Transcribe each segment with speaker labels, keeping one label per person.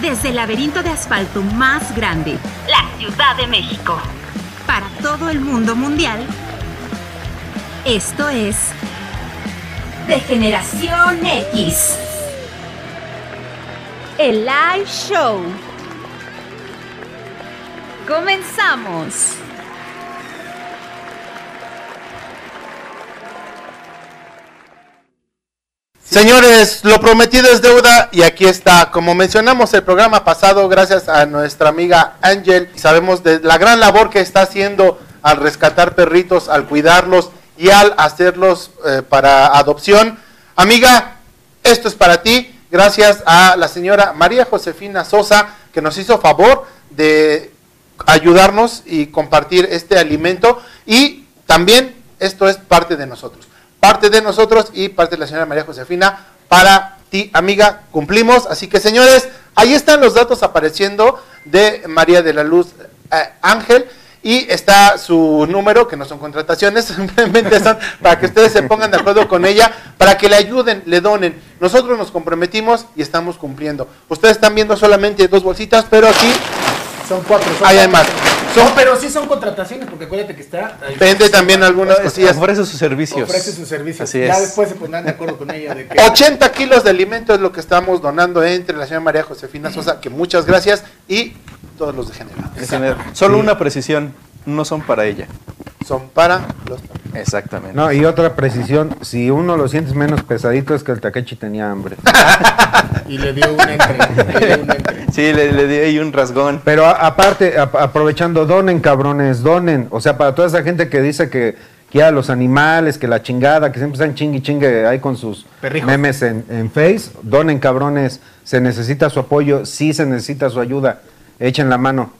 Speaker 1: desde el laberinto de asfalto más grande,
Speaker 2: la Ciudad de México.
Speaker 1: Para todo el mundo mundial, esto es
Speaker 2: De Generación X.
Speaker 1: El Live Show. Comenzamos.
Speaker 3: Señores, lo prometido es deuda y aquí está. Como mencionamos el programa pasado, gracias a nuestra amiga Ángel, sabemos de la gran labor que está haciendo al rescatar perritos, al cuidarlos y al hacerlos eh, para adopción. Amiga, esto es para ti. Gracias a la señora María Josefina Sosa que nos hizo favor de ayudarnos y compartir este alimento y también esto es parte de nosotros parte de nosotros y parte de la señora María Josefina para ti, amiga. Cumplimos. Así que, señores, ahí están los datos apareciendo de María de la Luz eh, Ángel. Y está su número, que no son contrataciones, simplemente son para que ustedes se pongan de acuerdo con ella, para que le ayuden, le donen. Nosotros nos comprometimos y estamos cumpliendo. Ustedes están viendo solamente dos bolsitas, pero aquí
Speaker 4: Son cuatro. Son
Speaker 3: hay más. Son,
Speaker 4: No, pero sí son contrataciones, porque acuérdate que está. ahí
Speaker 3: vende también algunas cosillas.
Speaker 5: Pues Ofrece sus servicios.
Speaker 4: Ofrece sus servicios.
Speaker 5: Así
Speaker 4: Ya
Speaker 5: es.
Speaker 4: después se pondrán de acuerdo con ella de que.
Speaker 3: 80 kilos de alimento es lo que estamos donando entre la señora María Josefina Sosa, que muchas gracias, y todos los degenerados.
Speaker 5: Es tener- Solo una precisión, no son para ella.
Speaker 3: Son para los...
Speaker 5: Exactamente.
Speaker 6: No, y otra precisión, si uno lo sientes menos pesadito es que el Takechi tenía hambre.
Speaker 4: Y le dio un entre. le dio un entre.
Speaker 5: Sí, le, le di ahí un rasgón.
Speaker 6: Pero a- aparte, a- aprovechando, donen cabrones, donen. O sea, para toda esa gente que dice que quiere a los animales, que la chingada, que siempre están chingue y chingue ahí con sus
Speaker 4: Perrijos.
Speaker 6: memes en, en Face, donen cabrones, se necesita su apoyo, sí se necesita su ayuda, echen la mano.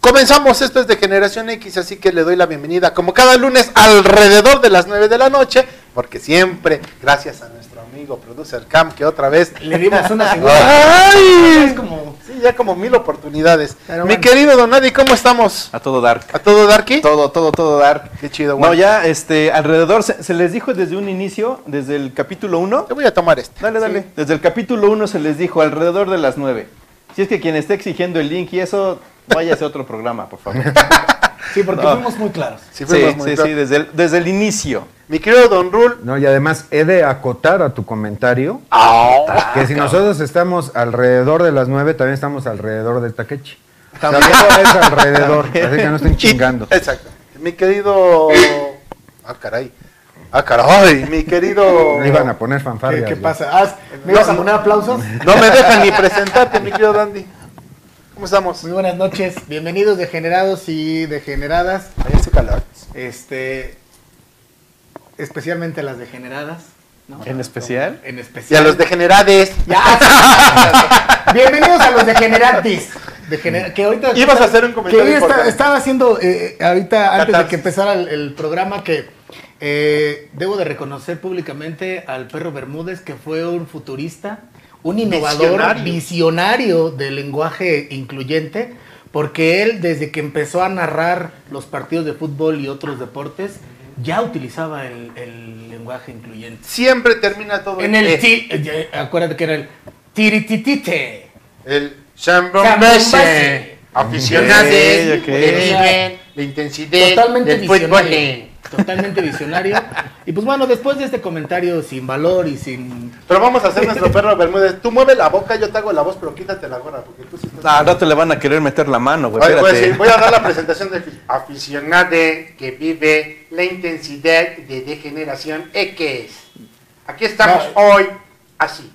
Speaker 3: Comenzamos, esto es de Generación X, así que le doy la bienvenida, como cada lunes, alrededor de las 9 de la noche, porque siempre, gracias a nuestro amigo Producer Cam, que otra vez...
Speaker 4: Le dimos una segunda.
Speaker 3: ¡Ay!
Speaker 4: Es como.
Speaker 3: Sí, ya como mil oportunidades.
Speaker 4: Pero
Speaker 3: Mi
Speaker 4: bueno.
Speaker 3: querido Don Adi, ¿cómo estamos?
Speaker 5: A todo dar.
Speaker 3: ¿A todo, Darky?
Speaker 5: Todo, todo, todo dar.
Speaker 3: Qué chido,
Speaker 5: No,
Speaker 3: güey.
Speaker 5: ya, este, alrededor, se, se les dijo desde un inicio, desde el capítulo 1.
Speaker 3: Te voy a tomar este.
Speaker 5: Dale, dale. Desde el capítulo 1 se les dijo alrededor de las 9. Si es que quien esté exigiendo el link y eso, váyase a otro programa, por favor.
Speaker 4: Sí, porque
Speaker 5: No.
Speaker 4: fuimos muy claros.
Speaker 3: Sí,
Speaker 5: sí,
Speaker 3: fuimos muy
Speaker 5: sí,
Speaker 3: claro.
Speaker 5: sí, desde el, desde el inicio.
Speaker 3: Mi querido Don Rul,
Speaker 6: ¿no? Y además he de acotar a tu comentario
Speaker 5: Ah,
Speaker 6: que si nosotros estamos alrededor de las nueve, también estamos alrededor del Takechi. También es alrededor, así que no estén chingando.
Speaker 3: Exacto. Mi querido. Ah, caray. Ah, caray. Mi querido.
Speaker 6: Le iban a poner
Speaker 4: ¿Qué,
Speaker 6: fanfarrias.
Speaker 4: qué
Speaker 6: güey.
Speaker 4: pasa? Ah, ¿Me ibas a poner aplausos?
Speaker 3: No me dejan ni presentarte, mi querido Dandy. ¿Cómo estamos?
Speaker 4: Muy buenas noches. Bienvenidos, degenerados y degeneradas.
Speaker 3: Ahí hace calor.
Speaker 4: Este. Especialmente las degeneradas. ¿no?
Speaker 5: ¿En especial?
Speaker 4: En
Speaker 3: Y
Speaker 4: especial.
Speaker 3: a los degenerades.
Speaker 4: Ya. Bienvenidos a los degenerantes. Degener- que ahorita
Speaker 3: Ibas a hacer un comentario
Speaker 4: que hoy está-
Speaker 3: importante.
Speaker 4: estaba haciendo eh, ahorita antes de
Speaker 3: Catarsis.
Speaker 4: que empezara el, el programa que eh, debo de reconocer públicamente al perro Bermúdez que fue un futurista, un innovador,
Speaker 3: Visionario.
Speaker 4: visionario del lenguaje incluyente, porque él desde que empezó a narrar los partidos de fútbol y otros deportes ya utilizaba el- el lenguaje incluyente.
Speaker 3: Siempre termina todo
Speaker 4: En el
Speaker 3: eh,
Speaker 4: ti, eh, acuérdate que era el tirititite.
Speaker 3: El Shambombashi.
Speaker 4: Shambombashi.
Speaker 3: Aficionados.
Speaker 5: Ok, ok.
Speaker 3: El nivel, la intensidad.
Speaker 4: Totalmente
Speaker 3: del fútbol. eh.
Speaker 4: visionario. Totalmente visionario. Y pues bueno, después de este comentario sin valor y sin.
Speaker 3: Pero vamos a hacer nuestro perro Bermúdez. Tú mueve la boca, yo te hago la voz, pero quítate la gorra. Porque tú sí estás.
Speaker 5: Ah, Al rato le van a querer meter la mano, güey.
Speaker 3: Oye, voy, a
Speaker 5: espérate.
Speaker 3: decir- voy a dar la presentación de aficionado que vive la intensidad de degeneración X. Aquí estamos
Speaker 4: No.
Speaker 3: hoy, así.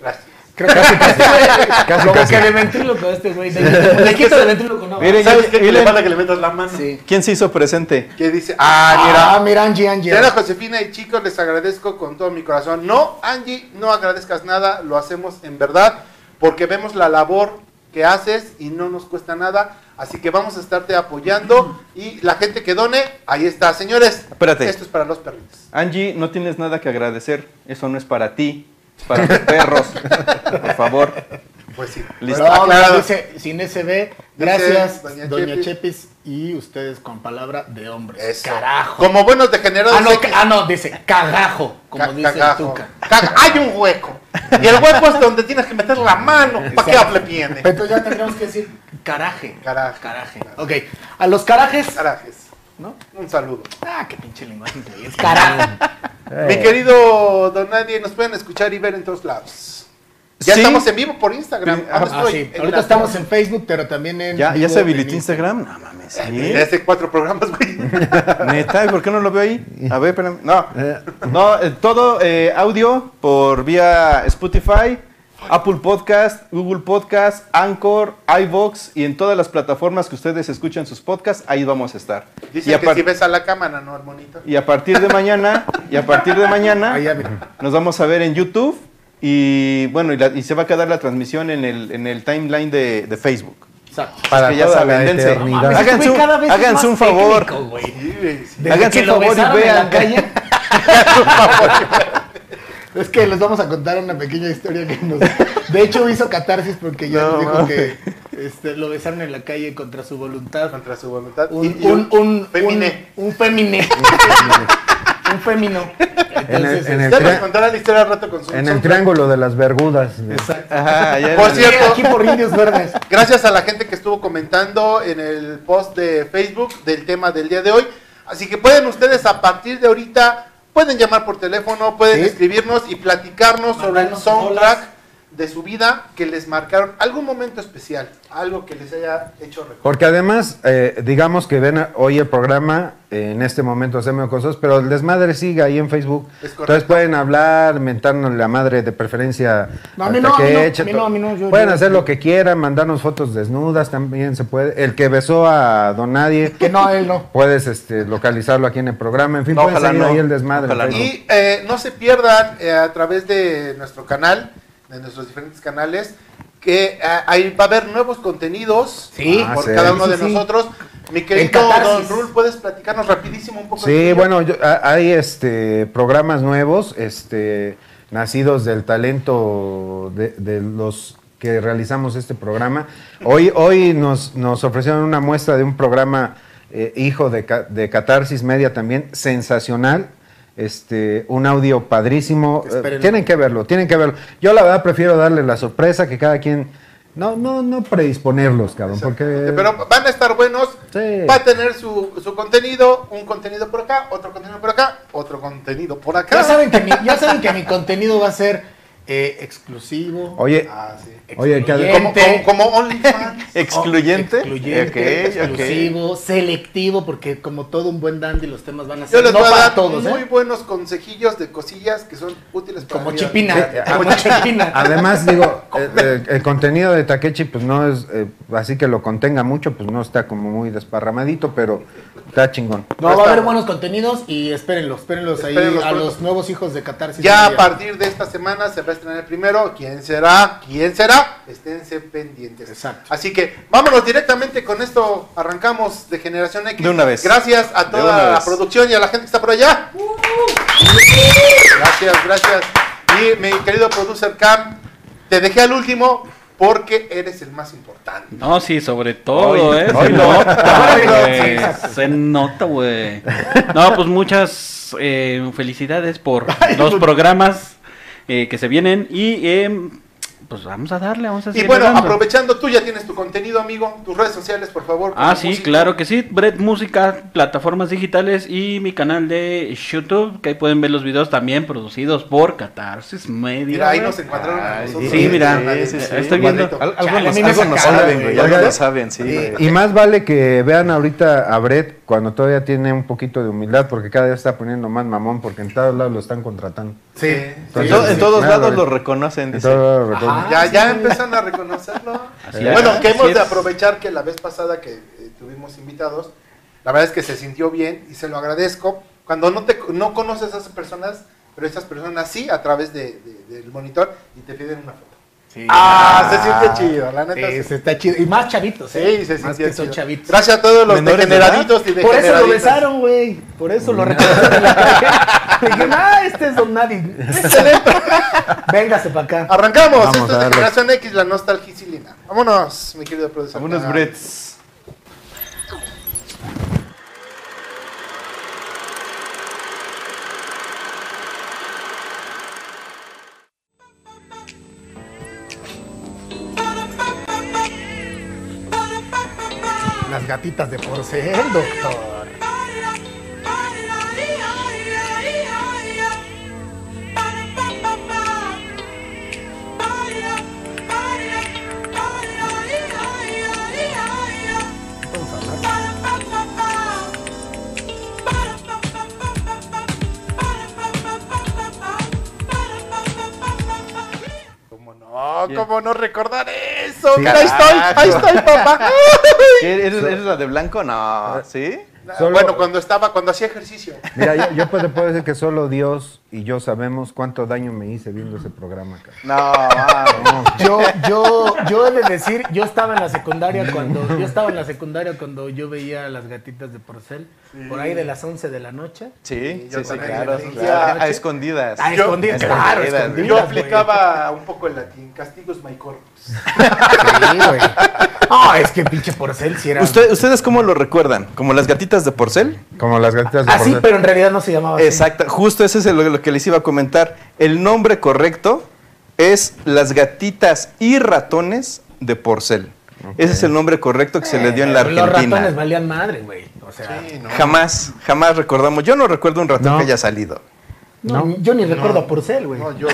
Speaker 3: Gracias.
Speaker 4: Creo que casi,
Speaker 6: Casi,
Speaker 3: Ah,
Speaker 4: Como
Speaker 6: casi.
Speaker 4: que de ventríloco a este güey. de- Le quito de ventríloco, no.
Speaker 5: Miren,
Speaker 3: ¿Sabes
Speaker 5: ya-
Speaker 3: qué? Que le
Speaker 5: miren,
Speaker 3: falta que le metas la mano.
Speaker 4: Sí.
Speaker 5: ¿Quién se hizo presente?
Speaker 3: Que dice, ah, mira.
Speaker 4: Ah, mira, Angie, Angie.
Speaker 3: Señora Josefina y chicos, les agradezco con todo mi corazón. No, Angie, no agradezcas nada, lo hacemos en verdad, porque vemos la labor que haces y no nos cuesta nada. Así que vamos a estarte apoyando y la gente que done, ahí está. Señores,
Speaker 5: Espérate.
Speaker 3: esto es para los perritos.
Speaker 5: Angie, no tienes nada que agradecer. Eso no es para ti, es para los perros. Por favor.
Speaker 3: Pues sí.
Speaker 5: Listo.
Speaker 4: No,
Speaker 3: Aclarado.
Speaker 4: dice, sin SB, gracias,
Speaker 3: Doña
Speaker 4: Doña
Speaker 3: Chepis.
Speaker 4: Chepis. y ustedes con palabra de hombre.
Speaker 3: Eso.
Speaker 4: Carajo.
Speaker 3: Como buenos degenerados.
Speaker 4: Ah no,
Speaker 3: hay
Speaker 4: ca-
Speaker 3: que-
Speaker 4: ah, no, dice cagajo, como
Speaker 3: Ca-
Speaker 4: dice el
Speaker 3: cagajo.
Speaker 4: Tuca.
Speaker 3: Caga- Hay un hueco. Y el hueco es donde tienes que meter la mano para que
Speaker 4: Exacto.
Speaker 3: hable bien.
Speaker 4: Entonces ya tendríamos que decir caraje.
Speaker 3: Caraje.
Speaker 4: Caraje. Ok. A los carajes.
Speaker 3: Carajes.
Speaker 4: ¿No?
Speaker 3: Un saludo.
Speaker 4: Ah, qué pinche lenguaje increíble. Es carajo.
Speaker 5: Eh.
Speaker 3: Mi querido Don Nadie, nos pueden escuchar y ver en todos lados. Ya
Speaker 5: Sí.
Speaker 3: estamos en vivo por Instagram.
Speaker 4: Ah,
Speaker 3: Ahora estoy
Speaker 4: sí.
Speaker 3: en
Speaker 4: Ahorita
Speaker 3: la-
Speaker 4: estamos en Facebook, pero también en.
Speaker 5: ¿Ya, ya
Speaker 4: vivo
Speaker 5: se
Speaker 4: en
Speaker 5: habilitó
Speaker 4: Instagram.
Speaker 5: Instagram? No mames. ¿sí?
Speaker 3: Desde hace cuatro programas, güey.
Speaker 5: Neta, ¿y por qué no lo veo ahí? A ver, espérame. No, no eh, todo eh, audio por vía Spotify, Apple Podcast, Google Podcast, Anchor, iVox y en todas las plataformas que ustedes escuchan sus podcasts, ahí vamos a estar. Y
Speaker 3: Dicen
Speaker 5: a,
Speaker 3: que
Speaker 5: par-
Speaker 3: si ves a la cámara, no al monitor.
Speaker 5: y a partir de mañana, y a partir de mañana,
Speaker 4: Ah, ya, mira.
Speaker 5: nos vamos a ver en YouTube y bueno, y, la- y se va a quedar la transmisión en el, en el timeline de, de Facebook.
Speaker 4: Exacto.
Speaker 6: Para
Speaker 5: que ya
Speaker 6: toda
Speaker 5: saben,
Speaker 6: la
Speaker 5: dense.
Speaker 6: eternidad.
Speaker 5: Háganse
Speaker 4: Este güey
Speaker 5: un-
Speaker 4: cada vez es
Speaker 5: háganse
Speaker 4: más
Speaker 5: un favor.
Speaker 4: técnico, güey.
Speaker 3: Sí, güey, sí.
Speaker 4: Desde
Speaker 5: Háganse
Speaker 4: que
Speaker 5: un
Speaker 4: lo
Speaker 5: favor y
Speaker 4: besaron en
Speaker 5: vean.
Speaker 4: la calle. Es que les vamos a contar una pequeña historia que nos. De hecho, hizo catarsis porque ya
Speaker 5: No,
Speaker 4: nos dijo
Speaker 5: mames.
Speaker 4: que este, lo besaron en la calle contra su voluntad.
Speaker 3: Contra su voluntad.
Speaker 4: Un,
Speaker 3: Y- y
Speaker 4: un, un,
Speaker 3: femine.
Speaker 4: Un, un femine. un femino. Entonces,
Speaker 6: en el-
Speaker 3: Ya
Speaker 6: Tri-
Speaker 3: nos contará la historia al rato con su
Speaker 6: En
Speaker 3: son-
Speaker 6: el triángulo de las vergudas.
Speaker 4: exacto.
Speaker 5: Ajá, ya-
Speaker 3: Por
Speaker 4: Viene
Speaker 3: cierto.
Speaker 4: este, aquí por Indios Verdes.
Speaker 3: Gracias a la gente que estuvo comentando en el post de Facebook del tema del día de hoy. Así que pueden ustedes a partir de ahorita, pueden llamar por teléfono, pueden
Speaker 4: Sí.
Speaker 3: escribirnos y platicarnos sobre el
Speaker 4: Mandarnos
Speaker 3: soundtrack
Speaker 4: bolas.
Speaker 3: de su vida que les marcaron algún momento especial, algo que les haya hecho recordar.
Speaker 6: Porque además, eh, digamos que ven hoy el programa, eh, en este momento hacemos cosas, pero el desmadre sigue ahí en Facebook.
Speaker 3: Es correcto.
Speaker 6: Entonces pueden hablar, mentarnos la madre de preferencia.
Speaker 4: No, a mí
Speaker 6: al
Speaker 4: no, a mí no,
Speaker 6: Taqueche,
Speaker 4: a mí no, a mí no, yo-
Speaker 6: pueden
Speaker 4: yo-
Speaker 6: hacer
Speaker 4: yo-
Speaker 6: lo que quieran, mandarnos fotos desnudas también se puede. El que besó a Don Nadie.
Speaker 4: Que no, él no.
Speaker 6: Puedes este, localizarlo aquí en el programa. En fin,
Speaker 5: No,
Speaker 6: pueden
Speaker 5: ojalá
Speaker 6: seguir
Speaker 5: no.
Speaker 6: ahí el desmadre.
Speaker 5: Ojalá
Speaker 6: en
Speaker 5: no.
Speaker 6: Facebook.
Speaker 3: Y eh, no se pierdan eh, a través de nuestro canal, de nuestros diferentes canales, que eh, ahí va a haber nuevos contenidos
Speaker 4: Sí.
Speaker 6: Ah,
Speaker 3: por
Speaker 6: sí.
Speaker 3: cada uno
Speaker 4: Sí,
Speaker 3: de
Speaker 4: sí, sí.
Speaker 3: nosotros. Mi querido Don
Speaker 4: catarsis.
Speaker 3: Rul, ¿puedes platicarnos rapidísimo un poco? de
Speaker 6: Sí,
Speaker 3: ello?
Speaker 6: bueno, yo- a- hay este programas nuevos, este nacidos del talento de, de los que realizamos este programa. Hoy, hoy nos, nos ofrecieron una muestra de un programa eh, hijo de, Ca- de Catarsis Media también, sensacional. Este, un audio padrísimo. Eh,
Speaker 4: Espérenlo.
Speaker 6: tienen que verlo, tienen que verlo. Yo la verdad prefiero darle la sorpresa que cada quien. No, no, no predisponerlos, cabrón, porque.
Speaker 3: Exactamente, Este, Pero van a estar buenos.
Speaker 6: Sí.
Speaker 3: Va a tener su, su contenido, un contenido por acá, otro contenido por acá, otro contenido por acá.
Speaker 4: Ya saben que mi, ya saben que mi contenido va a ser eh, exclusivo.
Speaker 6: Oye,
Speaker 3: Ah, sí.
Speaker 6: oye, que-
Speaker 4: Excluyente.
Speaker 3: Como, como, como OnlyFans.
Speaker 5: Excluyente.
Speaker 4: Oh, Excluyente,
Speaker 5: Ok, ok.
Speaker 4: exclusivo, selectivo, porque como todo un buen dandy, los temas van a
Speaker 3: Yo
Speaker 4: ser
Speaker 3: les
Speaker 4: no
Speaker 3: voy a
Speaker 4: para
Speaker 3: dar
Speaker 4: todos, ¿eh?
Speaker 3: muy buenos consejillos de cosillas que son útiles para
Speaker 4: Como
Speaker 3: la vida.
Speaker 4: chipina,
Speaker 6: Sí, ah,
Speaker 4: como chipina.
Speaker 6: Además, digo, eh, eh, el, contenido de Takechi, pues no es, eh, así que lo contenga mucho, pues no está como muy desparramadito, pero está chingón.
Speaker 3: Ahí
Speaker 4: No, va a
Speaker 3: está.
Speaker 4: haber buenos contenidos y espérenlos, espérenlos ahí
Speaker 3: Espérenlos
Speaker 4: a
Speaker 3: pronto.
Speaker 4: los nuevos hijos de Catarsis.
Speaker 3: Ya a
Speaker 4: Media.
Speaker 3: partir de esta semana se va a estrenar el primero. ¿Quién será? ¿Quién será? Esténse pendientes.
Speaker 4: Exacto.
Speaker 3: Así que vámonos directamente con esto. Arrancamos de Generación X.
Speaker 5: De una vez.
Speaker 3: Gracias a
Speaker 5: De
Speaker 3: toda
Speaker 5: una
Speaker 3: la
Speaker 5: vez.
Speaker 3: producción y a la gente que está por allá. Gracias, gracias. Y mi querido producer Cam, te dejé al último porque eres el más importante.
Speaker 7: No, sí, sobre todo,
Speaker 5: Hoy-
Speaker 7: ¿eh?
Speaker 5: hoy
Speaker 7: se
Speaker 5: no.
Speaker 7: nota,
Speaker 5: Hoy no, sí,
Speaker 7: güey. Se nota, güey. No, pues muchas eh, felicidades por los
Speaker 3: pues
Speaker 7: programas eh, que se vienen y eh, pues vamos a darle, vamos a
Speaker 3: Y
Speaker 7: seguir
Speaker 3: bueno,
Speaker 7: dando.
Speaker 3: aprovechando, tú ya tienes tu contenido, amigo. Tus redes sociales, por favor.
Speaker 7: Ah, sí, claro que sí. Bread Música, plataformas digitales y mi canal de YouTube, que ahí pueden ver los videos también producidos por Catarsis Media.
Speaker 3: Mira, ahí
Speaker 7: güey.
Speaker 3: nos encontraron. a nosotros.
Speaker 7: sí, mira,
Speaker 5: sí, sí.
Speaker 7: estoy viendo.
Speaker 5: Al- algo
Speaker 4: Chale, a
Speaker 5: nos,
Speaker 4: mí me
Speaker 5: algo nos
Speaker 4: sacaron,
Speaker 5: saben,
Speaker 4: güey.
Speaker 5: güey. Algo
Speaker 6: Oiga,
Speaker 5: nos saben, sí.
Speaker 4: eh,
Speaker 5: güey.
Speaker 6: Y más vale que vean ahorita a Brett cuando todavía tiene un poquito de humildad, porque cada vez está poniendo más mamón, porque en todos lados lo están contratando.
Speaker 4: Sí.
Speaker 5: En,
Speaker 6: Sí,
Speaker 5: to-
Speaker 6: sí,
Speaker 5: en
Speaker 6: sí,
Speaker 5: todos
Speaker 6: claro,
Speaker 5: lados
Speaker 6: güey.
Speaker 5: lo reconocen,
Speaker 6: En
Speaker 5: dice.
Speaker 6: todos lados lo recogen.
Speaker 4: Ah,
Speaker 3: Ya,
Speaker 4: sí,
Speaker 3: ya
Speaker 4: sí.
Speaker 3: empiezan a reconocerlo.
Speaker 7: Así
Speaker 3: Eh, bueno,
Speaker 7: es.
Speaker 3: que hemos
Speaker 7: Así
Speaker 3: de
Speaker 7: es.
Speaker 3: aprovechar que la vez pasada que eh, tuvimos invitados, la verdad es que se sintió bien y se lo agradezco. Cuando no, te, no conoces a esas personas, pero esas personas sí, a través de, de- del monitor y te piden una foto.
Speaker 4: Sí.
Speaker 3: Ah, se siente chido, la neta.
Speaker 4: Sí,
Speaker 3: Sí,
Speaker 4: se está chido. Y más chavitos, ¿eh?
Speaker 3: Sí, se
Speaker 4: más
Speaker 3: sintió
Speaker 4: que son
Speaker 3: chido.
Speaker 4: chavitos.
Speaker 3: Gracias a todos los
Speaker 5: Menores de edad.
Speaker 3: degeneraditos y
Speaker 4: Por eso lo
Speaker 3: degeneraditas.
Speaker 4: besaron, güey. Por eso
Speaker 3: Mm.
Speaker 4: lo reconocieron en la calle. Dije, ah, este es Don Nadie. Excelente. Véngase para acá.
Speaker 3: Arrancamos,
Speaker 6: Vamos
Speaker 3: esto
Speaker 6: a
Speaker 3: es de
Speaker 6: darle.
Speaker 3: Generación X, Ah. la nostalgicilina. Vámonos, mi querido productor.
Speaker 5: Algunos
Speaker 3: Ah.
Speaker 5: Bretts.
Speaker 8: Las gatitas de porcel, doctor.
Speaker 3: ¿Cómo no? ¿Cómo no recordar eso?
Speaker 6: Sí.
Speaker 3: Ahí estoy, ahí estoy, papá.
Speaker 5: ¿Qué, ¿E-, ¿Eres, eres la de blanco? No. ¿Sí?
Speaker 6: Solo-
Speaker 3: Bueno,
Speaker 8: pues.
Speaker 3: cuando estaba, cuando hacía ejercicio.
Speaker 6: Mira, yo, yo pues, te puedo decir que solo Dios y yo sabemos cuánto daño me hice viendo ese programa. cabrón.
Speaker 5: No, mames.
Speaker 8: Yo, yo, yo he de decir, yo estaba en la secundaria cuando, yo estaba en la secundaria cuando yo veía a las gatitas de porcel, por ahí de las 11 de la noche.
Speaker 5: Sí,
Speaker 3: yo
Speaker 5: sí, sí,
Speaker 3: también.
Speaker 5: claro.
Speaker 3: Sí,
Speaker 5: claro.
Speaker 8: anoche.
Speaker 5: A escondidas.
Speaker 8: A
Speaker 3: Yo-
Speaker 8: escondidas,
Speaker 5: escondidas,
Speaker 8: claro,
Speaker 5: güey.
Speaker 8: escondidas.
Speaker 3: Yo
Speaker 8: güey.
Speaker 3: aplicaba un poco el latín. Castigos my corpus.
Speaker 8: Sí, güey. No, Ah, es que pinche porcel si era.
Speaker 5: ¿Usted- ¿Ustedes cómo lo recuerdan? ¿Como las gatitas de porcel?
Speaker 6: Como las gatitas de
Speaker 4: Ah,
Speaker 8: Así,
Speaker 6: porcel.
Speaker 8: pero en realidad no se llamaba así.
Speaker 5: Exacto, justo ese es lo, lo que les iba a comentar. El nombre correcto es Las gatitas y ratones de porcel. Ese es el nombre correcto que se le dio en la
Speaker 8: Eh, Los
Speaker 5: Argentina.
Speaker 8: ratones valían madre, güey. O sea,
Speaker 5: Jamás, jamás recordamos. Yo no recuerdo un ratón
Speaker 6: No.
Speaker 5: que haya salido.
Speaker 8: no, yo ni recuerdo a Porcel, güey.
Speaker 3: No, yo.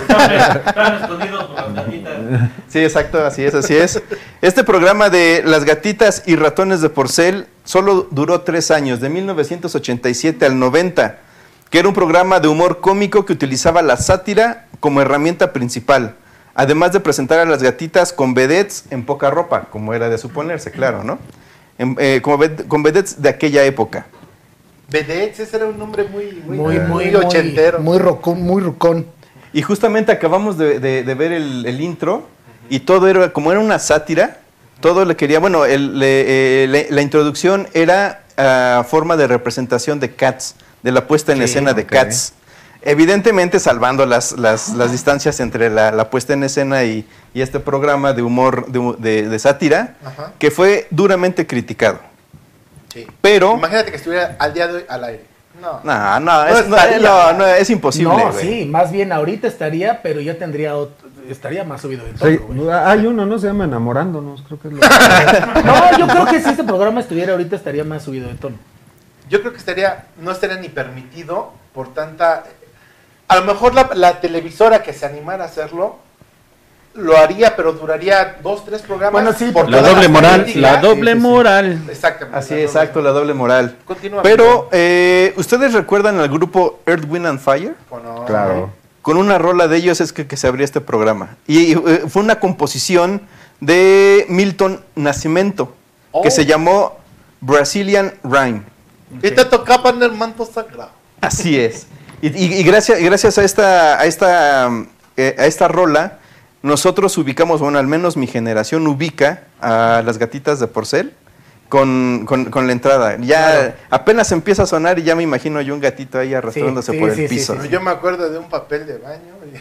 Speaker 5: Sí, exacto, así es, así es. Este programa de Las gatitas y ratones de porcel solo duró tres años, de 1987 al 90, que era un programa de humor cómico que utilizaba la sátira como herramienta principal, además de presentar a las gatitas con vedettes en poca ropa, como era de suponerse, claro, ¿no? En- eh, como ved- con vedettes de aquella época.
Speaker 3: Vedettes, ese era un nombre muy, muy,
Speaker 8: muy, muy, muy,
Speaker 3: ochentero.
Speaker 8: Muy rocón, muy rucón.
Speaker 5: Y justamente acabamos de, de- de ver el, el intro y todo era, como era una sátira, todo le quería, bueno, el- le- eh, le- la introducción era ah, forma de representación de Cats, de la puesta en
Speaker 6: Sí,
Speaker 5: escena de
Speaker 6: ok.
Speaker 5: Cats. Evidentemente salvando las, las- las distancias entre la, la puesta en escena y, y este programa de humor, de, hu- de- de sátira,
Speaker 3: Ajá.
Speaker 5: que fue duramente criticado.
Speaker 3: Sí.
Speaker 5: Pero...
Speaker 3: Imagínate que estuviera al día de hoy al aire. No.
Speaker 5: No, no, es, no,
Speaker 3: estaría.
Speaker 5: no, no, es imposible.
Speaker 8: no,
Speaker 5: güey.
Speaker 8: sí, más bien ahorita estaría, pero ya tendría otro- estaría más subido de
Speaker 6: Sí, Ah,
Speaker 8: todo, güey.
Speaker 6: hay uno, ¿no? Se llama Enamorándonos, creo que es lo
Speaker 8: No, yo creo que si este programa estuviera ahorita estaría más subido de tono.
Speaker 3: Yo creo que estaría, no estaría ni permitido por tanta. A lo mejor la, la televisora que se animara a hacerlo lo haría, pero duraría dos, tres programas.
Speaker 8: Bueno, sí,
Speaker 3: por
Speaker 7: La
Speaker 3: todas
Speaker 7: doble
Speaker 3: las
Speaker 7: moral,
Speaker 3: críticas.
Speaker 7: la doble
Speaker 8: sí, sí.
Speaker 7: moral.
Speaker 3: Exactamente.
Speaker 5: Así,
Speaker 3: la doble
Speaker 5: exacto, la doble moral.
Speaker 3: Continúa,
Speaker 5: Pero, eh, ¿ustedes recuerdan al grupo Earth, Wind and Fire?
Speaker 3: Bueno,
Speaker 6: Claro.
Speaker 5: Con una rola de ellos es que, que se abría este programa. Y eh, fue una composición de Milton Nascimento,
Speaker 3: Oh.
Speaker 5: que se llamó Brazilian Rhyme.
Speaker 3: Y te tocaban el manto sagrado.
Speaker 5: Así es. Y, y- y gracias, gracias a esta, a esta, mm, eh, a esta rola, nosotros ubicamos, bueno, al menos mi generación ubica a las gatitas de porcel con, con- con la entrada. Ya apenas empieza a sonar y ya me imagino yo un gatito ahí arrastrándose
Speaker 8: sí,
Speaker 5: por
Speaker 8: sí,
Speaker 5: el
Speaker 8: sí,
Speaker 5: piso.
Speaker 8: sí,
Speaker 3: Pero
Speaker 8: sí.
Speaker 3: yo me acuerdo de un papel de baño. y-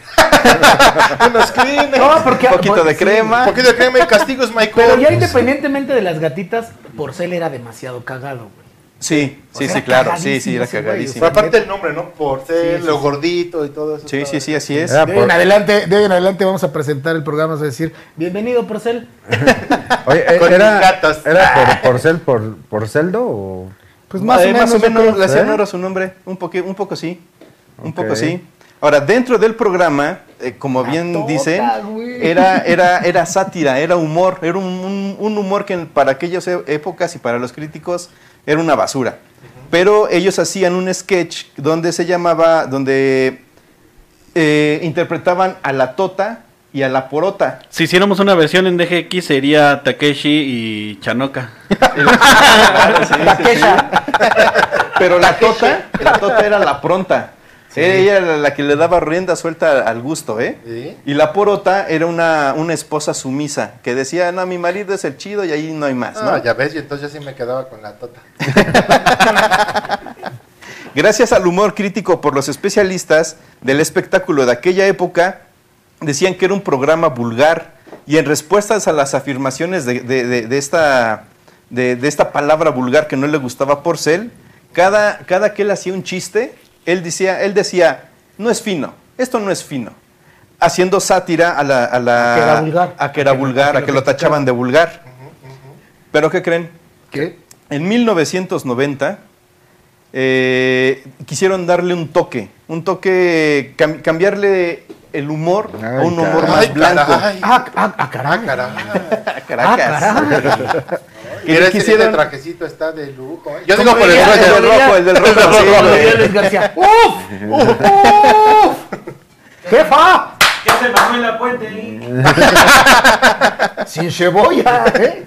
Speaker 3: unos cleaners.
Speaker 8: No, porque
Speaker 5: Un poquito de
Speaker 8: sí,
Speaker 5: crema.
Speaker 3: Un poquito de crema y castigos, Michael.
Speaker 8: Pero ya independientemente de las gatitas, Porcel era demasiado cagado, güey.
Speaker 5: Sí,
Speaker 8: O
Speaker 5: sí,
Speaker 8: sea,
Speaker 5: sí,
Speaker 8: era
Speaker 5: claro. Sí, sí,
Speaker 8: cagadísimo
Speaker 5: era
Speaker 8: ese güey,
Speaker 5: cagadísimo.
Speaker 3: Pero aparte el nombre, ¿no? Por ser
Speaker 8: Sí, sí,
Speaker 3: lo
Speaker 8: sí.
Speaker 3: gordito y todo eso.
Speaker 5: Sí, sí, sí, así es.
Speaker 6: Era
Speaker 8: De
Speaker 6: por-
Speaker 8: hoy en adelante, de hoy en adelante vamos a presentar el programa, vamos a decir, bienvenido Porcel.
Speaker 6: Oye, eh,
Speaker 3: Con mis
Speaker 6: era,
Speaker 3: gatos.
Speaker 6: era por, por, cel- por, por celdo o...
Speaker 8: Pues más,
Speaker 5: Eh,
Speaker 8: o menos, yo creo.
Speaker 5: la hacían
Speaker 6: ¿Eh?
Speaker 5: honor a su nombre, un, poqui- un poco sí, un
Speaker 6: Ok.
Speaker 5: poco sí. Ahora, dentro del programa, eh, como bien
Speaker 8: tota,
Speaker 5: dicen,
Speaker 8: güey.
Speaker 5: era, era, era sátira, era humor, era un, un- un humor que para aquellas e- épocas y para los críticos era una basura. Pero ellos hacían un sketch donde se llamaba, donde eh, interpretaban a la tota y a la porota.
Speaker 7: Si hiciéramos una versión en DGX sería Takeshi y Chanoka.
Speaker 5: Pero la tota, la tota era la pronta. Ella era la que le daba rienda suelta al gusto, ¿eh?
Speaker 3: Sí.
Speaker 5: Y la porota era una, una esposa sumisa que decía, no, mi marido es el chido y ahí no hay más,
Speaker 3: No,
Speaker 5: ¿no?
Speaker 3: ya ves, y entonces yo sí me quedaba con la tota.
Speaker 5: Gracias al humor crítico por los especialistas del espectáculo de aquella época, decían que era un programa vulgar y en respuestas a las afirmaciones de, de- de- de esta, de, de esta palabra vulgar que no le gustaba a Porcel, cada, cada que él hacía un chiste, él decía, él decía, no es fino, esto no es fino, haciendo sátira a la... A, la-
Speaker 8: A que era vulgar.
Speaker 5: a que era vulgar, a que lo tachaban de vulgar. ¿Pero qué creen?
Speaker 8: ¿Qué?
Speaker 5: En 1990 eh, quisieron darle un toque, un toque, cam- cambiarle el humor a
Speaker 6: Ay,
Speaker 5: un humor
Speaker 6: caray.
Speaker 5: más blanco.
Speaker 3: caray.
Speaker 4: Ah, ah, ah, caray.
Speaker 3: Ah, caray.
Speaker 5: Caracas.
Speaker 4: Ah,
Speaker 5: Que
Speaker 3: Mira,
Speaker 5: le
Speaker 3: ese-
Speaker 5: quisieron-
Speaker 3: ese trajecito está de lujo. ¿eh? Yo
Speaker 4: ¿Cómo
Speaker 3: digo por el
Speaker 4: veía?
Speaker 3: rollo.
Speaker 4: ¿Cómo veía?
Speaker 5: el del rojo, sí,
Speaker 4: Como
Speaker 5: güey.
Speaker 4: diría Luis García. ¡Uf! ¡Uf! ¡Uf! ¡Jefa!
Speaker 9: ¿Qué hace Manuel Lapuente?
Speaker 4: Sin cebolla, ¿eh?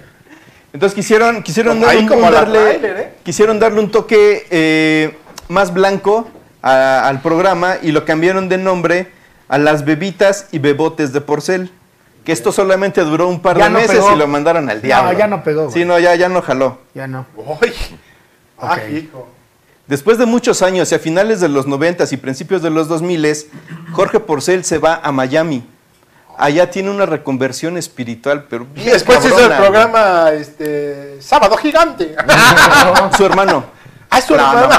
Speaker 5: Entonces quisieron, quisieron,
Speaker 3: Ahí
Speaker 5: darle, un-
Speaker 3: como la
Speaker 5: darle-
Speaker 3: trailer, ¿eh?
Speaker 5: quisieron darle un toque eh, más blanco a- al programa y lo cambiaron de nombre a las bebitas y bebotes de porcel. Que esto solamente duró un par
Speaker 4: Ya
Speaker 5: de
Speaker 4: no
Speaker 5: meses
Speaker 4: pegó.
Speaker 5: y lo mandaron al diablo.
Speaker 4: ya no pegó, güey.
Speaker 5: Sí, no, ya, ya no jaló.
Speaker 4: Ya no.
Speaker 3: Uy. Ah,
Speaker 4: Ok.
Speaker 3: hijo.
Speaker 5: Después de muchos años y a finales de los 90 y principios de los 2000, Jorge Porcel se va a Miami. Allá tiene una reconversión espiritual, pero
Speaker 3: Y
Speaker 5: bien
Speaker 3: después hizo el
Speaker 5: cabrona.
Speaker 3: programa este, Sábado Gigante.
Speaker 5: Su hermano.
Speaker 3: Ah, es su
Speaker 5: No,
Speaker 3: hermano.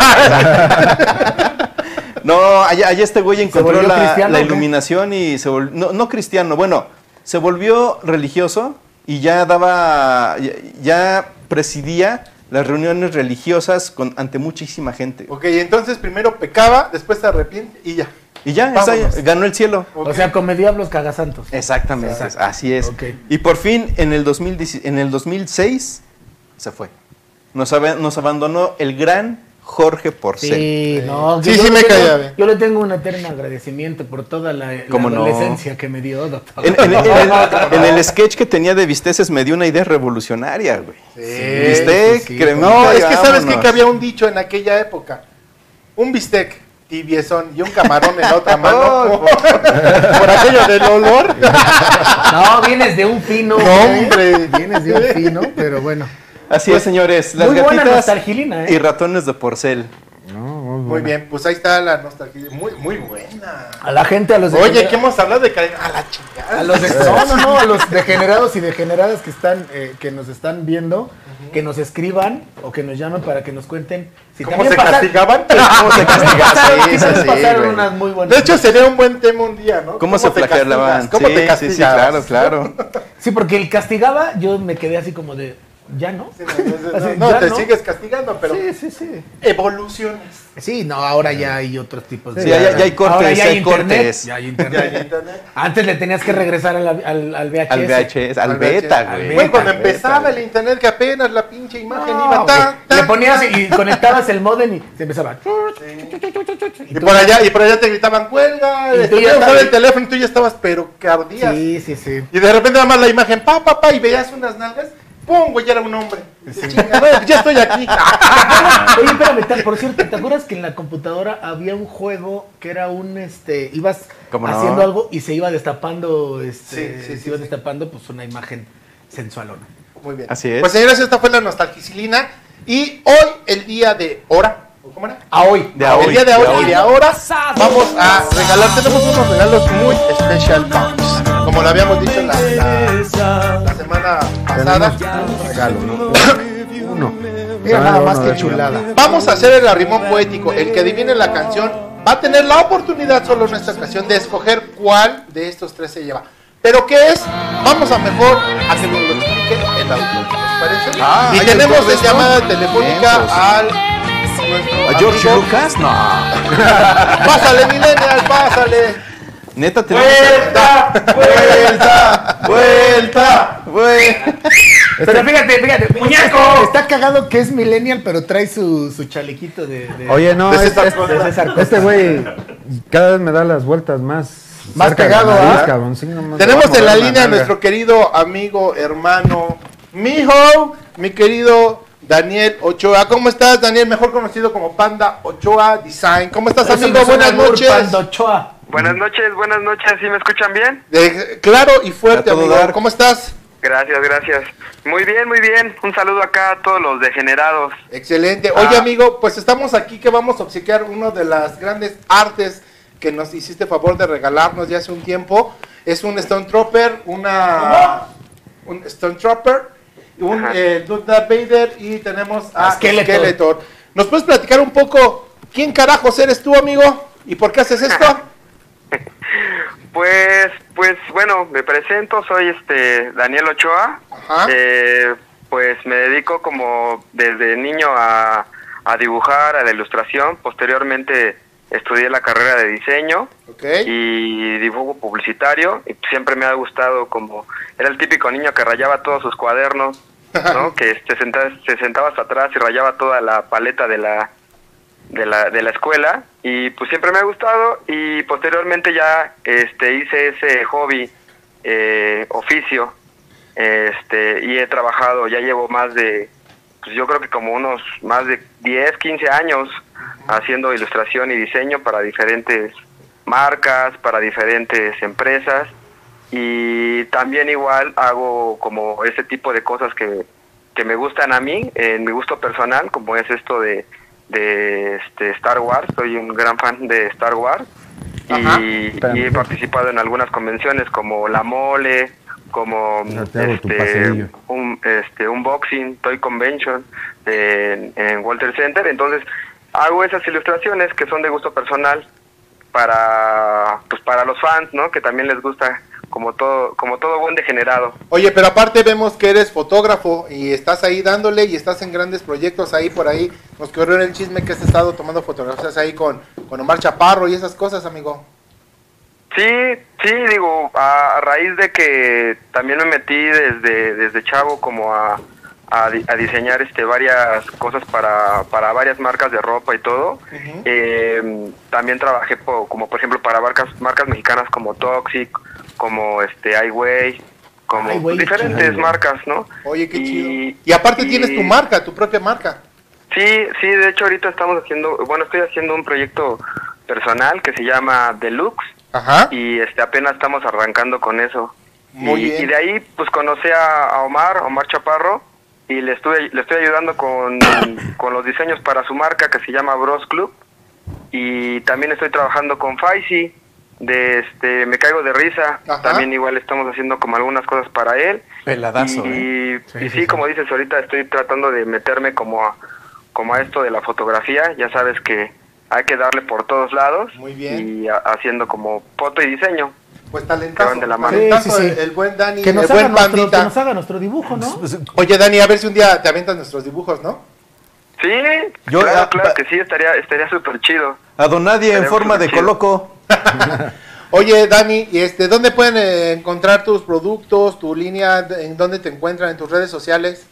Speaker 5: No, allá, allá este güey encontró
Speaker 4: volvió
Speaker 5: la,
Speaker 4: cristiano,
Speaker 5: la
Speaker 4: ¿o qué?
Speaker 5: iluminación y se volvió, no, no cristiano, bueno, se volvió religioso y ya daba, ya, ya presidía las reuniones religiosas con, ante muchísima gente.
Speaker 3: Ok, entonces primero pecaba, después se arrepiente y ya.
Speaker 5: Y ya, esa-
Speaker 3: Vámonos.
Speaker 5: ganó el cielo.
Speaker 3: Ok.
Speaker 4: O sea, come diablos cagasantos.
Speaker 5: Exactamente, así es.
Speaker 4: Ok.
Speaker 5: Y por fin, en el, 2010 en el 2006, se fue. Nos, abe- nos abandonó el gran Jorge Porcel.
Speaker 4: Sí, no.
Speaker 3: Sí,
Speaker 4: yo-
Speaker 3: sí
Speaker 4: yo
Speaker 3: me
Speaker 4: le tengo-
Speaker 3: calla, güey.
Speaker 4: Yo le tengo un eterno agradecimiento por toda la, la
Speaker 5: ¿Cómo no?
Speaker 4: adolescencia que me dio, doctor.
Speaker 5: En, en- en- en el sketch que tenía de bisteces me dio una idea revolucionaria, güey. Bistec,
Speaker 4: sí, sí.
Speaker 5: cremita,
Speaker 3: No, Oh, es que sabes
Speaker 5: vámonos.
Speaker 3: qué? que había un dicho en aquella época. Un bistec tibiezón y un camarón en la otra mano.
Speaker 4: Oh,
Speaker 3: por, aquello del olor.
Speaker 4: No, vienes de un fino.
Speaker 3: No,
Speaker 4: güey.
Speaker 3: hombre.
Speaker 4: Vienes de un fino, pero bueno.
Speaker 5: Así es, señores. Las
Speaker 4: muy buena
Speaker 5: gatitas
Speaker 4: nostalgilina, ¿eh?
Speaker 5: y ratones de porcel.
Speaker 6: No, muy
Speaker 3: Muy
Speaker 6: buena.
Speaker 3: bien, pues ahí está la nostalgia. Muy, muy buena.
Speaker 4: A la gente, a los
Speaker 3: Oye,
Speaker 4: degenerados-
Speaker 3: ¿qué hemos hablado de Karen? A la chingada.
Speaker 4: a los de- no, no, no, a los degenerados y degeneradas que están, eh, que nos están viendo, que nos escriban o que nos llamen para que nos cuenten si
Speaker 3: ¿Cómo
Speaker 4: también
Speaker 3: se
Speaker 4: pasaron-
Speaker 3: castigaban? Pues,
Speaker 5: ¿Cómo se castiga?
Speaker 4: pasaron-
Speaker 5: Sí,
Speaker 4: que
Speaker 5: sí,
Speaker 4: también
Speaker 5: sí,
Speaker 4: pasaron
Speaker 5: güey.
Speaker 4: unas muy buenas.
Speaker 3: De hecho, sería un buen tema un día, ¿no?
Speaker 5: ¿Cómo, se
Speaker 3: te
Speaker 5: flagelaban?
Speaker 3: castigas? ¿Cómo
Speaker 5: Sí,
Speaker 3: te
Speaker 5: sí,
Speaker 3: castigas?
Speaker 5: sí, claro, claro.
Speaker 4: sí, porque el castigaba, yo me quedé así como de, ¿ya no?
Speaker 3: No,
Speaker 4: Así,
Speaker 3: no,
Speaker 4: ya
Speaker 3: te sigues castigando, pero
Speaker 4: Sí, sí, sí.
Speaker 3: evoluciones.
Speaker 4: Sí, no, ahora ya hay otros tipos de.
Speaker 5: Sí, ya- ya- ya hay cortes,
Speaker 4: Ahora ya
Speaker 5: ya
Speaker 4: hay,
Speaker 5: hay
Speaker 4: internet,
Speaker 5: cortes.
Speaker 4: Ya hay
Speaker 3: Ya, ya,
Speaker 4: internet.
Speaker 3: internet.
Speaker 4: Antes le tenías que regresar al, al, al VHS.
Speaker 5: Al VHS, al
Speaker 3: Al
Speaker 5: beta,
Speaker 3: VHS.
Speaker 5: güey.
Speaker 3: Güey, cuando
Speaker 5: Al beta,
Speaker 3: empezaba el
Speaker 5: güey.
Speaker 3: internet, que apenas la pinche imagen
Speaker 4: No,
Speaker 3: iba ta,
Speaker 4: güey.
Speaker 3: ta.
Speaker 4: le ponías y conectabas el modem y se empezaba.
Speaker 3: Y por allá, y por allá te gritaban, cuelga,
Speaker 4: Y tú
Speaker 3: este,
Speaker 4: ya
Speaker 3: ya usaba
Speaker 4: estabas-
Speaker 3: el teléfono y tú ya estabas, pero que ardías.
Speaker 4: Sí, sí, sí.
Speaker 3: Y de repente nada más la imagen, pa, pa, pa, y veías unas nalgas, pum, güey, ya era un hombre. Chinga, no, ya estoy aquí.
Speaker 5: Ah,
Speaker 4: Oye, espérame, tal, por cierto, ¿te acuerdas que en la computadora había un juego que era un este, ibas
Speaker 5: ¿Cómo no?
Speaker 4: haciendo algo y se iba destapando, este,
Speaker 3: Sí, sí,
Speaker 4: se
Speaker 3: sí,
Speaker 4: iba
Speaker 3: sí.
Speaker 4: destapando pues una imagen sensualona.
Speaker 3: Muy bien.
Speaker 5: Así es.
Speaker 3: Pues señores, esta fue la nostalgicilina. Y hoy, el día de hora, ¿o ¿cómo era?
Speaker 4: A hoy.
Speaker 5: De a hoy,
Speaker 3: el día de
Speaker 5: de
Speaker 3: hoy
Speaker 5: a
Speaker 3: y
Speaker 5: hoy.
Speaker 3: de ahora vamos a regalar, tenemos unos regalos muy special box, como lo habíamos dicho la, la- la semana pasada.
Speaker 6: Tenemos un regalo, ¿no? Uno.
Speaker 4: Mira,
Speaker 6: Ah,
Speaker 4: nada
Speaker 6: no,
Speaker 4: más
Speaker 6: no,
Speaker 4: que
Speaker 6: no, no.
Speaker 4: chulada.
Speaker 3: Vamos a hacer el arrimón poético, el que adivine la canción va a tener la oportunidad solo en esta ocasión de escoger cuál de estos tres se lleva. Pero qué es, vamos a mejor a que nos lo explique el autor, ¿les parece?
Speaker 5: Ah,
Speaker 3: y
Speaker 5: hay
Speaker 3: tenemos
Speaker 5: autor de
Speaker 3: de
Speaker 5: esto.
Speaker 3: llamada telefónica
Speaker 5: Vientos.
Speaker 3: al
Speaker 5: ¿A
Speaker 3: nuestro
Speaker 5: George
Speaker 3: amigo-
Speaker 5: Lucas? No.
Speaker 3: Pásale, Millennial, pásale.
Speaker 5: Neta, tenemos...
Speaker 3: Pues,
Speaker 5: ¡Vuelta! ¡Vuelta! ¡Vuelta!
Speaker 4: Pero fíjate, fíjate, muñeco. Está cagado que es millennial, pero trae su, su chalequito de, de-
Speaker 6: Oye, no,
Speaker 3: De
Speaker 6: es-
Speaker 3: César
Speaker 6: es-
Speaker 3: Costa.
Speaker 6: de César Costa. este güey cada vez me da las vueltas más.
Speaker 4: Más
Speaker 6: cerca de
Speaker 4: pegado,
Speaker 6: la nariz,
Speaker 4: ¿ah?
Speaker 6: cabrón. Sí, no mames.
Speaker 3: Tenemos
Speaker 5: Vamos,
Speaker 3: en la
Speaker 5: vamos,
Speaker 3: línea a
Speaker 5: venga.
Speaker 3: nuestro querido amigo, hermano, mijo, mi querido Daniel Ochoa. ¿Cómo estás, Daniel? Mejor conocido como Panda Ochoa Design. ¿Cómo estás,
Speaker 4: Eso me
Speaker 3: amigo?
Speaker 4: suena
Speaker 3: Buenas
Speaker 4: muy
Speaker 3: noches.
Speaker 4: Pandochoa.
Speaker 10: Buenas noches, buenas noches, ¿sí me escuchan bien?
Speaker 3: De- claro y fuerte,
Speaker 5: A todo
Speaker 3: amigo.
Speaker 5: dar.
Speaker 3: ¿Cómo estás?
Speaker 10: Gracias, gracias. Muy bien, muy bien. Un saludo acá a todos los degenerados.
Speaker 3: Excelente. Oye,
Speaker 10: Ah.
Speaker 3: amigo, pues estamos aquí que vamos a obsequiar una de las grandes artes que nos hiciste favor de regalarnos ya hace un tiempo. Es un Stone Trooper, una. Un Stone Trooper, un
Speaker 10: Ajá.
Speaker 3: eh, Darth Vader y tenemos a
Speaker 4: Skeletor.
Speaker 3: Skeletor. ¿Nos puedes platicar un poco quién carajos eres tú, amigo? ¿Y por qué haces esto?
Speaker 10: Pues, pues bueno, me presento, soy este Daniel Ochoa.
Speaker 3: Ajá.
Speaker 10: Eh, pues me dedico como desde niño a, a dibujar, a la ilustración. Posteriormente estudié la carrera de diseño
Speaker 3: Ok.
Speaker 10: y dibujo publicitario. Y siempre me ha gustado como... Era el típico niño que rayaba todos sus cuadernos, ¿no? que se sentaba, se sentaba hasta atrás y rayaba toda la paleta de la, de la, de la escuela y pues siempre me ha gustado y posteriormente ya este hice ese hobby eh, oficio este y he trabajado ya llevo más de pues yo creo que como unos más de 10 15 años haciendo ilustración y diseño para diferentes marcas para diferentes empresas y también igual hago como ese tipo de cosas que, que me gustan a mí, en mi gusto personal, como es esto de, de este, Star Wars, soy un gran fan de Star Wars
Speaker 3: Ajá.
Speaker 10: y, y he participado en algunas convenciones como La Mole, como
Speaker 6: Ya te hago tu paseillo.
Speaker 10: este, un, este, un boxing, Toy Convention en, en Walter Center, entonces hago esas ilustraciones que son de gusto personal para pues para los fans, ¿no? Que también les gusta como todo como todo buen degenerado.
Speaker 3: Oye, pero aparte vemos que eres fotógrafo y estás ahí dándole y estás en grandes proyectos ahí por ahí. Nos corrió el chisme que has estado tomando fotografías ahí con, con Omar Chaparro y esas cosas, amigo.
Speaker 10: Sí, sí, digo, a, a raíz de que también me metí desde desde chavo como a a, di- a diseñar este varias cosas para, para varias marcas de ropa y todo. Eh, también trabajé po- como por ejemplo para marcas marcas mexicanas como Toxic, como este iWay, como
Speaker 4: Ai Weiwei.
Speaker 10: diferentes marcas, ¿no?
Speaker 3: Oye, qué
Speaker 10: Y-
Speaker 3: chido. Y aparte
Speaker 10: y-
Speaker 3: tienes tu marca, tu propia marca.
Speaker 10: Sí, sí, de hecho ahorita estamos haciendo, bueno, estoy haciendo un proyecto personal que se llama Deluxe
Speaker 3: Ajá.
Speaker 10: y este apenas estamos arrancando con eso.
Speaker 3: Muy
Speaker 10: y,
Speaker 3: bien.
Speaker 10: y de ahí pues conocí a, a Omar, Omar Chaparro y le estuve le estoy ayudando con, con los diseños para su marca que se llama Bros Club y también estoy trabajando con Faisy de este me caigo de risa,
Speaker 3: Ajá.
Speaker 10: también igual estamos haciendo como algunas cosas para él
Speaker 5: Peladazo,
Speaker 10: y,
Speaker 5: ¿eh?
Speaker 10: y sí, como dices, ahorita estoy tratando de meterme como a, como a esto de la fotografía. Ya sabes que hay que darle por todos lados.
Speaker 3: Muy bien.
Speaker 10: Y a- haciendo como foto y diseño.
Speaker 3: Pues talentazo.
Speaker 10: Que van de la mano.
Speaker 3: talentazo
Speaker 4: Sí, sí, sí.
Speaker 3: El, el buen Dani,
Speaker 4: Que nos,
Speaker 3: el
Speaker 4: haga
Speaker 3: buen
Speaker 4: nuestro, que
Speaker 3: bandita.
Speaker 4: nos haga nuestro dibujo, ¿no?
Speaker 3: Oye, Dani, a ver si un día te aventas nuestros dibujos, ¿no?
Speaker 10: Sí,
Speaker 5: Yo-
Speaker 10: claro,
Speaker 5: ah,
Speaker 10: claro
Speaker 5: pa-
Speaker 10: que sí, estaría estaría súper chido.
Speaker 5: A don nadie en
Speaker 10: Tenemos
Speaker 5: forma
Speaker 10: que
Speaker 5: de
Speaker 10: decir.
Speaker 5: coloco.
Speaker 3: Oye, Dani, y este, ¿dónde pueden eh, encontrar tus productos, tu línea, d- en dónde te encuentran en tus redes sociales?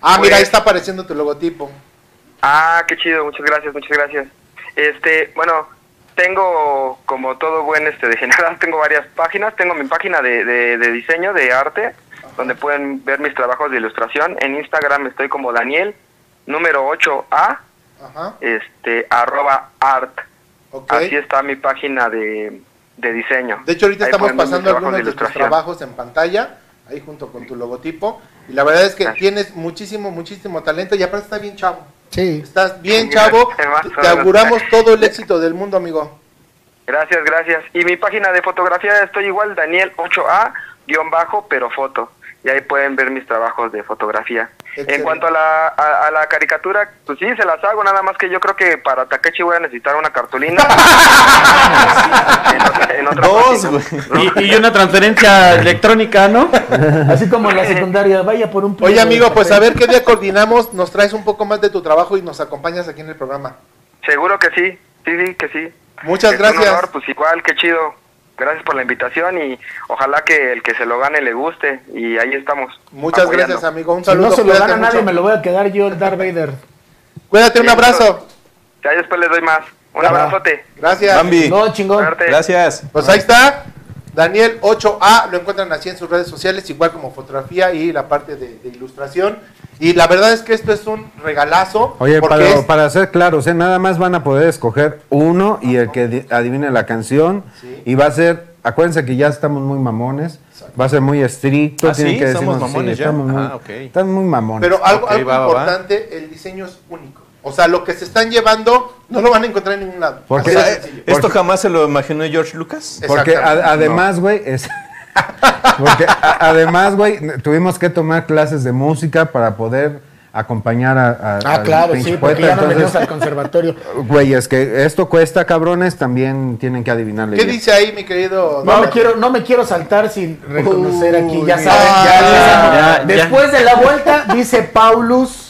Speaker 3: Ah, mira,
Speaker 10: Pues-
Speaker 3: ahí está apareciendo tu logotipo.
Speaker 10: Ah, qué chido, muchas gracias, muchas gracias. Este, bueno, tengo como todo buen este de general, tengo varias páginas, tengo mi página de, de, de diseño, de arte, donde pueden ver mis trabajos de ilustración. En Instagram estoy como Daniel, número 8A,
Speaker 3: Ajá,
Speaker 10: este, arroba art.
Speaker 3: ok.
Speaker 4: Ah,
Speaker 10: Así está mi página de, de diseño.
Speaker 3: De hecho, ahorita
Speaker 10: Ahí
Speaker 3: estamos
Speaker 10: pueden ver mis
Speaker 3: pasando
Speaker 10: trabajos
Speaker 3: algunos de tus
Speaker 10: ilustración.
Speaker 3: trabajos en pantalla, ahí junto con tu logotipo. Y la verdad es que
Speaker 10: Gracias.
Speaker 3: tienes muchísimo, muchísimo talento y aparte estás bien chavo.
Speaker 4: Sí.
Speaker 3: Estás bien
Speaker 10: Gracias,
Speaker 3: chavo,
Speaker 10: más
Speaker 3: te-
Speaker 10: o
Speaker 3: te
Speaker 10: menos.
Speaker 3: auguramos todo el éxito del mundo, amigo.
Speaker 10: Gracias, gracias. Y mi página de fotografía estoy igual, Daniel 8A, guión bajo, pero foto. Y ahí pueden ver mis trabajos de fotografía.
Speaker 3: Excelente.
Speaker 10: En cuanto a la, a, a la caricatura, pues sí, se las hago, nada más que yo creo que para Takechi voy a necesitar una cartulina. En otra- en otra
Speaker 5: Dos,
Speaker 10: página.
Speaker 5: güey.
Speaker 7: Y, y una transferencia electrónica, ¿no?
Speaker 4: Así como en la secundaria, vaya por un
Speaker 3: Oye,
Speaker 4: pliego de
Speaker 3: amigo, pues a
Speaker 4: papel.
Speaker 3: ver qué día coordinamos, nos traes un poco más de tu trabajo y nos acompañas aquí en el programa.
Speaker 10: Seguro que sí, sí, sí, que sí.
Speaker 3: Muchas
Speaker 10: Es un
Speaker 3: gracias.
Speaker 10: honor, pues igual, qué chido. Gracias por la invitación y ojalá que el que se lo gane le guste. Y ahí estamos.
Speaker 3: Muchas
Speaker 10: apoyando.
Speaker 3: gracias, amigo. Un
Speaker 4: Si
Speaker 3: saludo.
Speaker 4: no se lo
Speaker 3: cuídate
Speaker 4: gana nadie,
Speaker 3: mucho.
Speaker 4: me lo voy a quedar yo, el Darth Vader.
Speaker 3: Cuídate, un
Speaker 10: Sí,
Speaker 3: abrazo.
Speaker 10: Ya después les doy más. Un
Speaker 4: Va.
Speaker 10: abrazote.
Speaker 3: Gracias.
Speaker 5: Bambi,
Speaker 4: No, chingón.
Speaker 10: Suerte.
Speaker 5: gracias.
Speaker 3: Pues ahí está. Daniel 8A, lo encuentran así en sus redes sociales, igual como fotografía y la parte de, de ilustración. Y la verdad es que esto es un regalazo.
Speaker 6: Oye,
Speaker 3: porque
Speaker 6: para,
Speaker 3: es-
Speaker 6: para ser claros, ¿eh? nada más van a poder escoger uno y el que di- adivine la canción.
Speaker 3: Sí.
Speaker 6: Y va a ser, acuérdense que ya estamos muy mamones, va a ser muy estricto.
Speaker 5: ¿Ah,
Speaker 6: tienen
Speaker 5: sí?
Speaker 6: que
Speaker 5: ¿Somos
Speaker 6: decirnos,
Speaker 5: mamones ya?
Speaker 6: Estamos muy,
Speaker 5: Ah, ok.
Speaker 6: están muy mamones.
Speaker 3: Pero algo,
Speaker 5: Ok,
Speaker 3: algo
Speaker 5: va, va, va.
Speaker 3: importante, el diseño es único. O sea, lo que se están llevando no lo van a encontrar en ningún lado.
Speaker 6: Porque-
Speaker 3: Así de
Speaker 5: O sea,
Speaker 3: sencillo.
Speaker 5: ¿Esto jamás se lo imaginó George Lucas?
Speaker 6: Porque
Speaker 3: Exactamente.
Speaker 6: a- además, güey, es... Porque a- además, güey, tuvimos que tomar clases de música para poder acompañar a, a-
Speaker 4: Ah,
Speaker 6: al
Speaker 4: claro,
Speaker 6: pinche
Speaker 4: sí, porque
Speaker 6: poeta,
Speaker 4: ya nos
Speaker 6: entonces-
Speaker 4: venimos al conservatorio.
Speaker 6: Güey, es que esto cuesta, cabrones, también tienen que adivinarle.
Speaker 3: ¿Qué
Speaker 6: bien.
Speaker 3: dice ahí, mi querido?
Speaker 4: No me quiero, no me quiero saltar sin reconocer aquí, ya
Speaker 3: Uy,
Speaker 4: saben.
Speaker 3: ah,
Speaker 4: ya- ya
Speaker 7: ya,
Speaker 4: saben.
Speaker 7: ya.
Speaker 4: Después de la vuelta, dice Paulus.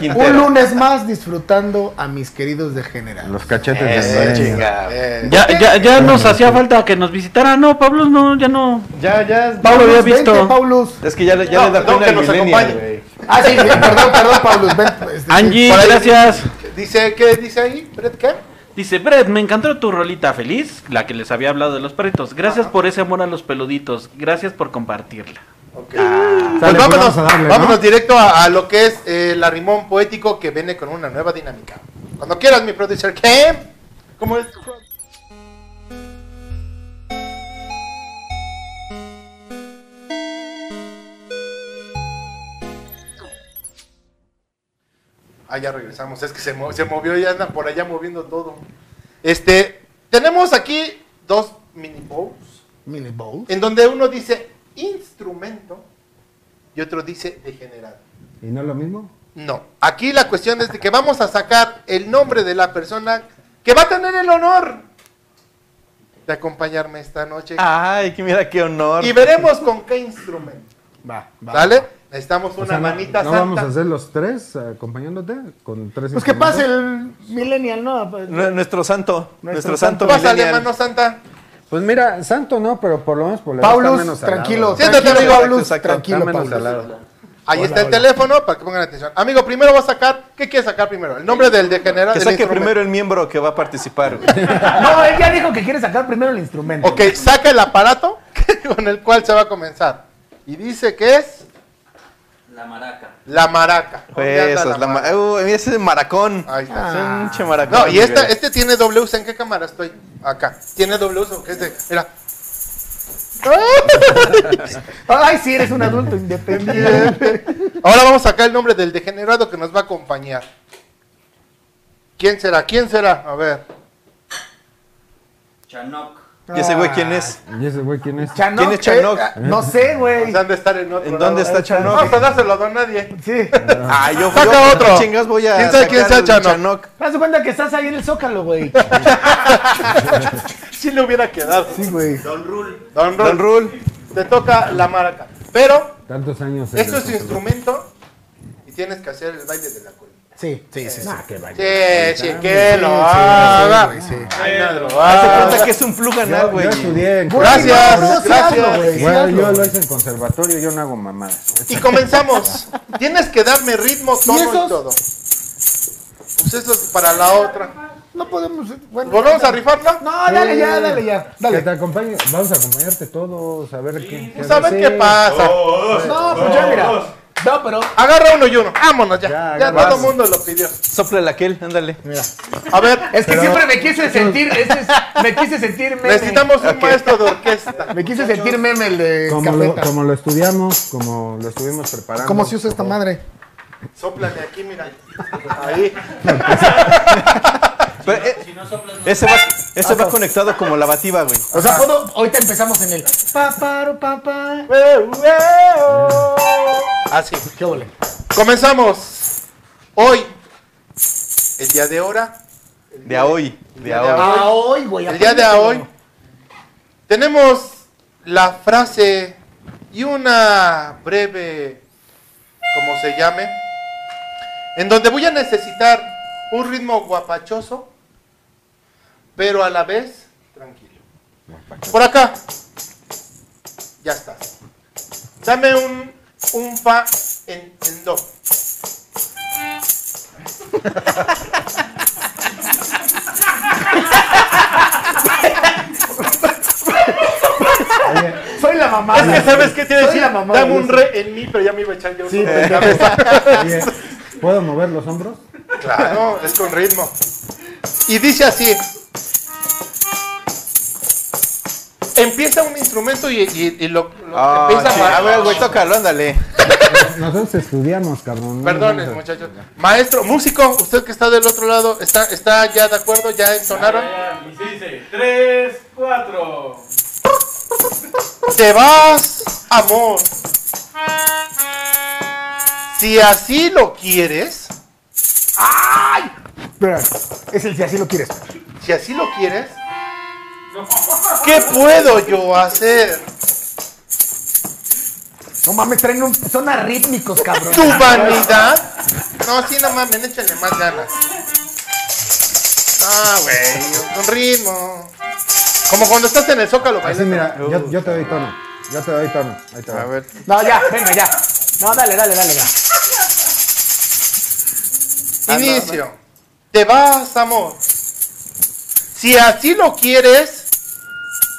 Speaker 5: Quintero.
Speaker 4: Un lunes más disfrutando a mis queridos degenerados.
Speaker 6: Los cachetes
Speaker 5: Eso,
Speaker 6: de
Speaker 5: chinga.
Speaker 4: Eh,
Speaker 7: Ya, ya, ya nos hacía falta que nos visitara. No, Pablo, no, ya no.
Speaker 5: Ya, ya.
Speaker 7: Pablo
Speaker 4: Paulus,
Speaker 7: había
Speaker 4: vente,
Speaker 7: visto.
Speaker 4: Paulus.
Speaker 5: Es que ya, le- ya
Speaker 3: No,
Speaker 5: le da
Speaker 3: no,
Speaker 5: pena
Speaker 3: que
Speaker 5: el
Speaker 3: nos
Speaker 5: millennial,
Speaker 3: acompañe.
Speaker 5: güey.
Speaker 4: Ah, sí, perdón, perdón, Paulus. Ven, este,
Speaker 7: Angie,
Speaker 3: Por ahí-
Speaker 7: gracias.
Speaker 3: Dice, ¿qué dice ahí? ¿Brett qué?
Speaker 7: Dice, Brett, me encantó tu rolita feliz, la que les había hablado de los perritos. Gracias por ese amor a los peluditos. Gracias por compartirla.
Speaker 3: Pues
Speaker 6: Sale, pues
Speaker 3: vámonos,
Speaker 6: vamos a darle, ¿no?
Speaker 3: vámonos directo a, a lo que es eh, el arrimón poético que viene con una nueva dinámica. Cuando quieras, mi producer Cam. ¿Cómo es? Ah, ya regresamos. Es que se, mo- se movió y andan por allá moviendo todo. Este, tenemos aquí dos mini bowls
Speaker 4: Mini bowl.
Speaker 3: en donde uno dice instrumento y otro dice degenerado.
Speaker 6: ¿Y no es lo mismo?
Speaker 3: No, aquí la cuestión es de que vamos a sacar el nombre de la persona que va a tener el honor de acompañarme esta noche
Speaker 6: Ah,
Speaker 5: Ay, que mira qué honor.
Speaker 3: y veremos con qué instrumento.
Speaker 4: Va, va.
Speaker 3: ¿Vale? Necesitamos
Speaker 6: O
Speaker 3: una
Speaker 6: sea, no-
Speaker 3: manita
Speaker 6: ¿No
Speaker 3: santa.
Speaker 6: vamos a hacer los tres acompañándote? Con tres
Speaker 4: Pues que
Speaker 6: instrumentos?
Speaker 4: pase el Millennial, ¿no? pues,
Speaker 5: Nue- Nuestro santo. Nuestro, santo.
Speaker 3: Pásale,
Speaker 5: millennial.
Speaker 3: mano santa.
Speaker 6: Pues mira, santo no, pero por lo menos pues, por la
Speaker 4: Paulus, tranquilo.
Speaker 3: Siéntate,
Speaker 4: tranquilo,
Speaker 3: amigo.
Speaker 4: Paulus,
Speaker 5: Exacto,
Speaker 4: tranquilo,
Speaker 6: está menos
Speaker 4: Paulus.
Speaker 6: salado.
Speaker 3: Ahí
Speaker 4: Hola,
Speaker 3: está el
Speaker 4: hola.
Speaker 3: teléfono para que pongan atención. Amigo, primero va a sacar. ¿Qué quieres sacar primero? El nombre del degenerado.
Speaker 5: Que
Speaker 3: del
Speaker 5: saque
Speaker 3: instrumento.
Speaker 5: primero el miembro que va a participar. güey.
Speaker 4: No, él ya dijo que quiere sacar primero el instrumento.
Speaker 3: Ok, saca el aparato con el cual se va a comenzar. Y dice que es. La maraca.
Speaker 6: Pues,
Speaker 5: Güey,
Speaker 3: ¿Dónde anda
Speaker 5: Pues, eso
Speaker 3: La maraca.
Speaker 5: es la ma- Uh, mira ese maracón.
Speaker 3: Ahí está.
Speaker 5: Es un pinche maracón.
Speaker 3: No, y esta,
Speaker 5: güey.
Speaker 3: este tiene doble uso. ¿En qué cámara estoy? Acá. Tiene doble uso. Que es de, este? mira.
Speaker 4: Ay, sí, eres un adulto independiente.
Speaker 3: Ahora vamos a sacar el nombre del degenerado que nos va a acompañar. ¿Quién será? ¿Quién será? A ver.
Speaker 5: ¿Y ese güey quién es?
Speaker 6: ¿Y ese güey quién es?
Speaker 3: Ah,
Speaker 4: Chanoc,
Speaker 5: ¿Quién es Chanoc?
Speaker 4: eh, no sé, güey.
Speaker 3: ¿Dónde han de estar en otro
Speaker 5: ¿En dónde
Speaker 3: lado.
Speaker 5: está Chanoc?
Speaker 3: Vamos a dárselo a don nadie.
Speaker 4: Sí.
Speaker 5: Ah, yo
Speaker 3: Saca
Speaker 5: yo-
Speaker 3: otro.
Speaker 5: Chingas, voy a
Speaker 3: ¿Quién sabe quién
Speaker 5: sacar
Speaker 3: sea
Speaker 5: el
Speaker 3: Chanoc?
Speaker 4: Haz de cuenta que estás ahí en el zócalo, güey.
Speaker 3: Si le hubiera quedado.
Speaker 4: Sí, güey.
Speaker 3: Don Rul,
Speaker 5: Don Rul.
Speaker 3: te toca la maraca. Pero
Speaker 6: Tantos años.
Speaker 3: Esto
Speaker 6: en el
Speaker 3: es
Speaker 6: conservatorio.
Speaker 3: instrumento y tienes que hacer el baile de la cuerda.
Speaker 4: Sí, sí, sí. sí.
Speaker 3: Sí, sí, que lo
Speaker 4: sí,
Speaker 3: haga.
Speaker 4: sí, güey, sí.
Speaker 3: Ay, no lo
Speaker 5: Hazte
Speaker 3: haga.
Speaker 5: cuenta que es un plug
Speaker 6: Yo-
Speaker 5: anal,
Speaker 6: Yo,
Speaker 5: güey.
Speaker 6: estudié en
Speaker 3: Ah, Gracias,
Speaker 4: Güey, no, sí
Speaker 3: gracias.
Speaker 4: hazlo, güey, sí
Speaker 6: Bueno,
Speaker 4: hazlo.
Speaker 6: yo lo hice en conservatorio, yo no hago mamadas.
Speaker 3: Y comenzamos. tienes que darme ritmo, tono y
Speaker 4: esos?
Speaker 3: todo. Pues eso es para la otra.
Speaker 4: No podemos. Bueno,
Speaker 3: ¿Volvemos a
Speaker 4: dale.
Speaker 3: rifarla?
Speaker 4: No, Ah, dale ya, dale ya.
Speaker 6: Que te
Speaker 4: Dale.
Speaker 6: acompañe, vamos a acompañarte todos, a ver qué.
Speaker 3: Pues a ver
Speaker 6: sí.
Speaker 3: qué pasa.
Speaker 5: Oh.
Speaker 4: No, pues ya mira. No, pero.
Speaker 3: Agarra uno y uno. Vámonos ya.
Speaker 6: Ya,
Speaker 3: Ya
Speaker 6: agarra.
Speaker 3: todo el mundo lo pidió.
Speaker 5: Sopla la aquel, ándale.
Speaker 3: A ver,
Speaker 4: Es que siempre me quise sentir. ese es- me quise sentir meme.
Speaker 3: necesitamos un maestro de orquesta.
Speaker 4: Me quise sentir meme el de
Speaker 6: Como lo,
Speaker 4: cafeta.
Speaker 6: como lo estudiamos, como lo estuvimos preparando.
Speaker 4: ¿Cómo se usa esta madre?
Speaker 3: Sóplale aquí, mira. Ahí.
Speaker 5: Pero, eh, ese va, ese
Speaker 3: Ah,
Speaker 5: va conectado como lavativa, güey.
Speaker 4: O sea, puedo. Ah, Ahorita empezamos en el. Paparo, papá.
Speaker 3: Eh, Así.
Speaker 4: ¿Qué ole?
Speaker 3: oh. Comenzamos. Hoy, el día de ahora,
Speaker 5: De a hoy. De a hoy.
Speaker 4: A hoy, güey.
Speaker 3: el día de
Speaker 4: apréndetelo.
Speaker 3: hoy, tenemos la frase y una breve, como se llame, en donde voy a necesitar un ritmo guapachoso, pero a la vez tranquilo. Por acá, ya estás. Dame un, un fa en, en do.
Speaker 4: Soy la mamá.
Speaker 3: Es que sabes qué tiene que
Speaker 4: Soy
Speaker 3: decir.
Speaker 4: la mamá
Speaker 3: Dame
Speaker 4: de
Speaker 3: un
Speaker 4: Lucy.
Speaker 3: re en mí, pero ya me iba a echar yo.
Speaker 4: Sí,
Speaker 3: uno.
Speaker 4: pues, ya.
Speaker 6: Oye, eh. ¿Puedo mover los hombros?
Speaker 3: Claro, es con ritmo. Y dice así. Empieza un instrumento y, y- y lo, lo
Speaker 5: Ah,
Speaker 3: empieza
Speaker 5: sí.
Speaker 3: ma-
Speaker 5: a ver, güey, tócalo, ándale.
Speaker 6: Nosotros estudiamos, cabrón. no
Speaker 3: Perdones,
Speaker 6: nos-
Speaker 3: muchachos. Maestro, músico, usted que está del otro lado, ¿está, está ya de acuerdo? ¿Ya entonaron?
Speaker 7: Tres, cuatro.
Speaker 3: Te vas, amor. Si así lo quieres,
Speaker 4: Espera, Es el si así lo quieres.
Speaker 3: si así lo quieres, ¿qué puedo yo hacer?
Speaker 4: No mames, traen un. Son arrítmicos, cabrón.
Speaker 8: ¿Tu vanidad? No, sí, no mames, échenle más ganas. Ah, güey, con ritmo. Como cuando estás en el zócalo,
Speaker 6: Así,
Speaker 8: bailando.
Speaker 6: mira, yo, yo te doy tono. Yo te doy tono. Ahí te va.
Speaker 8: A ver.
Speaker 4: No, ya, venga, ya. No, dale, dale, dale, dale.
Speaker 8: Inicio. Ah, Te vas, amor. Si así lo quieres,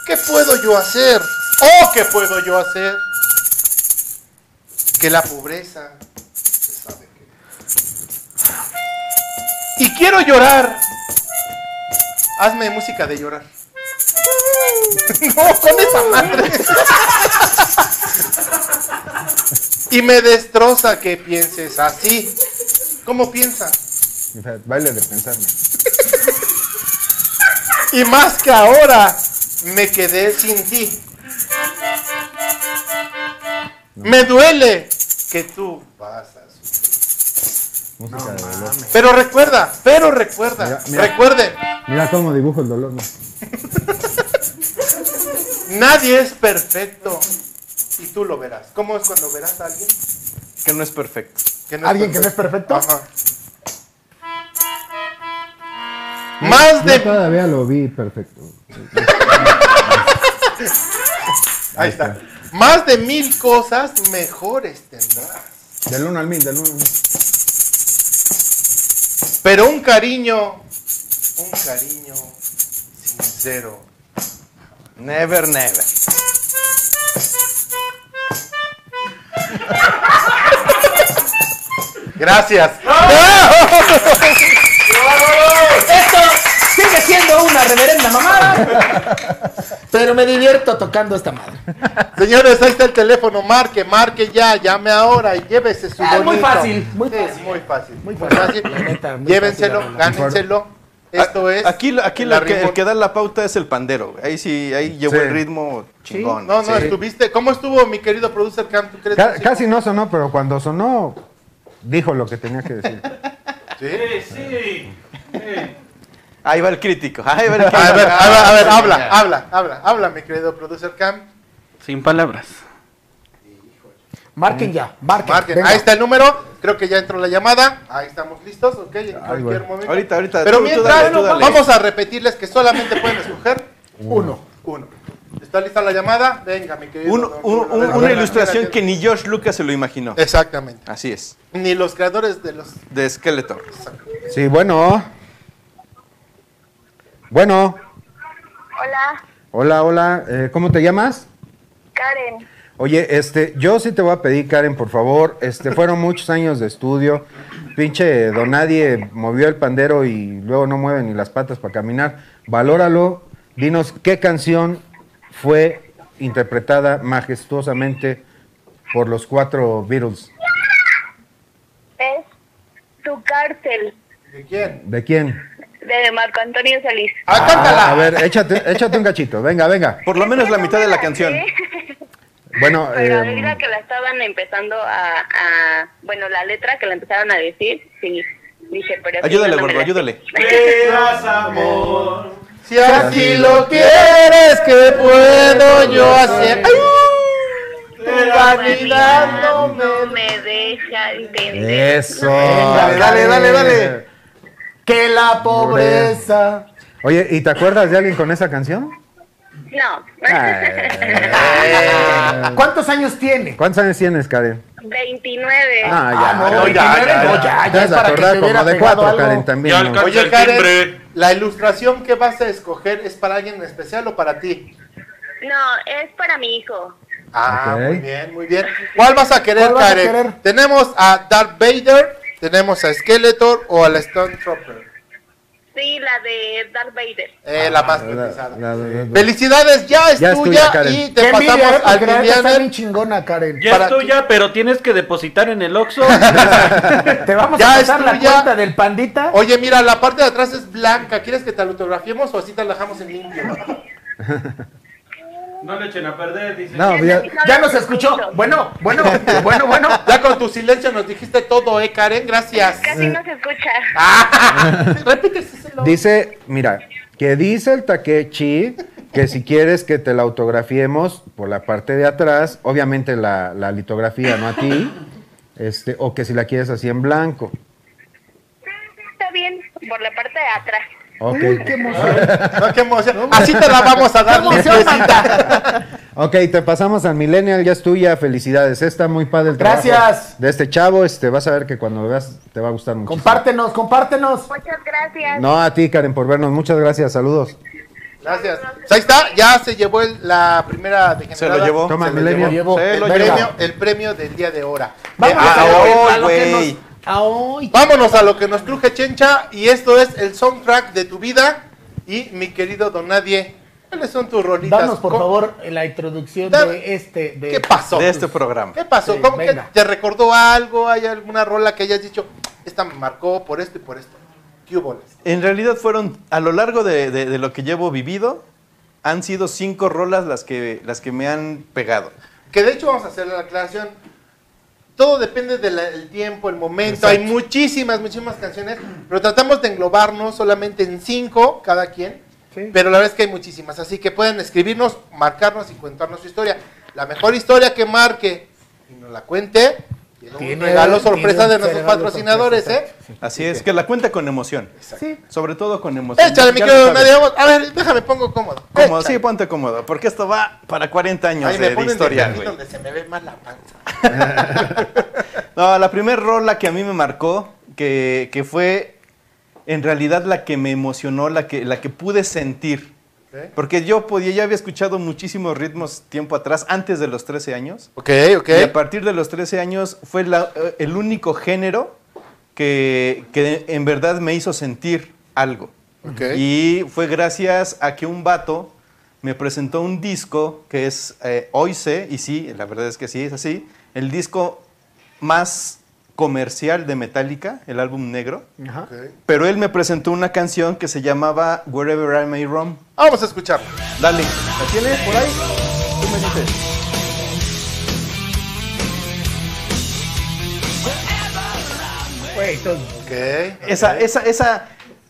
Speaker 8: ¿qué puedo yo hacer? ¿O qué puedo yo hacer? Que la pobreza se sabe que- Y quiero llorar. Hazme música de llorar. No, con esa madre. y me destroza que pienses así. ¿Cómo piensas?
Speaker 6: Espérate, Baile de pensarme.
Speaker 8: Y más que ahora me quedé sin ti. Me duele que tú vas a sufrir.
Speaker 6: Música de dolor.
Speaker 8: Pero recuerda, pero recuerda,
Speaker 6: Mira, mira.
Speaker 8: recuerden,
Speaker 6: Mira cómo dibujo el dolor. ¿no?
Speaker 8: nadie es perfecto y tú lo verás. ¿Cómo es cuando verás a alguien?
Speaker 5: Que no es perfecto.
Speaker 8: que no es
Speaker 4: ¿Alguien que no es perfecto?
Speaker 8: Ajá.
Speaker 6: Yo
Speaker 8: Más de...
Speaker 6: todavía lo vi perfecto.
Speaker 8: Ahí está. Más de mil cosas mejores tendrás.
Speaker 6: Del 1 al 1000, del 1 al 1000.
Speaker 8: Pero un cariño, un cariño sincero.
Speaker 5: Never, never.
Speaker 8: Gracias.
Speaker 4: Esto sigue siendo una reverenda mamada. Pero me divierto tocando esta madre.
Speaker 8: Señores, ahí está el teléfono. Marque, marque ya, llame ahora y llévese su
Speaker 4: Ah, es muy
Speaker 8: bonito.
Speaker 4: fácil, muy
Speaker 8: Sí,
Speaker 4: fácil.
Speaker 8: muy fácil.
Speaker 4: Muy
Speaker 8: Muy
Speaker 4: fácil.
Speaker 8: fácil.
Speaker 4: La neta, muy
Speaker 8: Llévenselo,
Speaker 4: fácil, la verdad.
Speaker 8: gánenselo. Esto
Speaker 5: A-
Speaker 8: es.
Speaker 5: Aquí, lo- aquí
Speaker 8: la
Speaker 5: lo que- el
Speaker 8: Rimbón.
Speaker 5: que da la pauta es el pandero. güey. Ahí sí, ahí llevó
Speaker 6: Sí.
Speaker 5: el ritmo chingón.
Speaker 8: No, no,
Speaker 5: sí.
Speaker 8: estuviste. ¿Cómo estuvo mi querido producer Cam? ¿Tú crees
Speaker 6: Ca-
Speaker 8: que-
Speaker 6: casi no sonó, pero cuando sonó, dijo lo que tenía que decir.
Speaker 8: Sí.
Speaker 5: Ahí va el crítico. Ahí va el crítico. Ah,
Speaker 8: A ver, a ver, a ver, habla,
Speaker 3: Ah,
Speaker 8: habla, habla, habla, mi querido producer Cam.
Speaker 7: Sin palabras.
Speaker 4: Marquen ya, marquen.
Speaker 8: Marquen.
Speaker 4: venga.
Speaker 8: Ahí está el número. Creo que ya entró la llamada. Ahí estamos listos, ok. En cualquier
Speaker 6: güey.
Speaker 8: momento.
Speaker 5: Ahorita, ahorita.
Speaker 8: Pero
Speaker 5: Tú- tú
Speaker 8: mientras,
Speaker 5: dale, tú dale.
Speaker 8: vamos a repetirles que solamente pueden escoger uno. Uno. ¿Está lista la llamada? Venga, mi querido.
Speaker 5: Un-
Speaker 8: don
Speaker 5: un-
Speaker 8: Julio,
Speaker 5: un-
Speaker 8: venga,
Speaker 5: una
Speaker 8: venga,
Speaker 5: ilustración
Speaker 8: venga,
Speaker 5: que ni George Lucas se lo imaginó.
Speaker 8: Exactamente.
Speaker 5: Así es.
Speaker 8: Ni los creadores de los.
Speaker 5: De Skeletor.
Speaker 6: Sí, bueno. Bueno.
Speaker 10: Hola,
Speaker 6: Hola, hola. eh, ¿Cómo te llamas?
Speaker 10: Karen.
Speaker 6: Oye, este, yo sí te voy a pedir, Karen, por favor. Este, fueron muchos años de estudio. Pinche don nadie movió el pandero y luego no mueve ni las patas para caminar. Valóralo. Dinos qué canción fue interpretada majestuosamente por los cuatro Beatles.
Speaker 10: Es tu cárcel
Speaker 8: ¿De quién?
Speaker 6: ¿De quién?
Speaker 10: de Marco Antonio Solís.
Speaker 8: ¡Ah, cántala!
Speaker 6: A ver, échate, échate un cachito. Venga, venga.
Speaker 5: Por lo menos la mitad de la
Speaker 10: Sí,
Speaker 5: canción.
Speaker 6: Bueno,
Speaker 10: Pero
Speaker 6: em,
Speaker 10: ahorita que la estaban empezando a, a- Bueno, la letra que la empezaron a decir, sí. Dije, pero. sí,
Speaker 5: Ayúdale,
Speaker 10: no me
Speaker 5: gordo,
Speaker 10: la sé.
Speaker 5: ayúdale.
Speaker 8: Si así lo quieres, ¿qué puedo yo hacer? ¡Ay! Tu vanidad no me.
Speaker 10: No me deja entender.
Speaker 6: Eso.
Speaker 4: Venga,
Speaker 5: dale, dale, dale.
Speaker 4: Que la pobreza.
Speaker 6: Oye, ¿y te acuerdas de alguien con esa canción?
Speaker 10: No.
Speaker 6: Ah.
Speaker 4: Ah, ¿Cuántos años tiene?
Speaker 6: ¿Cuántos años tienes, Karen?
Speaker 10: 29.
Speaker 4: Ah, no,
Speaker 8: no, ya,
Speaker 4: 29,
Speaker 8: ya,
Speaker 4: no,
Speaker 8: ya.
Speaker 4: ya, ya,
Speaker 6: Te
Speaker 4: es
Speaker 6: has de
Speaker 4: para que
Speaker 6: acordar
Speaker 4: te hubiera
Speaker 6: como de
Speaker 4: pegado
Speaker 6: cuatro,
Speaker 4: algo.
Speaker 6: Karen, también. ¿no?
Speaker 8: Oye, Karen, ¿la ilustración que vas a escoger es para alguien en especial o para ti?
Speaker 10: No, es para mi hijo.
Speaker 8: Ah,
Speaker 6: Ok.
Speaker 8: muy bien, muy bien. ¿Cuál vas a querer,
Speaker 4: ¿Cuál vas a
Speaker 8: Karen?
Speaker 4: querer?
Speaker 8: Tenemos a Darth Vader, tenemos a Skeletor o al Stone Trooper.
Speaker 10: Sí, la de Darth Vader.
Speaker 8: Eh, la más
Speaker 6: Ah, La-
Speaker 8: cotizada.
Speaker 6: la- la- la-
Speaker 8: Felicidades, ya es
Speaker 6: Ya es
Speaker 8: tuya,
Speaker 6: tuya, Karen.
Speaker 8: y
Speaker 4: Qué
Speaker 8: te
Speaker 4: envidia,
Speaker 8: pasamos
Speaker 4: ¿eh?
Speaker 8: al
Speaker 4: Porque la neta está bien
Speaker 8: Vivianer.
Speaker 4: chingona, Karen.
Speaker 7: Ya
Speaker 8: Para
Speaker 7: es tuya, pero tienes que depositar en el Oxxo.
Speaker 4: Te vamos
Speaker 8: Ya
Speaker 4: a
Speaker 8: es
Speaker 4: pasar la
Speaker 8: tuya.
Speaker 4: cuenta del pandita.
Speaker 8: Oye, mira, la parte de atrás es blanca. ¿Quieres que te la autografiemos o así te la dejamos en limpio?
Speaker 7: no le echen a perder, dice.
Speaker 6: No, ya-
Speaker 4: Ya
Speaker 10: no
Speaker 4: nos
Speaker 10: la
Speaker 4: escuchó.
Speaker 10: escucho.
Speaker 4: Bueno, bueno, bueno, bueno.
Speaker 8: Ya con tu silencio nos dijiste todo, ¿eh, Karen? Gracias.
Speaker 10: Casi no se escucha.
Speaker 8: Ah, repíteselo.
Speaker 6: dice, mira, que dice el Takechi que si quieres que te la autografiemos por la parte de atrás, obviamente la, la litografía, no a ti, este, o que si la quieres así en blanco.
Speaker 11: Está bien, por la parte de atrás.
Speaker 6: Ok.
Speaker 3: No, qué emoción. Así te la vamos a dar, limpiecita.
Speaker 6: Ok, te pasamos al Millennial, ya es tuya, felicidades. Está muy padre el trabajo.
Speaker 4: Gracias.
Speaker 6: De este chavo, este, vas a ver que cuando lo veas te va a gustar mucho.
Speaker 4: Compártenos, compártenos.
Speaker 11: Muchas gracias.
Speaker 6: No, a ti, Karen, por vernos. Muchas gracias, saludos.
Speaker 3: Gracias.
Speaker 8: Pues
Speaker 3: Ahí está, ya se llevó el- la primera degenerada.
Speaker 5: Se lo llevó.
Speaker 6: Toma,
Speaker 5: se lo
Speaker 6: Milenio.
Speaker 5: llevó. Se lo
Speaker 3: El
Speaker 5: llevó.
Speaker 3: premio, el premio del día de hora.
Speaker 8: Eh,
Speaker 4: Vamos
Speaker 5: Ah,
Speaker 4: a lo que-
Speaker 5: hoy,
Speaker 4: a lo que
Speaker 5: güey.
Speaker 4: nos- a hoy.
Speaker 3: Vámonos a lo que nos cruje Chencha y esto es el soundtrack de tu vida y mi querido Donadie. ¿Cuáles son tus rolitas?
Speaker 4: Danos, por
Speaker 3: Co-
Speaker 4: favor, la introducción
Speaker 3: Da-
Speaker 4: de este. de-
Speaker 3: ¿Qué pasó?
Speaker 5: De este programa.
Speaker 3: ¿Qué pasó?
Speaker 4: Sí,
Speaker 3: ¿Cómo que
Speaker 4: venga.
Speaker 3: te recordó algo? ¿Hay alguna rola que hayas dicho? Esta me marcó por esto
Speaker 8: Este
Speaker 3: y por esto. ¿Qué hubo?
Speaker 5: En realidad fueron, a lo largo de, de- de lo que llevo vivido, han sido cinco rolas las que, las que me han pegado.
Speaker 3: Que de hecho vamos a hacer la aclaración. Todo depende del el tiempo, el momento. Hay muchísimas, muchísimas canciones, pero tratamos de englobarnos solamente en cinco cada quien.
Speaker 4: Sí.
Speaker 3: Pero la verdad es que hay muchísimas, así que pueden escribirnos, marcarnos y contarnos su historia. La mejor historia que marque y nos la cuente tiene un
Speaker 4: Tiene-
Speaker 3: regalo
Speaker 4: tiene
Speaker 3: sorpresa
Speaker 4: un
Speaker 3: de nuestros
Speaker 4: regalo
Speaker 3: patrocinadores,
Speaker 4: sorpresa,
Speaker 3: ¿eh?
Speaker 5: Así es, que la cuenta con emoción.
Speaker 4: Sí.
Speaker 5: Sobre todo con emoción.
Speaker 3: Échale, mi
Speaker 5: Pues Ya lo
Speaker 3: querido
Speaker 5: sabes.
Speaker 3: nadie, vamos. A ver, déjame, pongo cómodo.
Speaker 5: Cómodo,
Speaker 3: Échale.
Speaker 5: sí, ponte cómodo, porque esto va para 40 años
Speaker 3: Ahí
Speaker 5: de,
Speaker 3: me
Speaker 5: de
Speaker 3: ponen de
Speaker 5: historia,
Speaker 3: perfil
Speaker 5: güey.
Speaker 3: donde se me ve más la panza.
Speaker 5: No, la primera rola que a mí me marcó, que, que fue en realidad la que me emocionó, la que, la que pude sentir.
Speaker 3: Ok.
Speaker 5: Porque yo podía, ya había escuchado muchísimos ritmos tiempo atrás, antes de los 13 años.
Speaker 3: Ok, ok.
Speaker 5: Y a partir de los 13 años fue la- eh, el único género que, que en verdad me hizo sentir algo.
Speaker 3: Ok.
Speaker 5: Y fue gracias a que un vato me presentó un disco que es eh, Hoy sé, y sí, la verdad es que sí, es así, el disco más comercial de Metallica, el álbum negro.
Speaker 4: Ajá.
Speaker 3: Ok.
Speaker 5: Pero él me presentó una canción que se llamaba Wherever I May Roam.
Speaker 3: Vamos a escucharlo.
Speaker 5: Dale, ¿la tienes por ahí? Tú me dices.
Speaker 4: Güey, entonces,
Speaker 3: Ok.
Speaker 5: Esa, esa, esa.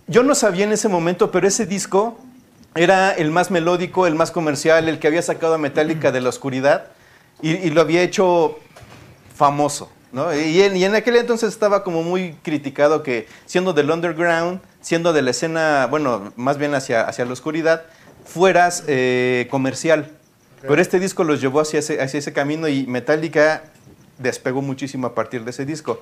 Speaker 5: Yo no sabía en ese momento, pero ese disco era el más melódico, el más comercial, el que había sacado a Metallica de la oscuridad y, y lo había hecho famoso, ¿no? Y en, y en aquel entonces estaba como muy criticado que siendo del underground, siendo de la escena, bueno, más bien hacia, hacia la oscuridad, fueras eh, comercial. Pero este disco los llevó hacia ese, hacia ese camino y Metallica despegó muchísimo a partir de ese disco.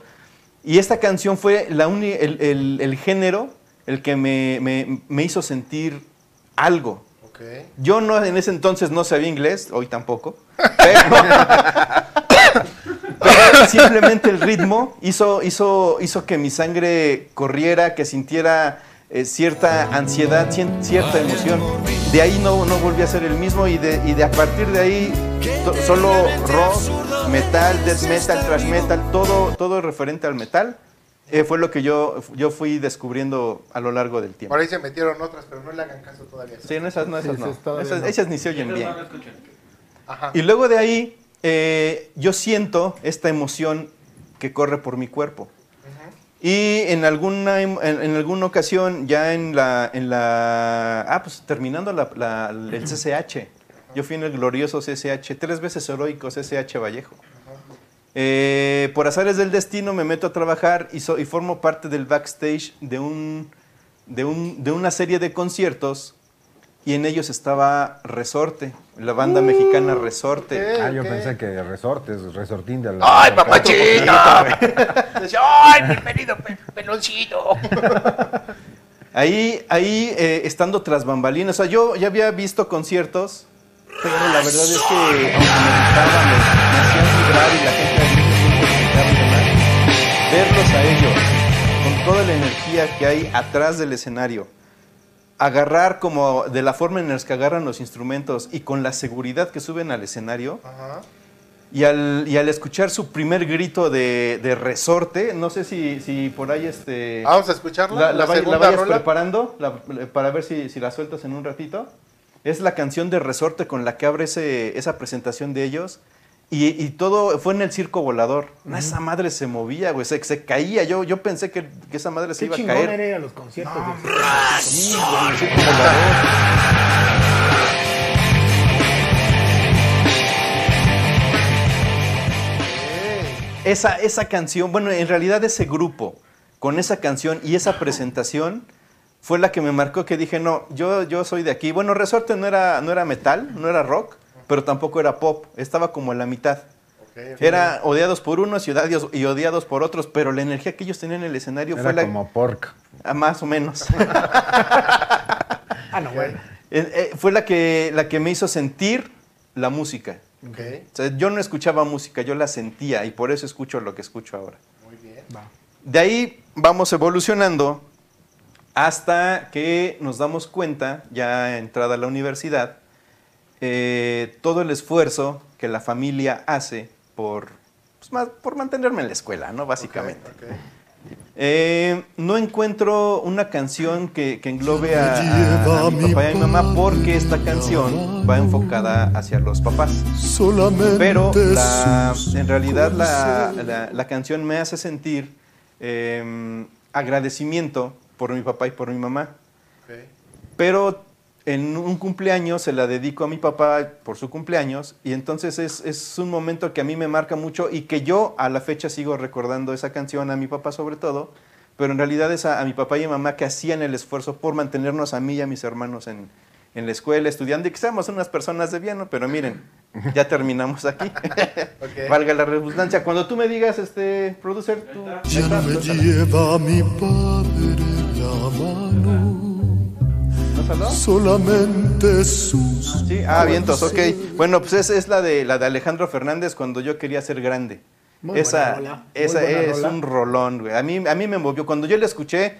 Speaker 5: Y esta canción fue la uni- el, el- el género el que me, me- me hizo sentir algo.
Speaker 3: Ok.
Speaker 5: Yo no, en ese entonces no sabía inglés, hoy tampoco. Pero, pero simplemente el ritmo hizo, hizo, hizo que mi sangre corriera, que sintiera eh, cierta ansiedad, cien- cierta emoción. De ahí no, no volví a ser el mismo y de, y de a partir de ahí to- solo rock, metal, death metal, thrash metal, todo, todo referente al metal. eh, fue lo que yo, yo fui descubriendo a lo largo del tiempo.
Speaker 3: Por ahí se metieron otras, pero no le hagan caso todavía.
Speaker 5: Sí, en esas no, esas
Speaker 4: Sí,
Speaker 5: no.
Speaker 4: esas todavía
Speaker 5: Esas-
Speaker 4: no.
Speaker 5: Esas ni se oyen bien.
Speaker 3: Ajá.
Speaker 5: Y luego de ahí, eh, yo siento esta emoción que corre por mi cuerpo. Y en alguna, em- en, en alguna ocasión, ya en la, en la. Ah, pues terminando la- la- el CCH. Yo fui en el glorioso CCH, tres veces heroico CCH Vallejo. Eh, por azares del destino me meto a trabajar y, so- y formo parte del backstage de, un, de, un- de una serie de conciertos y en ellos estaba Resorte, la banda mexicana Resorte.
Speaker 3: ok,
Speaker 6: Ah, yo
Speaker 3: ok.
Speaker 6: pensé que resortes, resortín de la.
Speaker 3: ¡Ay, papachito! Decía, ¡Ay, bienvenido, pe- peloncito!
Speaker 5: Ahí, ahí eh, estando tras bambalinas, o sea, yo ya había visto conciertos, pero la verdad es que aunque me gustaban, me, me hacían vibrar y la gente ahí me hacía vibrar, verlos a ellos, con toda la energía que hay atrás del escenario, agarrar como de la forma en la que agarran los instrumentos y con la seguridad que suben al escenario,
Speaker 3: Ajá.
Speaker 5: y al, y al escuchar su primer grito de, de resorte, no sé si, si por ahí este...
Speaker 8: Ah,
Speaker 3: Vamos a escucharla.
Speaker 5: La,
Speaker 3: La,
Speaker 5: la vay- la
Speaker 3: segunda
Speaker 5: vayas
Speaker 3: rola.
Speaker 5: preparando la- eh, para ver si, si la sueltas en un ratito. Es la canción de Resorte con la que abre ese- esa presentación de ellos. Y, y todo fue en el circo volador. No, Esa madre se movía, güey. Se, se caía. Yo, yo pensé que, que esa madre se
Speaker 4: qué
Speaker 5: iba a
Speaker 4: chingón
Speaker 5: caer.
Speaker 4: era ir a los conciertos. de-
Speaker 5: Sí, güey, en el circo volador. esa, esa canción, bueno, en realidad ese grupo, con esa canción y esa presentación, fue la que me marcó que dije, no, yo, yo soy de aquí. Bueno, Resorte no era, no era metal, no era rock, pero tampoco era pop, estaba como en la mitad. Era odiados por unos y odiados, y odiados por otros, pero la energía que ellos tenían en el escenario
Speaker 6: Era
Speaker 5: fue la...
Speaker 6: como pork.
Speaker 5: Ah, Más o menos.
Speaker 8: Ah, no, bueno.
Speaker 5: Eh, eh, fue la que, la que me hizo sentir la música.
Speaker 8: Ok,
Speaker 5: O sea, yo no escuchaba música, yo la sentía y por eso escucho lo que escucho ahora.
Speaker 8: muy bien. Va.
Speaker 5: De ahí vamos evolucionando hasta que nos damos cuenta, ya entrada a la universidad, eh, todo el esfuerzo que la familia hace por, pues, más- por mantenerme en la escuela, ¿no? Básicamente.
Speaker 8: Ok.
Speaker 5: Eh, no encuentro una canción que, que englobe a, a- a mi papá y a mi mamá porque esta canción va enfocada hacia los papás. Pero la- en realidad la, la- la canción me hace sentir eh, agradecimiento por mi papá y por mi mamá. Pero en un cumpleaños se la dedico a mi papá por su cumpleaños y entonces es, es un momento que a mí me marca mucho y que yo a la fecha sigo recordando esa canción, a mi papá sobre todo, pero en realidad es a, a mi papá y a mi mamá que hacían el esfuerzo por mantenernos a mí y a mis hermanos en, en la escuela estudiando y que seamos unas personas de bien, ¿no? pero miren, ya terminamos aquí.
Speaker 8: Ok.
Speaker 5: Valga la redundancia. Cuando tú me digas, este, producer, tú... Ahí está, suéltala.
Speaker 12: Lleva a mi padre la mano,
Speaker 5: ¿No salió?
Speaker 12: solamente sus.
Speaker 5: Sí, ah, vientos, ok. Bueno, pues esa es la de la de Alejandro Fernández cuando yo quería ser grande.
Speaker 8: Muy
Speaker 5: esa
Speaker 8: buena rola, muy
Speaker 5: esa
Speaker 8: buena
Speaker 5: es
Speaker 8: rola.
Speaker 5: un rolón, güey. A mí, a mí me movió. Cuando yo la escuché,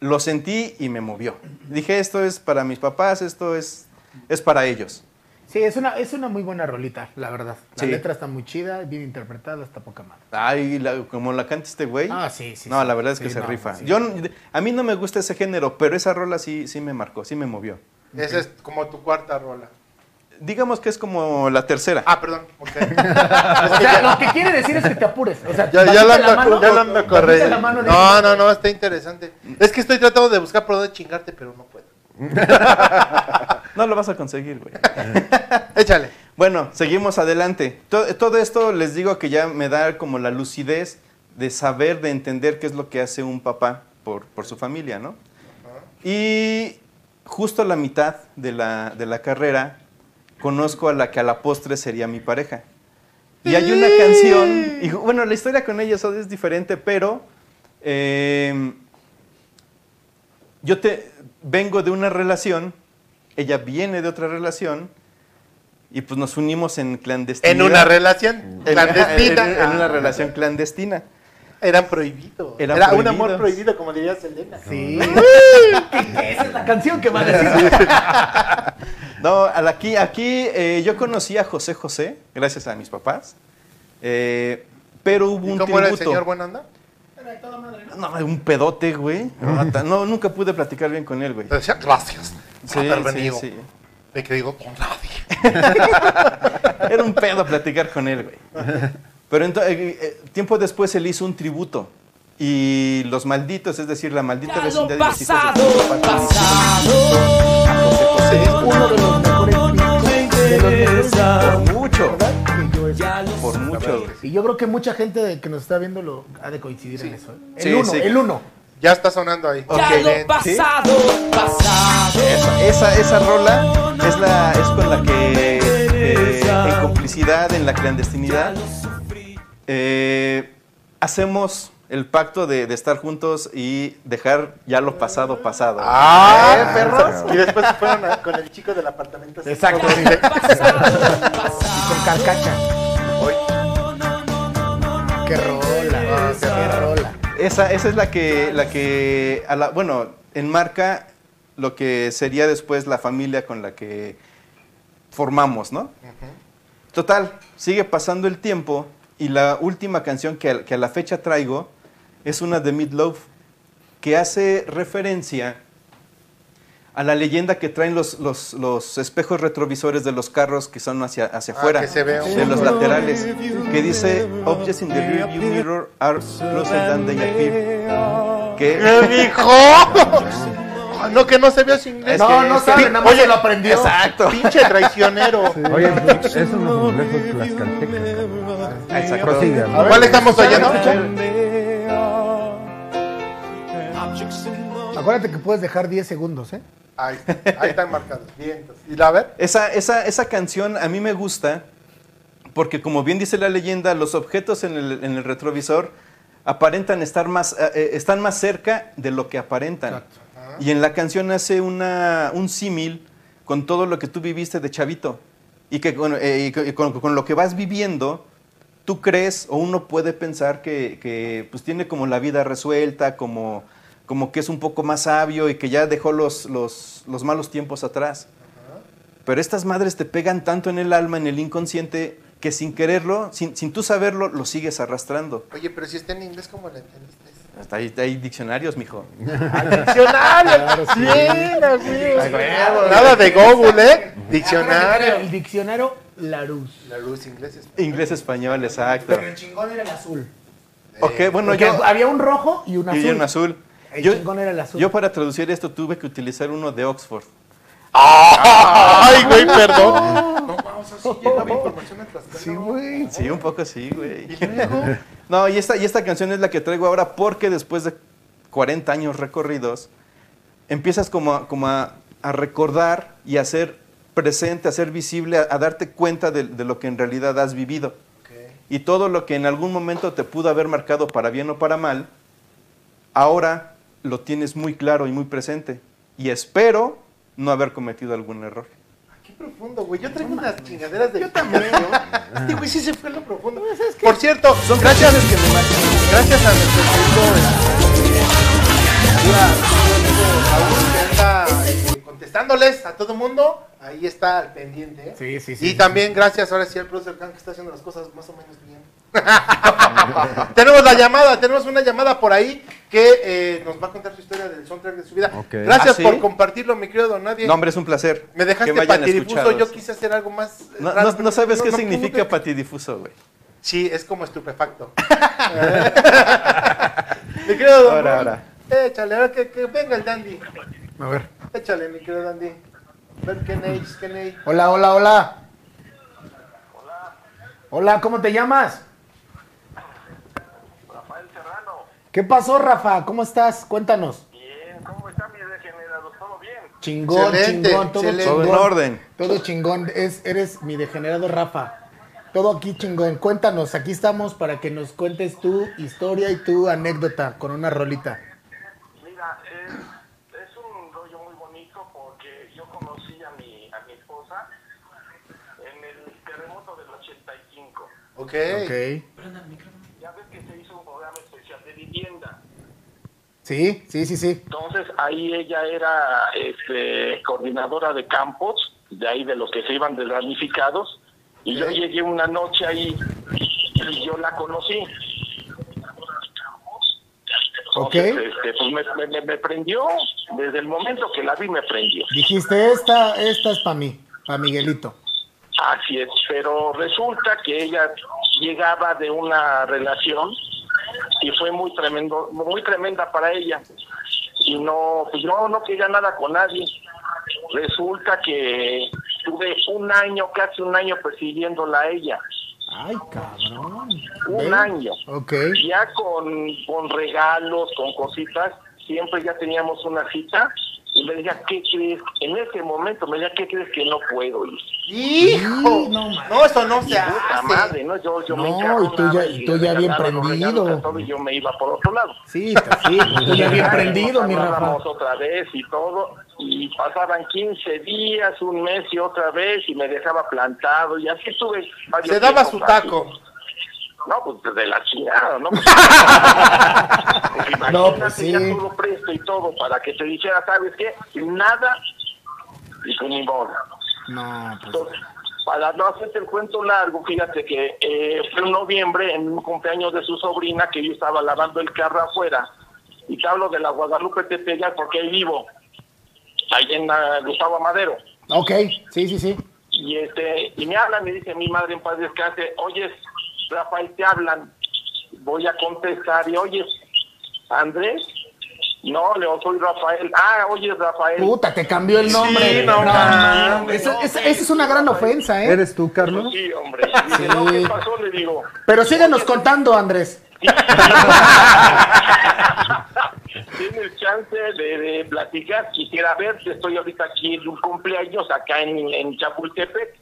Speaker 5: lo sentí y me movió. Dije, esto es para mis papás, esto es, es para ellos.
Speaker 8: Sí, es una, es una muy buena rolita, la verdad. La
Speaker 5: Sí.
Speaker 8: letra está muy chida, bien interpretada, está poca madre.
Speaker 5: Ay, la- como la canta este güey.
Speaker 8: Ah, sí, sí,
Speaker 5: No,
Speaker 8: sí.
Speaker 5: la verdad es que
Speaker 8: Sí,
Speaker 5: se
Speaker 8: no,
Speaker 5: rifa.
Speaker 8: sí.
Speaker 5: Yo, no- a mí no me gusta ese género, pero esa rola sí, sí me marcó, sí me movió.
Speaker 3: Esa es como tu cuarta rola.
Speaker 5: Digamos que es como la tercera.
Speaker 3: Ah, perdón. ok.
Speaker 8: O sea, lo que quiere decir es que te apures. O sea,
Speaker 3: Ya, ya
Speaker 8: bajita
Speaker 3: la,
Speaker 8: la mano,
Speaker 3: ando- ya la ando
Speaker 8: bajita
Speaker 3: corriendo.
Speaker 8: la mano de-
Speaker 3: No, no, no, está interesante. Es que estoy tratando de buscar por dónde chingarte, pero no puedo.
Speaker 5: No lo vas a conseguir, güey.
Speaker 3: Échale.
Speaker 5: Bueno, seguimos adelante. To- Todo, esto les digo que ya me da como la lucidez de saber, de entender qué es lo que hace un papá por, por su familia, ¿no? Y justo a la mitad de la, de la carrera conozco a la que a la postre sería mi pareja. Y hay una canción, y bueno, la historia con ellos es diferente, pero eh, yo te vengo de una relación, ella viene de otra relación, y pues nos unimos en clandestinidad.
Speaker 3: En una relación
Speaker 5: En-
Speaker 3: clandestina. Ah.
Speaker 5: En, en una relación clandestina.
Speaker 3: Eran prohibidos.
Speaker 5: Eran
Speaker 3: Era un
Speaker 5: prohibidos.
Speaker 3: amor prohibido, como diría Selena.
Speaker 8: Sí. Esa es la canción que va a decir.
Speaker 5: No, al- aquí, aquí eh, yo conocí a José José, gracias a mis papás, eh, pero hubo
Speaker 3: ¿Y
Speaker 5: un
Speaker 3: cómo era el
Speaker 5: tributo.
Speaker 3: señor buena onda?
Speaker 5: No, un pedote, güey. No, nunca pude platicar bien con él, güey.
Speaker 3: Te decía, gracias.
Speaker 5: Sí,
Speaker 3: por haber
Speaker 5: sí,
Speaker 3: venido.
Speaker 5: sí.
Speaker 3: Me he creído con nadie.
Speaker 5: Era un pedo platicar con él, güey. Pero ento- eh, eh, tiempo después él hizo un tributo. Y los malditos, es decir, la maldita vecindad y los hijos de su papá, José José,
Speaker 8: Uno de los mejores de los mejores
Speaker 5: por mucho,
Speaker 8: que yo he hecho.
Speaker 5: por mucho. güey.
Speaker 8: Y yo creo que mucha gente de- que nos está viendo lo ha de coincidir en eso. ¿eh? El
Speaker 5: Sí,
Speaker 8: uno,
Speaker 5: sí.
Speaker 8: el uno.
Speaker 3: Ya está sonando ahí.
Speaker 5: Ok, bien. ¿Sí? Esa, esa, esa rola es, la, es con la que eh, en complicidad, en la clandestinidad, eh, hacemos el pacto de, de estar juntos y dejar ya lo pasado pasado.
Speaker 3: Ah,
Speaker 5: ¿Eh, perros?
Speaker 3: Y después se fueron a- con el chico del apartamento. así.
Speaker 8: Exacto. sí. Y con carcacha. Qué rola, ah, qué rola.
Speaker 5: Esa, esa es la que, la que a la- bueno, enmarca lo que sería después la familia con la que formamos, ¿no? Total, sigue pasando el tiempo y la última canción que, a- que a la fecha traigo es una de Meatloaf que hace referencia a la leyenda que traen los, los- los espejos retrovisores de los carros que son hacia, hacia
Speaker 3: Ah,
Speaker 5: afuera,
Speaker 3: que se vea
Speaker 5: de
Speaker 3: un-
Speaker 5: los laterales, que dice Objects in the rearview mirror are closer than they appear.
Speaker 3: ¿Qué
Speaker 5: Que
Speaker 3: dijo? No, Ah, no, que no se vio sin inglés.
Speaker 8: Es No, que- no sabe, nada más se lo aprendió.
Speaker 3: Exacto. Pinche traicionero.
Speaker 6: Oye, pues, esos son los reflejos tlaxcaltecas.
Speaker 3: Exacto.
Speaker 6: Prosigan.
Speaker 3: A ver, ¿Cuál estamos oyendo?
Speaker 8: Acuérdate que puedes dejar 10 segundos, ¿eh?
Speaker 3: Ahí, ahí están marcados. Bien, entonces. ¿Y la ver?
Speaker 5: Esa, esa, esa canción a mí me gusta porque, como bien dice la leyenda, los objetos en el, en el retrovisor aparentan estar más, eh, eh, están más cerca de lo que aparentan. Y en la canción hace una, un símil con todo lo que tú viviste de chavito y que con, eh, y con- y con- con lo que vas viviendo, tú crees o uno puede pensar que, que, pues tiene como la vida resuelta, como, como que es un poco más sabio y que ya dejó los, los, los malos tiempos atrás. Pero estas madres te pegan tanto en el alma, en el inconsciente, que sin quererlo, sin, sin tú saberlo, lo sigues arrastrando.
Speaker 3: Oye, pero si está en inglés, ¿cómo la entendiste?
Speaker 5: Hasta ahí, hay diccionarios, mijo.
Speaker 3: Diccionario.
Speaker 8: sí.
Speaker 3: Bien, así.
Speaker 5: Ay, huevo.
Speaker 3: Nada de Google, ¿eh? Diccionario.
Speaker 8: El diccionario Larus.
Speaker 3: Larus, inglés.
Speaker 5: Inglés, español, exacto.
Speaker 8: Pero el chingón era el azul.
Speaker 5: Ok, bueno,
Speaker 8: Porque
Speaker 5: yo...
Speaker 8: había un rojo y un azul.
Speaker 5: Y un azul.
Speaker 8: El
Speaker 5: Yo-
Speaker 8: chingón era el azul.
Speaker 5: Yo para traducir esto tuve que utilizar uno de Oxford.
Speaker 3: Ay, güey, perdón.
Speaker 8: Sí, güey.
Speaker 5: Sí, un poco sí, güey. No, y esta, y esta canción es la que traigo ahora porque después de 40 años recorridos, empiezas como a, como a, a recordar y a ser presente, a ser visible, a, a darte cuenta de, de lo que en realidad has vivido. Y todo lo que en algún momento te pudo haber marcado para bien o para mal, ahora lo tienes muy claro y muy presente. Y espero no haber cometido algún error.
Speaker 3: Qué profundo, güey. Yo traigo unas chingaderas de. Yo también. Este güey sí se fue a lo profundo. Por cierto, gracias. Gracias a nuestro querido, este, a- a Raúl, que anda, eh, contestándoles a todo mundo. Ahí está al pendiente. ¿eh?
Speaker 8: Sí, sí,
Speaker 3: y
Speaker 8: sí.
Speaker 3: también gracias ahora sí al profesor Khan que está haciendo las cosas más o menos bien. tenemos la llamada, tenemos una llamada por ahí que eh, nos va a contar su historia del soundtrack de su vida.
Speaker 6: Ok.
Speaker 3: Gracias
Speaker 5: ¿Ah, sí?
Speaker 3: por compartirlo, mi querido don Nadie.
Speaker 5: No, hombre, es un placer.
Speaker 3: Me dejaste
Speaker 5: que me hayan
Speaker 3: patidifuso,
Speaker 5: escuchado.
Speaker 3: yo quise hacer algo más. eh,
Speaker 5: No,
Speaker 3: raro,
Speaker 5: no-
Speaker 3: pero
Speaker 5: no sabes qué
Speaker 3: no
Speaker 5: significa
Speaker 3: pude.
Speaker 5: patidifuso, güey.
Speaker 3: Sí, es como estupefacto. mi querido Don
Speaker 5: Ahora,
Speaker 3: Raúl, Échale, ahora que, que venga el dandy.
Speaker 8: A ver.
Speaker 3: Échale, mi querido dandy. Ver qué neis, qué neis.
Speaker 8: Hola, hola, hola. Hola. Hola, ¿cómo te llamas? Rafael Serrano. ¿Qué pasó, Rafa? ¿Cómo estás? Cuéntanos. Bien, ¿cómo está mi degenerado? ¿Todo bien? Chingón,
Speaker 3: Excelente,
Speaker 8: chingón, todo
Speaker 3: excelente.
Speaker 5: Todo en
Speaker 8: chingón.
Speaker 5: orden.
Speaker 8: Todo chingón, es, eres mi degenerado Rafa. Todo aquí chingón. Cuéntanos, aquí estamos para que nos cuentes tu historia y tu anécdota con una rolita.
Speaker 10: Mira, es, es un rollo muy bonito porque yo conocí a mi, a mi esposa en el terremoto del 85.
Speaker 3: Ok.
Speaker 8: Ok.
Speaker 10: Ya ves que se hizo un programa especial de vivienda.
Speaker 8: Sí, sí, sí, sí.
Speaker 10: Entonces ahí ella era este, coordinadora de campos, de ahí de los que se iban de damnificados. Y yo llegué una noche ahí y yo la conocí.
Speaker 8: Ok.
Speaker 10: Entonces, este, pues me, me- me prendió, desde el momento que la vi me prendió.
Speaker 8: Dijiste, esta, esta es para mí, para Miguelito.
Speaker 10: Así es, pero resulta que ella llegaba de una relación y fue muy tremendo, muy tremenda para ella. Y no, pues yo no quería nada con nadie. Resulta que tuve un año, casi un año persiguiéndola a ella.
Speaker 8: Ay, cabrón.
Speaker 10: Un
Speaker 8: Ven.
Speaker 10: año.
Speaker 8: Ok.
Speaker 10: Ya con, con regalos, con cositas, siempre ya teníamos una cita. Y me decía, ¿qué crees? En ese momento me decía, ¿qué crees que no puedo ir?
Speaker 3: ¡Hijo!
Speaker 8: No, ma-
Speaker 3: No, eso no se
Speaker 10: Puta
Speaker 3: hace.
Speaker 10: madre, ¿no? Yo, yo
Speaker 8: No,
Speaker 10: me encargo
Speaker 8: y tú ya-
Speaker 10: nada,
Speaker 8: y tú ya bien
Speaker 10: regalaron los
Speaker 8: prendido.
Speaker 10: regalos a todo Y yo me iba por otro lado.
Speaker 8: Sí, está- sí. Tú ya bien
Speaker 10: Ya,
Speaker 8: prendido,
Speaker 10: nos
Speaker 8: mi Rafa.
Speaker 10: hablábamos otra vez y todo. Y pasaban 15 días, un mes y otra vez, y me dejaba plantado. Y así estuve. varios
Speaker 3: Se daba
Speaker 10: tiempos
Speaker 3: su
Speaker 10: así.
Speaker 3: taco.
Speaker 10: No, pues de la chingada, ¿no? Pues, imagínate,
Speaker 8: No, pues, sí.
Speaker 10: ya todo presto y todo para que te dijera, ¿sabes qué? Nada y con mi
Speaker 8: No, pues.
Speaker 10: entonces, para no hacerte el cuento largo, fíjate que eh, fue en noviembre, en un cumpleaños de su sobrina, que yo estaba lavando el carro afuera. Y te hablo de la Guadalupe Tepeyac porque ahí vivo, ahí en la Gustavo Madero.
Speaker 8: Ok, sí, sí, sí.
Speaker 10: Y este y me hablan, me dice mi madre en paz descanse, oye, Rafael, te hablan. Voy a contestar y oye, Andrés, No, León, soy Rafael. Ah, oye, Rafael.
Speaker 4: Puta, te cambió el nombre.
Speaker 10: Sí, no,
Speaker 4: No,
Speaker 10: mames,
Speaker 4: mames.
Speaker 10: no,
Speaker 4: Esa esa- esa es una gran ofensa, ¿eh?
Speaker 6: ¿Eres tú, Carlos?
Speaker 10: Sí, hombre. Y dice, no, ¿qué pasó? Le digo,
Speaker 4: Pero síguenos contando, Andrés.
Speaker 10: tienes chance de, de platicar, quisiera verte, estoy ahorita aquí en un cumpleaños acá en, en Chapultepec.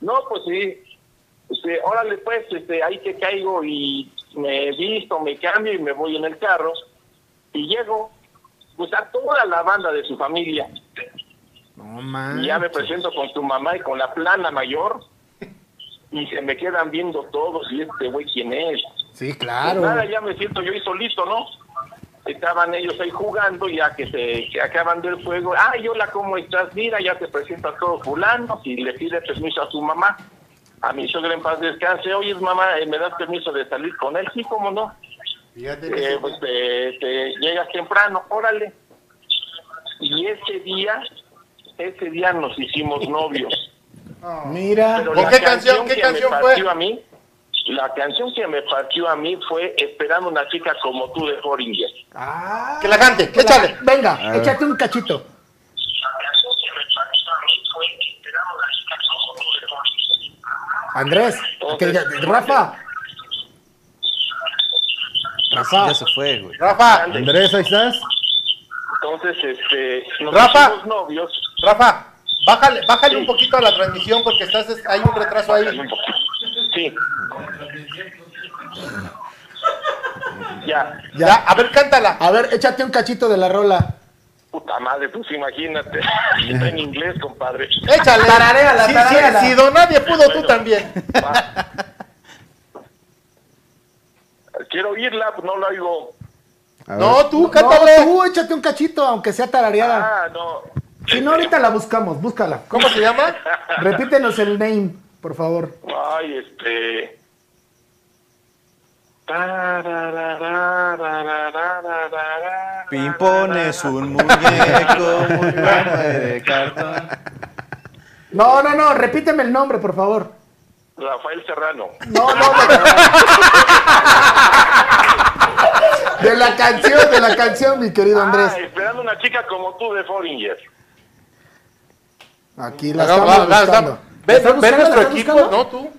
Speaker 10: No, pues sí, este, órale pues, este, ahí te caigo y me visto, me cambio y me voy en el carro y llego pues a toda la banda de su familia.
Speaker 4: No mames.
Speaker 10: Y
Speaker 6: Ah,
Speaker 10: ya me presento con su mamá y con la plana mayor y se me quedan viendo todos y este güey quién es.
Speaker 4: Sí,
Speaker 10: Pues
Speaker 4: claro.
Speaker 10: nada, ya me siento yo ahí solito, ¿no? Estaban ellos ahí jugando, ya que se que acaban del juego. Ay, hola, ¿cómo estás? Mira, ya te presenta todo fulano y le pide permiso a su mamá. A mi suegra en paz descanse. Oye, mamá, eh, ¿me das permiso de salir con él? Sí, ¿cómo no? Eh, pues te, te llegas temprano, órale. Y ese día, ese día nos hicimos novios.
Speaker 4: Mira.
Speaker 10: Pero la que me partió A mí, la canción que me partió a mí fue Esperando una chica como tú de Horinger.
Speaker 8: Que la cante, échale.
Speaker 10: A
Speaker 4: Ah. Venga,
Speaker 10: ver.
Speaker 4: échate un cachito. Andrés, que diga, Rafa. Rafa.
Speaker 5: Ya se fue, güey.
Speaker 8: Rafa.
Speaker 6: Andrés, ahí estás.
Speaker 10: Entonces, este, nos
Speaker 8: Rafa.
Speaker 10: hicimos novios.
Speaker 8: Rafa, bájale, bájale un poquito a la transmisión porque estás, hay un retraso ahí.
Speaker 10: Sí. Ya.
Speaker 4: Ya.
Speaker 8: a ver, cántala.
Speaker 4: A ver, échate un cachito de la rola.
Speaker 10: Puta madre, pues imagínate. Está en inglés, compadre.
Speaker 8: Échale.
Speaker 4: Tararéala,
Speaker 8: Sí, sí,
Speaker 4: tararéala.
Speaker 8: Si don nadie pudo, tú también.
Speaker 10: Quiero oírla, pues no la oigo.
Speaker 8: No, tú,
Speaker 4: cántale. No, tú, échate un cachito, aunque sea tarareada.
Speaker 10: Ah, no.
Speaker 4: Si no, ahorita la buscamos, búscala.
Speaker 8: ¿Cómo se llama?
Speaker 4: Repítenos el name, por favor.
Speaker 10: Ay, este. Tarararararararara.
Speaker 5: Pimpón es un muñeco muy bueno eh, de cartón.
Speaker 4: No, no, no, repíteme el nombre, por favor.
Speaker 10: Rafael Serrano.
Speaker 4: No, no, de, de la canción, de la canción, mi querido
Speaker 10: Ah,
Speaker 4: Andrés.
Speaker 10: esperando una chica como tú de Foreigner.
Speaker 4: Aquí la
Speaker 8: Hagamos-
Speaker 4: estamos
Speaker 8: hagamos-
Speaker 4: buscando.
Speaker 8: Ve,
Speaker 4: ¿La estás
Speaker 8: ve
Speaker 4: buscando?
Speaker 8: nuestro
Speaker 4: ¿La estás
Speaker 8: equipo,
Speaker 4: buscando?
Speaker 8: no tú.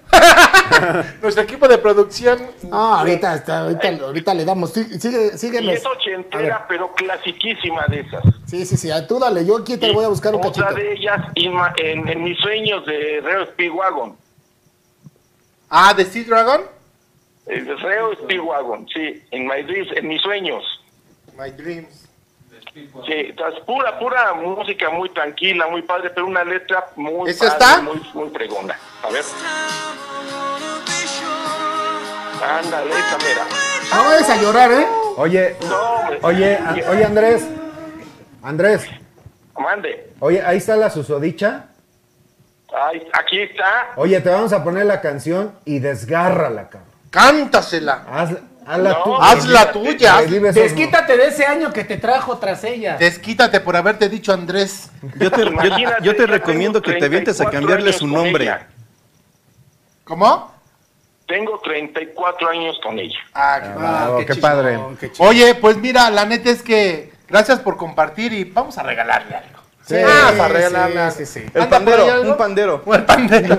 Speaker 8: nuestro equipo de producción.
Speaker 4: No, Ah, ahorita, está- ahorita, ahorita le damos. Sí, Sigue,
Speaker 10: Y
Speaker 4: síguenos.
Speaker 10: es ochentera, pero clasiquísima de esas.
Speaker 4: Sí, sí, sí. ah, Tú dale, yo aquí te voy a buscar un
Speaker 10: Otra
Speaker 4: cachito.
Speaker 10: de ellas Inma- en, en mis sueños de Reo Speedwagon.
Speaker 8: Ah, de Sea Dragon.
Speaker 10: Eh, Reo Speedwagon, sí. En my dreams, en mis sueños.
Speaker 8: My Dreams.
Speaker 10: Sí, estás pura, pura música muy tranquila, muy padre, pero una letra muy
Speaker 8: ¿Esa
Speaker 10: padre,
Speaker 8: está?
Speaker 10: muy, muy pregona. A ver. Ándale, esa mera.
Speaker 4: No vayas a llorar, ¿eh?
Speaker 6: Oye,
Speaker 10: No, hombre.
Speaker 6: oye, a- oye, Andrés. Andrés,
Speaker 10: Mande.
Speaker 6: oye, ahí está la susodicha.
Speaker 10: Ay, aquí está.
Speaker 6: Oye, te vamos a poner la canción y desgárrala, cabrón.
Speaker 8: Cántasela.
Speaker 6: Hazla, hazla
Speaker 8: No,
Speaker 6: tú.
Speaker 8: hazla tuya.
Speaker 6: Recibe esos-
Speaker 4: Desquítate de ese año que te trajo tras ella.
Speaker 8: Desquítate por haberte dicho Andrés.
Speaker 5: Yo te, yo-
Speaker 10: Imagínate,
Speaker 5: yo te
Speaker 10: ya
Speaker 5: recomiendo que
Speaker 10: tengo
Speaker 5: te avientes a
Speaker 10: 34
Speaker 5: cambiarle su
Speaker 10: años con
Speaker 5: nombre.
Speaker 10: ella.
Speaker 8: ¿Cómo?
Speaker 10: Tengo 34 años con ella.
Speaker 8: Ah, qué
Speaker 6: Bravo, qué, padre.
Speaker 8: Oye, pues mira, la neta es que gracias por compartir y vamos a regalarle algo.
Speaker 4: Sí,
Speaker 8: vamos a regalarle algo.
Speaker 4: sí, sí, sí.
Speaker 5: El
Speaker 8: ¿Anda por ahí
Speaker 5: pandero,
Speaker 8: algo?
Speaker 5: un pandero.
Speaker 8: El pandero.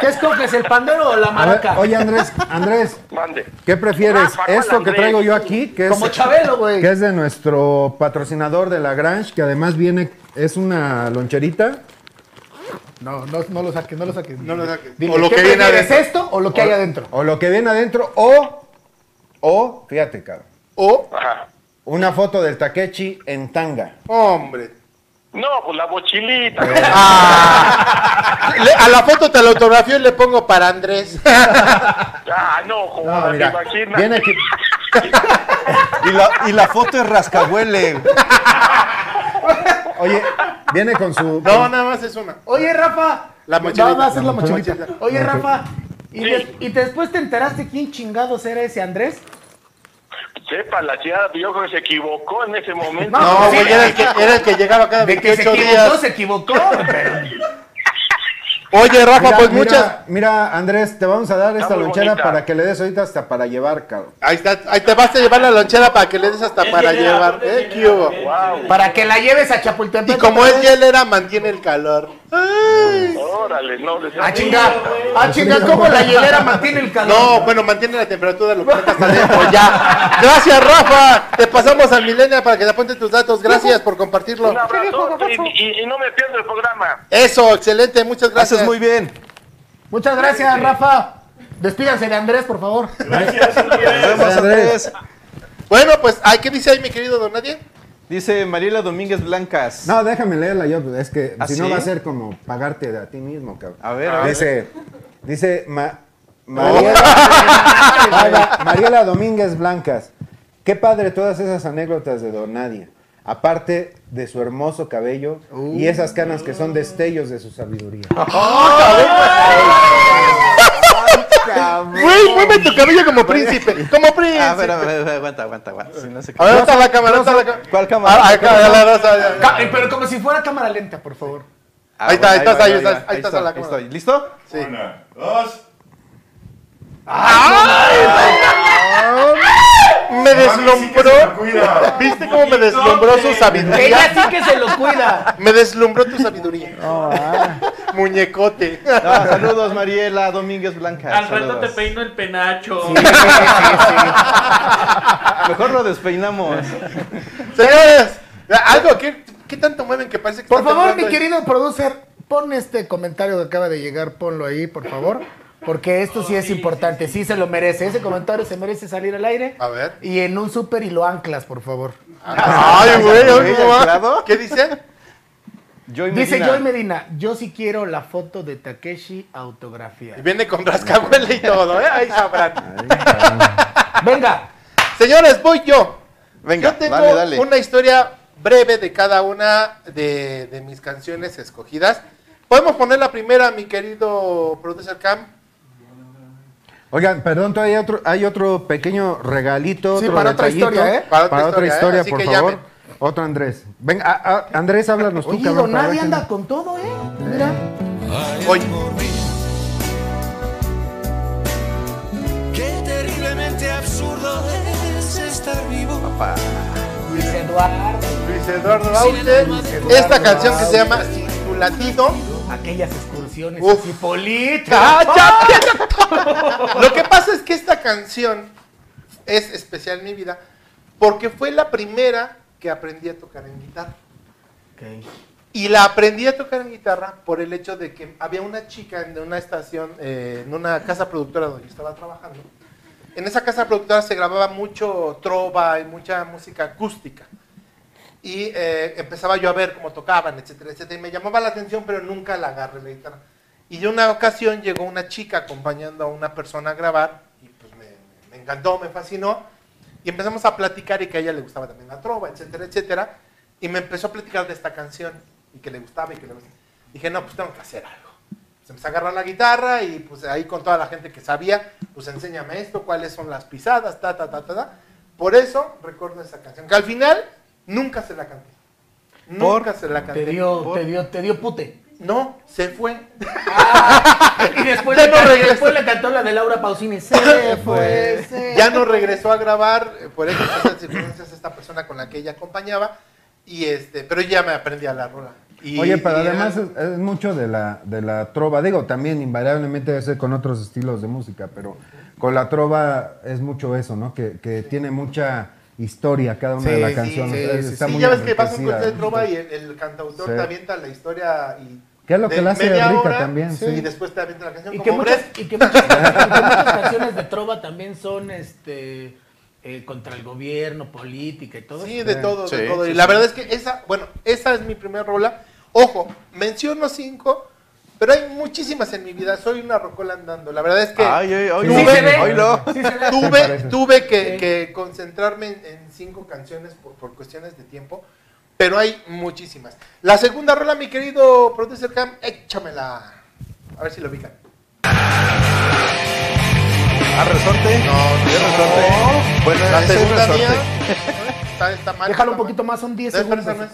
Speaker 4: ¿Qué escoges, el pandero o la
Speaker 6: A ver,
Speaker 4: maraca?
Speaker 6: oye, Andrés, Andrés,
Speaker 10: Mande.
Speaker 6: ¿qué prefieres?
Speaker 10: Rafa, ¿cuál
Speaker 6: Esto que
Speaker 10: Andrés?
Speaker 6: traigo yo aquí, que es,
Speaker 4: Como Chabelo, güey.
Speaker 6: que es de nuestro patrocinador de la Grange, que además viene, es una loncherita.
Speaker 4: No, no, no lo saques, no lo saques.
Speaker 8: No lo saques.
Speaker 4: Dile,
Speaker 8: O lo
Speaker 4: ¿qué
Speaker 8: que viene
Speaker 4: prefieres,
Speaker 8: adentro.
Speaker 4: esto o lo que hay adentro?
Speaker 6: O lo que viene adentro, o, o, fíjate, cabrón,
Speaker 8: O,
Speaker 10: Ajá.
Speaker 6: una foto del Takechi en tanga.
Speaker 8: hombre.
Speaker 10: No, pues la mochilita.
Speaker 8: Ah. Le- a la foto te la autografío y le pongo para Andrés.
Speaker 10: Ah, no, joder,
Speaker 6: No, mira,
Speaker 10: te imaginas.
Speaker 6: viene aquí.
Speaker 5: Y la, y la foto es rascahuele.
Speaker 6: Oye, viene con su...
Speaker 8: No, nada más es una.
Speaker 4: Oye, Rafa.
Speaker 8: La mochilita.
Speaker 4: Nada más es la
Speaker 8: La
Speaker 4: mochilita.
Speaker 8: mochilita.
Speaker 4: Oye, Rafa. ¿y,
Speaker 10: Sí.
Speaker 4: des- y después te enteraste quién chingados era ese Andrés.
Speaker 10: Sepa la chingada, yo creo que se equivocó en ese momento.
Speaker 8: No,
Speaker 4: sí.
Speaker 8: güey, era, el que, era el que llegaba cada
Speaker 4: De que se
Speaker 8: 28
Speaker 4: equivocó,
Speaker 8: días.
Speaker 4: se equivocó. pero-
Speaker 3: Oye, Rafa,
Speaker 6: Mira,
Speaker 3: pues
Speaker 6: mira,
Speaker 3: muchas.
Speaker 6: Mira, Andrés, te vamos a dar esta
Speaker 3: muy
Speaker 6: lonchera
Speaker 3: bonita.
Speaker 6: para que le des ahorita hasta para llevar, cabrón.
Speaker 3: Ahí, está, ahí te vas a llevar la lonchera para que le des hasta para llevar. ¿Eh? ¿Qué hubo?
Speaker 4: Para que la lleves a Chapultepec.
Speaker 3: Y como
Speaker 4: otra
Speaker 3: es
Speaker 4: vez.
Speaker 3: hielera, mantiene el calor.
Speaker 10: Órale, no. les-
Speaker 4: Ah, chinga. Ah, chinga, ¿cómo la hielera mantiene el calor?
Speaker 3: No, bueno, mantiene la temperatura, lo pones hasta adentro, pues ya. Gracias, Rafa. Te pasamos al Milenia para que te apunte tus datos. Gracias por compartirlo.
Speaker 10: Un abrazo y, y- y no me pierdo el programa.
Speaker 3: Eso, excelente, muchas gracias.
Speaker 5: Haces muy bien.
Speaker 4: Muchas gracias, Rafa. Despídanse de Andrés, por favor.
Speaker 5: Nos vemos, Andrés.
Speaker 3: Bueno, pues, ay, ¿qué dice ahí, mi querido don Nadie?
Speaker 5: Dice Mariela Domínguez Blancas.
Speaker 6: No, déjame leerla yo, pues, es que
Speaker 5: ¿Ah,
Speaker 6: si no
Speaker 5: sí?
Speaker 6: va a ser como pagarte de a ti mismo, cabrón.
Speaker 5: A ver, a ver.
Speaker 6: Dice, dice Ma- Mariela, Ahí va, Mariela Domínguez Blancas. Qué padre todas esas anécdotas de Don Nadia. Aparte de su hermoso cabello y esas canas que son destellos de su sabiduría.
Speaker 3: Güey, mueve tu cabello como príncipe. Como príncipe.
Speaker 5: A ver, a ver, a ver, Eh, aguanta, aguanta, aguanta. Si no se-
Speaker 3: A ver, está la cámara, está la cámara.
Speaker 5: ¿Cuál cámara?
Speaker 3: Ah, acá, ya la- ya la- ya
Speaker 4: Ca- eh, Pero como si fuera cámara lenta, por favor.
Speaker 5: Ah,
Speaker 3: Ahí está, ahí
Speaker 5: bueno,
Speaker 3: estás,
Speaker 5: va,
Speaker 3: ahí
Speaker 5: va,
Speaker 3: estás,
Speaker 5: va,
Speaker 3: ahí estás a la
Speaker 5: estoy, ahí
Speaker 3: cámara.
Speaker 5: estoy. ¿Listo?
Speaker 3: Sí. Me deslumbró. ¿Viste cómo me deslumbró su
Speaker 4: Ella
Speaker 3: sabiduría?
Speaker 4: sí que se lo cuida.
Speaker 3: Me deslumbró tu sabiduría.
Speaker 4: Oh, ah.
Speaker 3: Muñecote.
Speaker 5: No, saludos, Mariela Domínguez Blancas.
Speaker 7: Al rato te
Speaker 5: saludos.
Speaker 7: peino el penacho.
Speaker 5: Mejor lo despeinamos.
Speaker 3: Señores, algo que. ¿Qué tanto mueven que parece que
Speaker 4: Por
Speaker 3: están
Speaker 4: favor, mi
Speaker 3: temblando ahí?
Speaker 4: querido producer, pon este comentario que acaba de llegar, ponlo ahí, por favor. Porque esto sí es importante, sí se lo merece. Ese comentario se merece salir al aire.
Speaker 3: A ver.
Speaker 4: Y en un súper y lo anclas, por favor.
Speaker 3: Ay, güey,
Speaker 5: Güey,
Speaker 3: ¿cómo va?
Speaker 5: ¿aislado?
Speaker 3: ¿Qué dice?
Speaker 5: Joy
Speaker 4: Dice
Speaker 5: Medina.
Speaker 4: Joy Medina, yo sí quiero la foto de Takeshi autografía.
Speaker 3: Y viene con rascahuele y todo, ¿eh? Ahí sabrán.
Speaker 4: Venga,
Speaker 3: Señores, voy yo.
Speaker 5: Venga,
Speaker 3: yo tengo
Speaker 5: dale, dale.
Speaker 3: una historia breve de cada una de, de mis canciones escogidas. Podemos poner la primera, mi querido producer Cam.
Speaker 6: Oigan, perdón, todavía hay otro, hay otro pequeño regalito,
Speaker 4: Sí,
Speaker 6: otro
Speaker 4: para otra
Speaker 6: detallito,
Speaker 4: historia, ¿eh?
Speaker 6: Para, otra historia,
Speaker 3: ¿eh? Así
Speaker 6: por
Speaker 3: que
Speaker 6: favor.
Speaker 3: llamen.
Speaker 6: Otro Andrés. Venga, a- a- Andrés, háblanos Pues
Speaker 4: oye,
Speaker 6: tú, cabrón.
Speaker 4: don
Speaker 6: para ver
Speaker 4: Nadie
Speaker 6: quién-
Speaker 4: anda con todo, ¿eh? Mira.
Speaker 3: Oye,
Speaker 12: Qué terriblemente absurdo es estar vivo.
Speaker 4: Luis Eduardo,
Speaker 3: Luis Eduardo Raute. ¿eh? Esta canción que se llama Sin tu latido.
Speaker 4: aquellas excursiones.
Speaker 3: Uf.
Speaker 4: Y Polita.
Speaker 3: ¡Cállate! Lo que pasa es que esta canción es especial en mi vida porque fue la primera que aprendí a tocar en guitarra. Y la aprendí a tocar en guitarra por el hecho de que había una chica en una estación, eh, en una casa productora donde yo estaba trabajando. En esa casa productora se grababa mucho trova y mucha música acústica. Y eh, empezaba yo a ver cómo tocaban, etcétera, etcétera. Y me llamaba la atención, pero nunca la agarré la guitarra. Y de una ocasión llegó una chica acompañando a una persona a grabar y pues me, me encantó, me fascinó. Y empezamos a platicar y que a ella le gustaba también la trova, etcétera, etcétera. Y me empezó a platicar de esta canción y que le gustaba y que le gustaba. Dije, no, pues tengo que hacer algo. Se empezó a agarrar la guitarra y pues ahí con toda la gente que sabía, pues enséñame esto, cuáles son las pisadas, ta, ta, ta, ta, ta. Por eso recuerdo esa canción, que al final nunca se la canté.
Speaker 5: ¿Por?
Speaker 3: Nunca se la canté.
Speaker 4: Te dio, te dio, te dio pute.
Speaker 3: No, se fue.
Speaker 4: Y después,
Speaker 3: Ya
Speaker 4: le,
Speaker 3: no
Speaker 4: can-
Speaker 3: regresa.
Speaker 4: después le cantó la de Laura Pausini. Se fue, se-
Speaker 3: ya no regresó a grabar, eh, por eso esas circunstancias esta persona con la que ella acompañaba, y este, pero ya me aprendí a la rola. Y-
Speaker 6: Oye, pero
Speaker 3: y
Speaker 6: además
Speaker 3: eran-
Speaker 6: es, es mucho de la, de la trova. Digo, también invariablemente debe ser con otros estilos de música, pero con la trova es mucho eso, ¿no? Que, que tiene mucha historia cada una
Speaker 4: Sí,
Speaker 6: de las
Speaker 4: sí,
Speaker 6: canciones.
Speaker 4: sí,
Speaker 6: Es-
Speaker 4: sí,
Speaker 6: está
Speaker 3: sí,
Speaker 6: muy
Speaker 3: ya ves que vas a un
Speaker 6: enriquecida,
Speaker 3: concierto de
Speaker 6: ¿no?
Speaker 3: trova y el, el cantautor
Speaker 6: Sí.
Speaker 3: te avienta la historia y...
Speaker 6: Que es lo que
Speaker 3: de
Speaker 6: la hace
Speaker 3: media
Speaker 6: rica
Speaker 3: hora,
Speaker 6: también, sí.
Speaker 3: Y después te avienta la canción
Speaker 4: Y
Speaker 3: como
Speaker 4: que, muchas,
Speaker 3: Brett.
Speaker 4: y que muchas, y que muchas canciones de trova también son este eh, contra el gobierno, política y todo
Speaker 3: Sí,
Speaker 4: eso.
Speaker 3: de todo, de
Speaker 5: Sí,
Speaker 3: todo.
Speaker 5: sí,
Speaker 3: y la
Speaker 5: sí.
Speaker 3: verdad es que esa, bueno, esa es mi primera rola. Ojo, menciono cinco, pero hay muchísimas en mi vida. Soy una rocola andando. La verdad es que
Speaker 5: Ay, ay, ay,
Speaker 3: Sí
Speaker 5: lo-
Speaker 3: se ve.
Speaker 5: ay, lo.
Speaker 4: Sí se ve.
Speaker 6: Me
Speaker 3: tuve,
Speaker 6: parece.
Speaker 3: tuve que,
Speaker 4: Sí.
Speaker 3: que concentrarme en, en cinco canciones por, por cuestiones de tiempo, pero hay muchísimas. La segunda rola, mi querido producer Cam, échamela. A ver si lo ubican.
Speaker 5: Ah, resorte. ¿Es resorte? Bueno,
Speaker 3: La
Speaker 5: ese es
Speaker 3: segunda
Speaker 5: resorte.
Speaker 3: mía. Está, está mal.
Speaker 4: Déjalo un
Speaker 3: está
Speaker 4: poquito
Speaker 3: mal.
Speaker 4: más, son 10
Speaker 3: No, pero esa
Speaker 4: segundos.
Speaker 3: no es.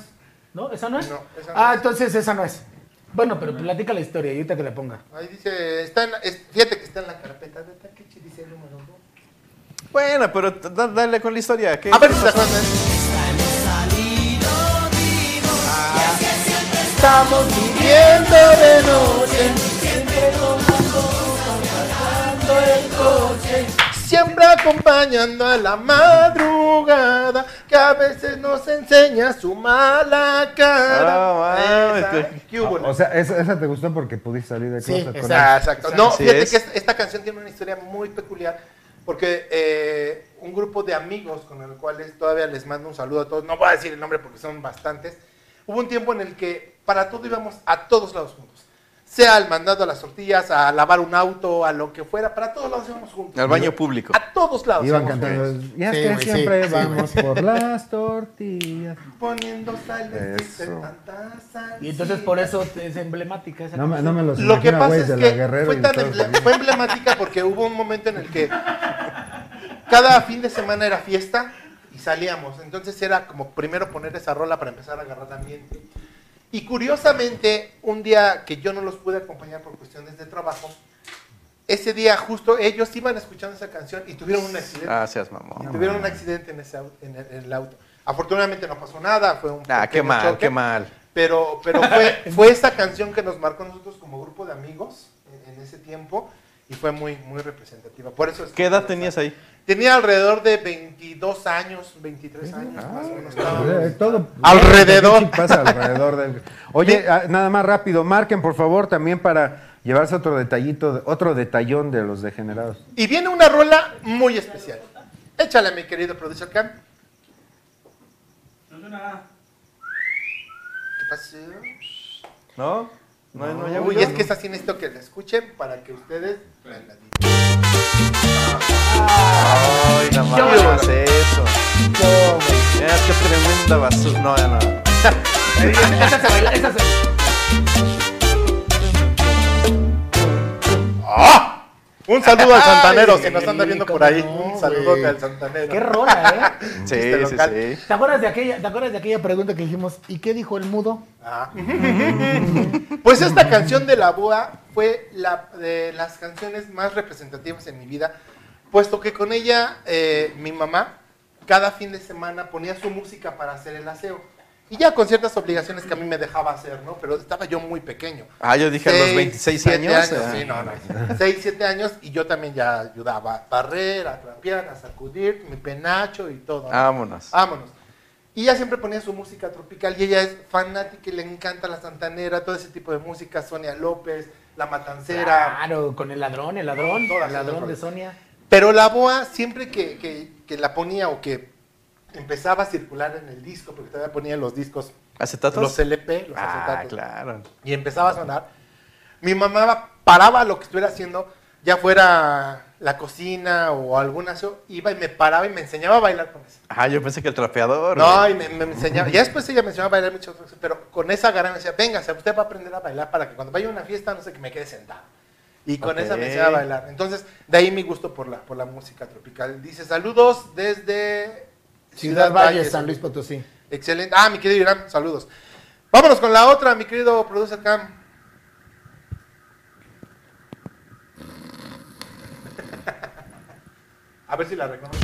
Speaker 4: ¿No? ¿Esa no es?
Speaker 3: No, esa no
Speaker 4: ah,
Speaker 3: es.
Speaker 4: entonces esa no es. Bueno, pero platica la historia y ahorita que la ponga.
Speaker 3: Ahí dice, está en la- es- fíjate que está en la carpeta de Takechi, dice el número dos.
Speaker 5: Bueno, pero t- da- dale con la historia. ¿qué-
Speaker 3: A ver
Speaker 5: qué
Speaker 3: si se
Speaker 5: pasó?
Speaker 3: acuerdan.
Speaker 12: Estamos viviendo de noche, siempre el coche.
Speaker 3: Siempre acompañando a la madrugada, que a veces nos enseña su mala Ah, cara. Esa, ¿qué hubo?
Speaker 6: O sea, esa, esa te gustó porque pudiste salir de
Speaker 3: Sí,
Speaker 6: closet
Speaker 3: exacto.
Speaker 6: con ella.
Speaker 3: Ah, exacto. No, fíjate que es- esta canción tiene una historia muy peculiar porque eh, un grupo de amigos con el cual es- todavía les mando un saludo a todos, no voy a decir el nombre porque son bastantes, hubo un tiempo en el que para todo íbamos a todos lados juntos. Sea al mandado a las tortillas, a lavar un auto, a lo que fuera, para todos lados íbamos juntos.
Speaker 5: Al baño público.
Speaker 3: A todos lados.
Speaker 6: Iban
Speaker 3: íbamos
Speaker 6: cantando.
Speaker 3: juntos.
Speaker 6: Ya es
Speaker 3: Sí,
Speaker 6: que
Speaker 3: güey, sí,
Speaker 6: siempre
Speaker 3: sí,
Speaker 6: vamos
Speaker 3: güey.
Speaker 6: por las tortillas.
Speaker 3: Poniendo sal,
Speaker 6: Eso.
Speaker 4: Y entonces por eso es emblemática esa
Speaker 6: No me- no me los
Speaker 3: Lo que
Speaker 6: imagino,
Speaker 3: pasa
Speaker 6: güey,
Speaker 3: es
Speaker 6: de la
Speaker 3: que
Speaker 6: Guerrero
Speaker 3: fue,
Speaker 6: y
Speaker 3: tan
Speaker 6: todos
Speaker 3: emble- fue emblemática porque hubo un momento en el que cada fin de semana era fiesta y salíamos. Entonces era como primero poner esa rola para empezar a agarrar ambiente. Y curiosamente, un día que yo no los pude acompañar por cuestiones de trabajo, ese día justo ellos iban escuchando esa canción y tuvieron un accidente.
Speaker 5: Ah, seas
Speaker 3: Y
Speaker 5: mamón.
Speaker 3: tuvieron un accidente en, ese au- en el, en el auto. Afortunadamente no pasó nada, fue un
Speaker 5: Ah, qué
Speaker 3: pequeño
Speaker 5: mal,
Speaker 3: choque.
Speaker 5: qué mal.
Speaker 3: Pero, pero fue, fue esta canción que nos marcó a nosotros como grupo de amigos en, en ese tiempo y fue muy, muy representativa. Por eso es
Speaker 5: ¿Qué edad tenías ahí?
Speaker 3: Tenía alrededor de 22 años, 23 años más
Speaker 5: Ah.
Speaker 3: o menos. estábamos.
Speaker 6: Eh, todo-
Speaker 3: Alrededor.
Speaker 6: Sí pasa alrededor del- Oye, ah, nada más rápido, marquen por favor también para llevarse otro detallito, de- otro detallón de los degenerados.
Speaker 3: Y viene una rola muy especial. Échale, mi querido producer Cam. ¿Qué pasó?
Speaker 5: ¿No? No, no, ya
Speaker 3: Uy,
Speaker 5: huyó.
Speaker 3: es que es así necesito que la escuchen para que ustedes la- la-
Speaker 5: Ay, no
Speaker 3: Yo-
Speaker 5: mames, eso. Mira, qué tremenda basura. No, ya no.
Speaker 4: Esa se baila, esa se
Speaker 3: ¡Ah! Un saludo al
Speaker 4: Ay,
Speaker 3: santanero, se nos
Speaker 4: sí,
Speaker 3: anda viendo
Speaker 4: cómo
Speaker 3: por ahí.
Speaker 4: no,
Speaker 3: Un saludote
Speaker 4: güey.
Speaker 3: al santanero.
Speaker 4: Qué rola, ¿eh?
Speaker 5: Sí,
Speaker 3: Chiste
Speaker 5: sí,
Speaker 3: local.
Speaker 5: sí.
Speaker 4: ¿Te acuerdas de aquella, te acuerdas de aquella pregunta que dijimos? ¿Y qué dijo el mudo?
Speaker 3: Ah. Pues esta canción de la boa fue la de las canciones más representativas en mi vida, puesto que con ella eh, mi mamá cada fin de semana ponía su música para hacer el aseo. Y ya con ciertas obligaciones que a mí me dejaba hacer, ¿no? Pero estaba yo muy pequeño.
Speaker 5: Ah, yo dije a los
Speaker 3: Seis,
Speaker 5: 26
Speaker 3: siete
Speaker 5: años. ah.
Speaker 3: sí, no, no. 6, 7 años y yo también ya ayudaba a barrer, a trapear, a sacudir, mi penacho y todo. ¿no?
Speaker 5: Vámonos.
Speaker 3: Vámonos. Y ella siempre ponía su música tropical y ella es fanática y le encanta la santanera, todo ese tipo de música, Sonia López, La Matancera.
Speaker 4: Claro, con el ladrón, el ladrón,
Speaker 3: Todas
Speaker 4: el
Speaker 3: esas
Speaker 4: ladrón de
Speaker 3: rolas.
Speaker 4: Sonia.
Speaker 3: Pero la boa siempre que, que- que la ponía o que empezaba a circular en el disco, porque todavía ponía los discos,
Speaker 5: ¿Acetatos?
Speaker 3: los LP, los
Speaker 5: Ah,
Speaker 3: acetatos,
Speaker 5: claro.
Speaker 3: y empezaba a sonar, mi mamá paraba lo que estuviera haciendo, ya fuera la cocina o algún aseo, iba y me paraba y me enseñaba a bailar con eso.
Speaker 5: Ah, yo pensé que el trapeador.
Speaker 3: No,
Speaker 5: güey.
Speaker 3: y me, me enseñaba. Ya después ella me enseñaba a bailar muchas otras cosas, pero con esa gana me decía, venga, o sea, usted va a aprender a bailar para que cuando vaya a una fiesta no sé que me quede sentado. Y con esa me enseñaba a
Speaker 5: Ok.
Speaker 3: bailar. Entonces, de ahí mi gusto por la, por la música tropical. Dice, saludos desde
Speaker 4: Ciudad, Valle, San
Speaker 3: Salud.
Speaker 4: Luis Potosí.
Speaker 3: Excelente. Ah, mi querido Irán, saludos. Vámonos con la otra, mi querido producer Cam. A ver si la reconoces.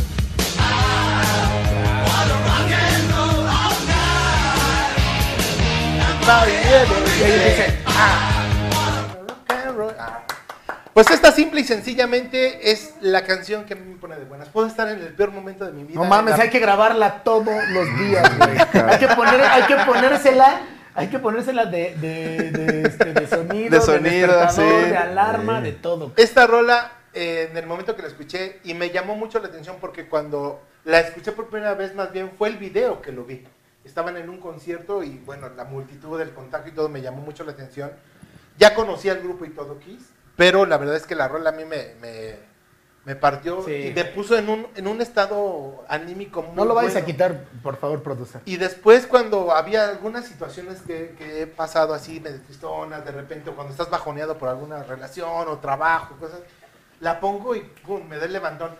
Speaker 3: Pues esta simple y sencillamente es la canción que a mí me pone de buenas. Puedo estar en el peor momento de mi vida.
Speaker 4: No mames,
Speaker 3: La-
Speaker 4: hay que grabarla todos los días, güey. hay, que poner, hay que ponérsela, hay que ponérsela de, de, de, este, de sonido,
Speaker 5: De
Speaker 4: de,
Speaker 5: sonido,
Speaker 4: despertador,
Speaker 5: sí.
Speaker 4: de alarma, de todo.
Speaker 3: Esta rola, eh, en el momento que la escuché, y me llamó mucho la atención porque cuando la escuché por primera vez, más bien fue el video que lo vi. Estaban en un concierto y bueno, la multitud del contacto y todo me llamó mucho la atención. Ya conocía al grupo y todo Kiss, pero la verdad es que la rola a mí me, me, me partió
Speaker 4: Sí.
Speaker 3: y me puso en un, en un estado anímico muy
Speaker 4: No lo vayas a
Speaker 3: bueno.
Speaker 4: quitar, por favor, producer.
Speaker 3: Y después cuando había algunas situaciones que, que he pasado así, medio tristonas, de repente, o cuando estás bajoneado por alguna relación o trabajo, cosas, la pongo y pum, me da el levantón.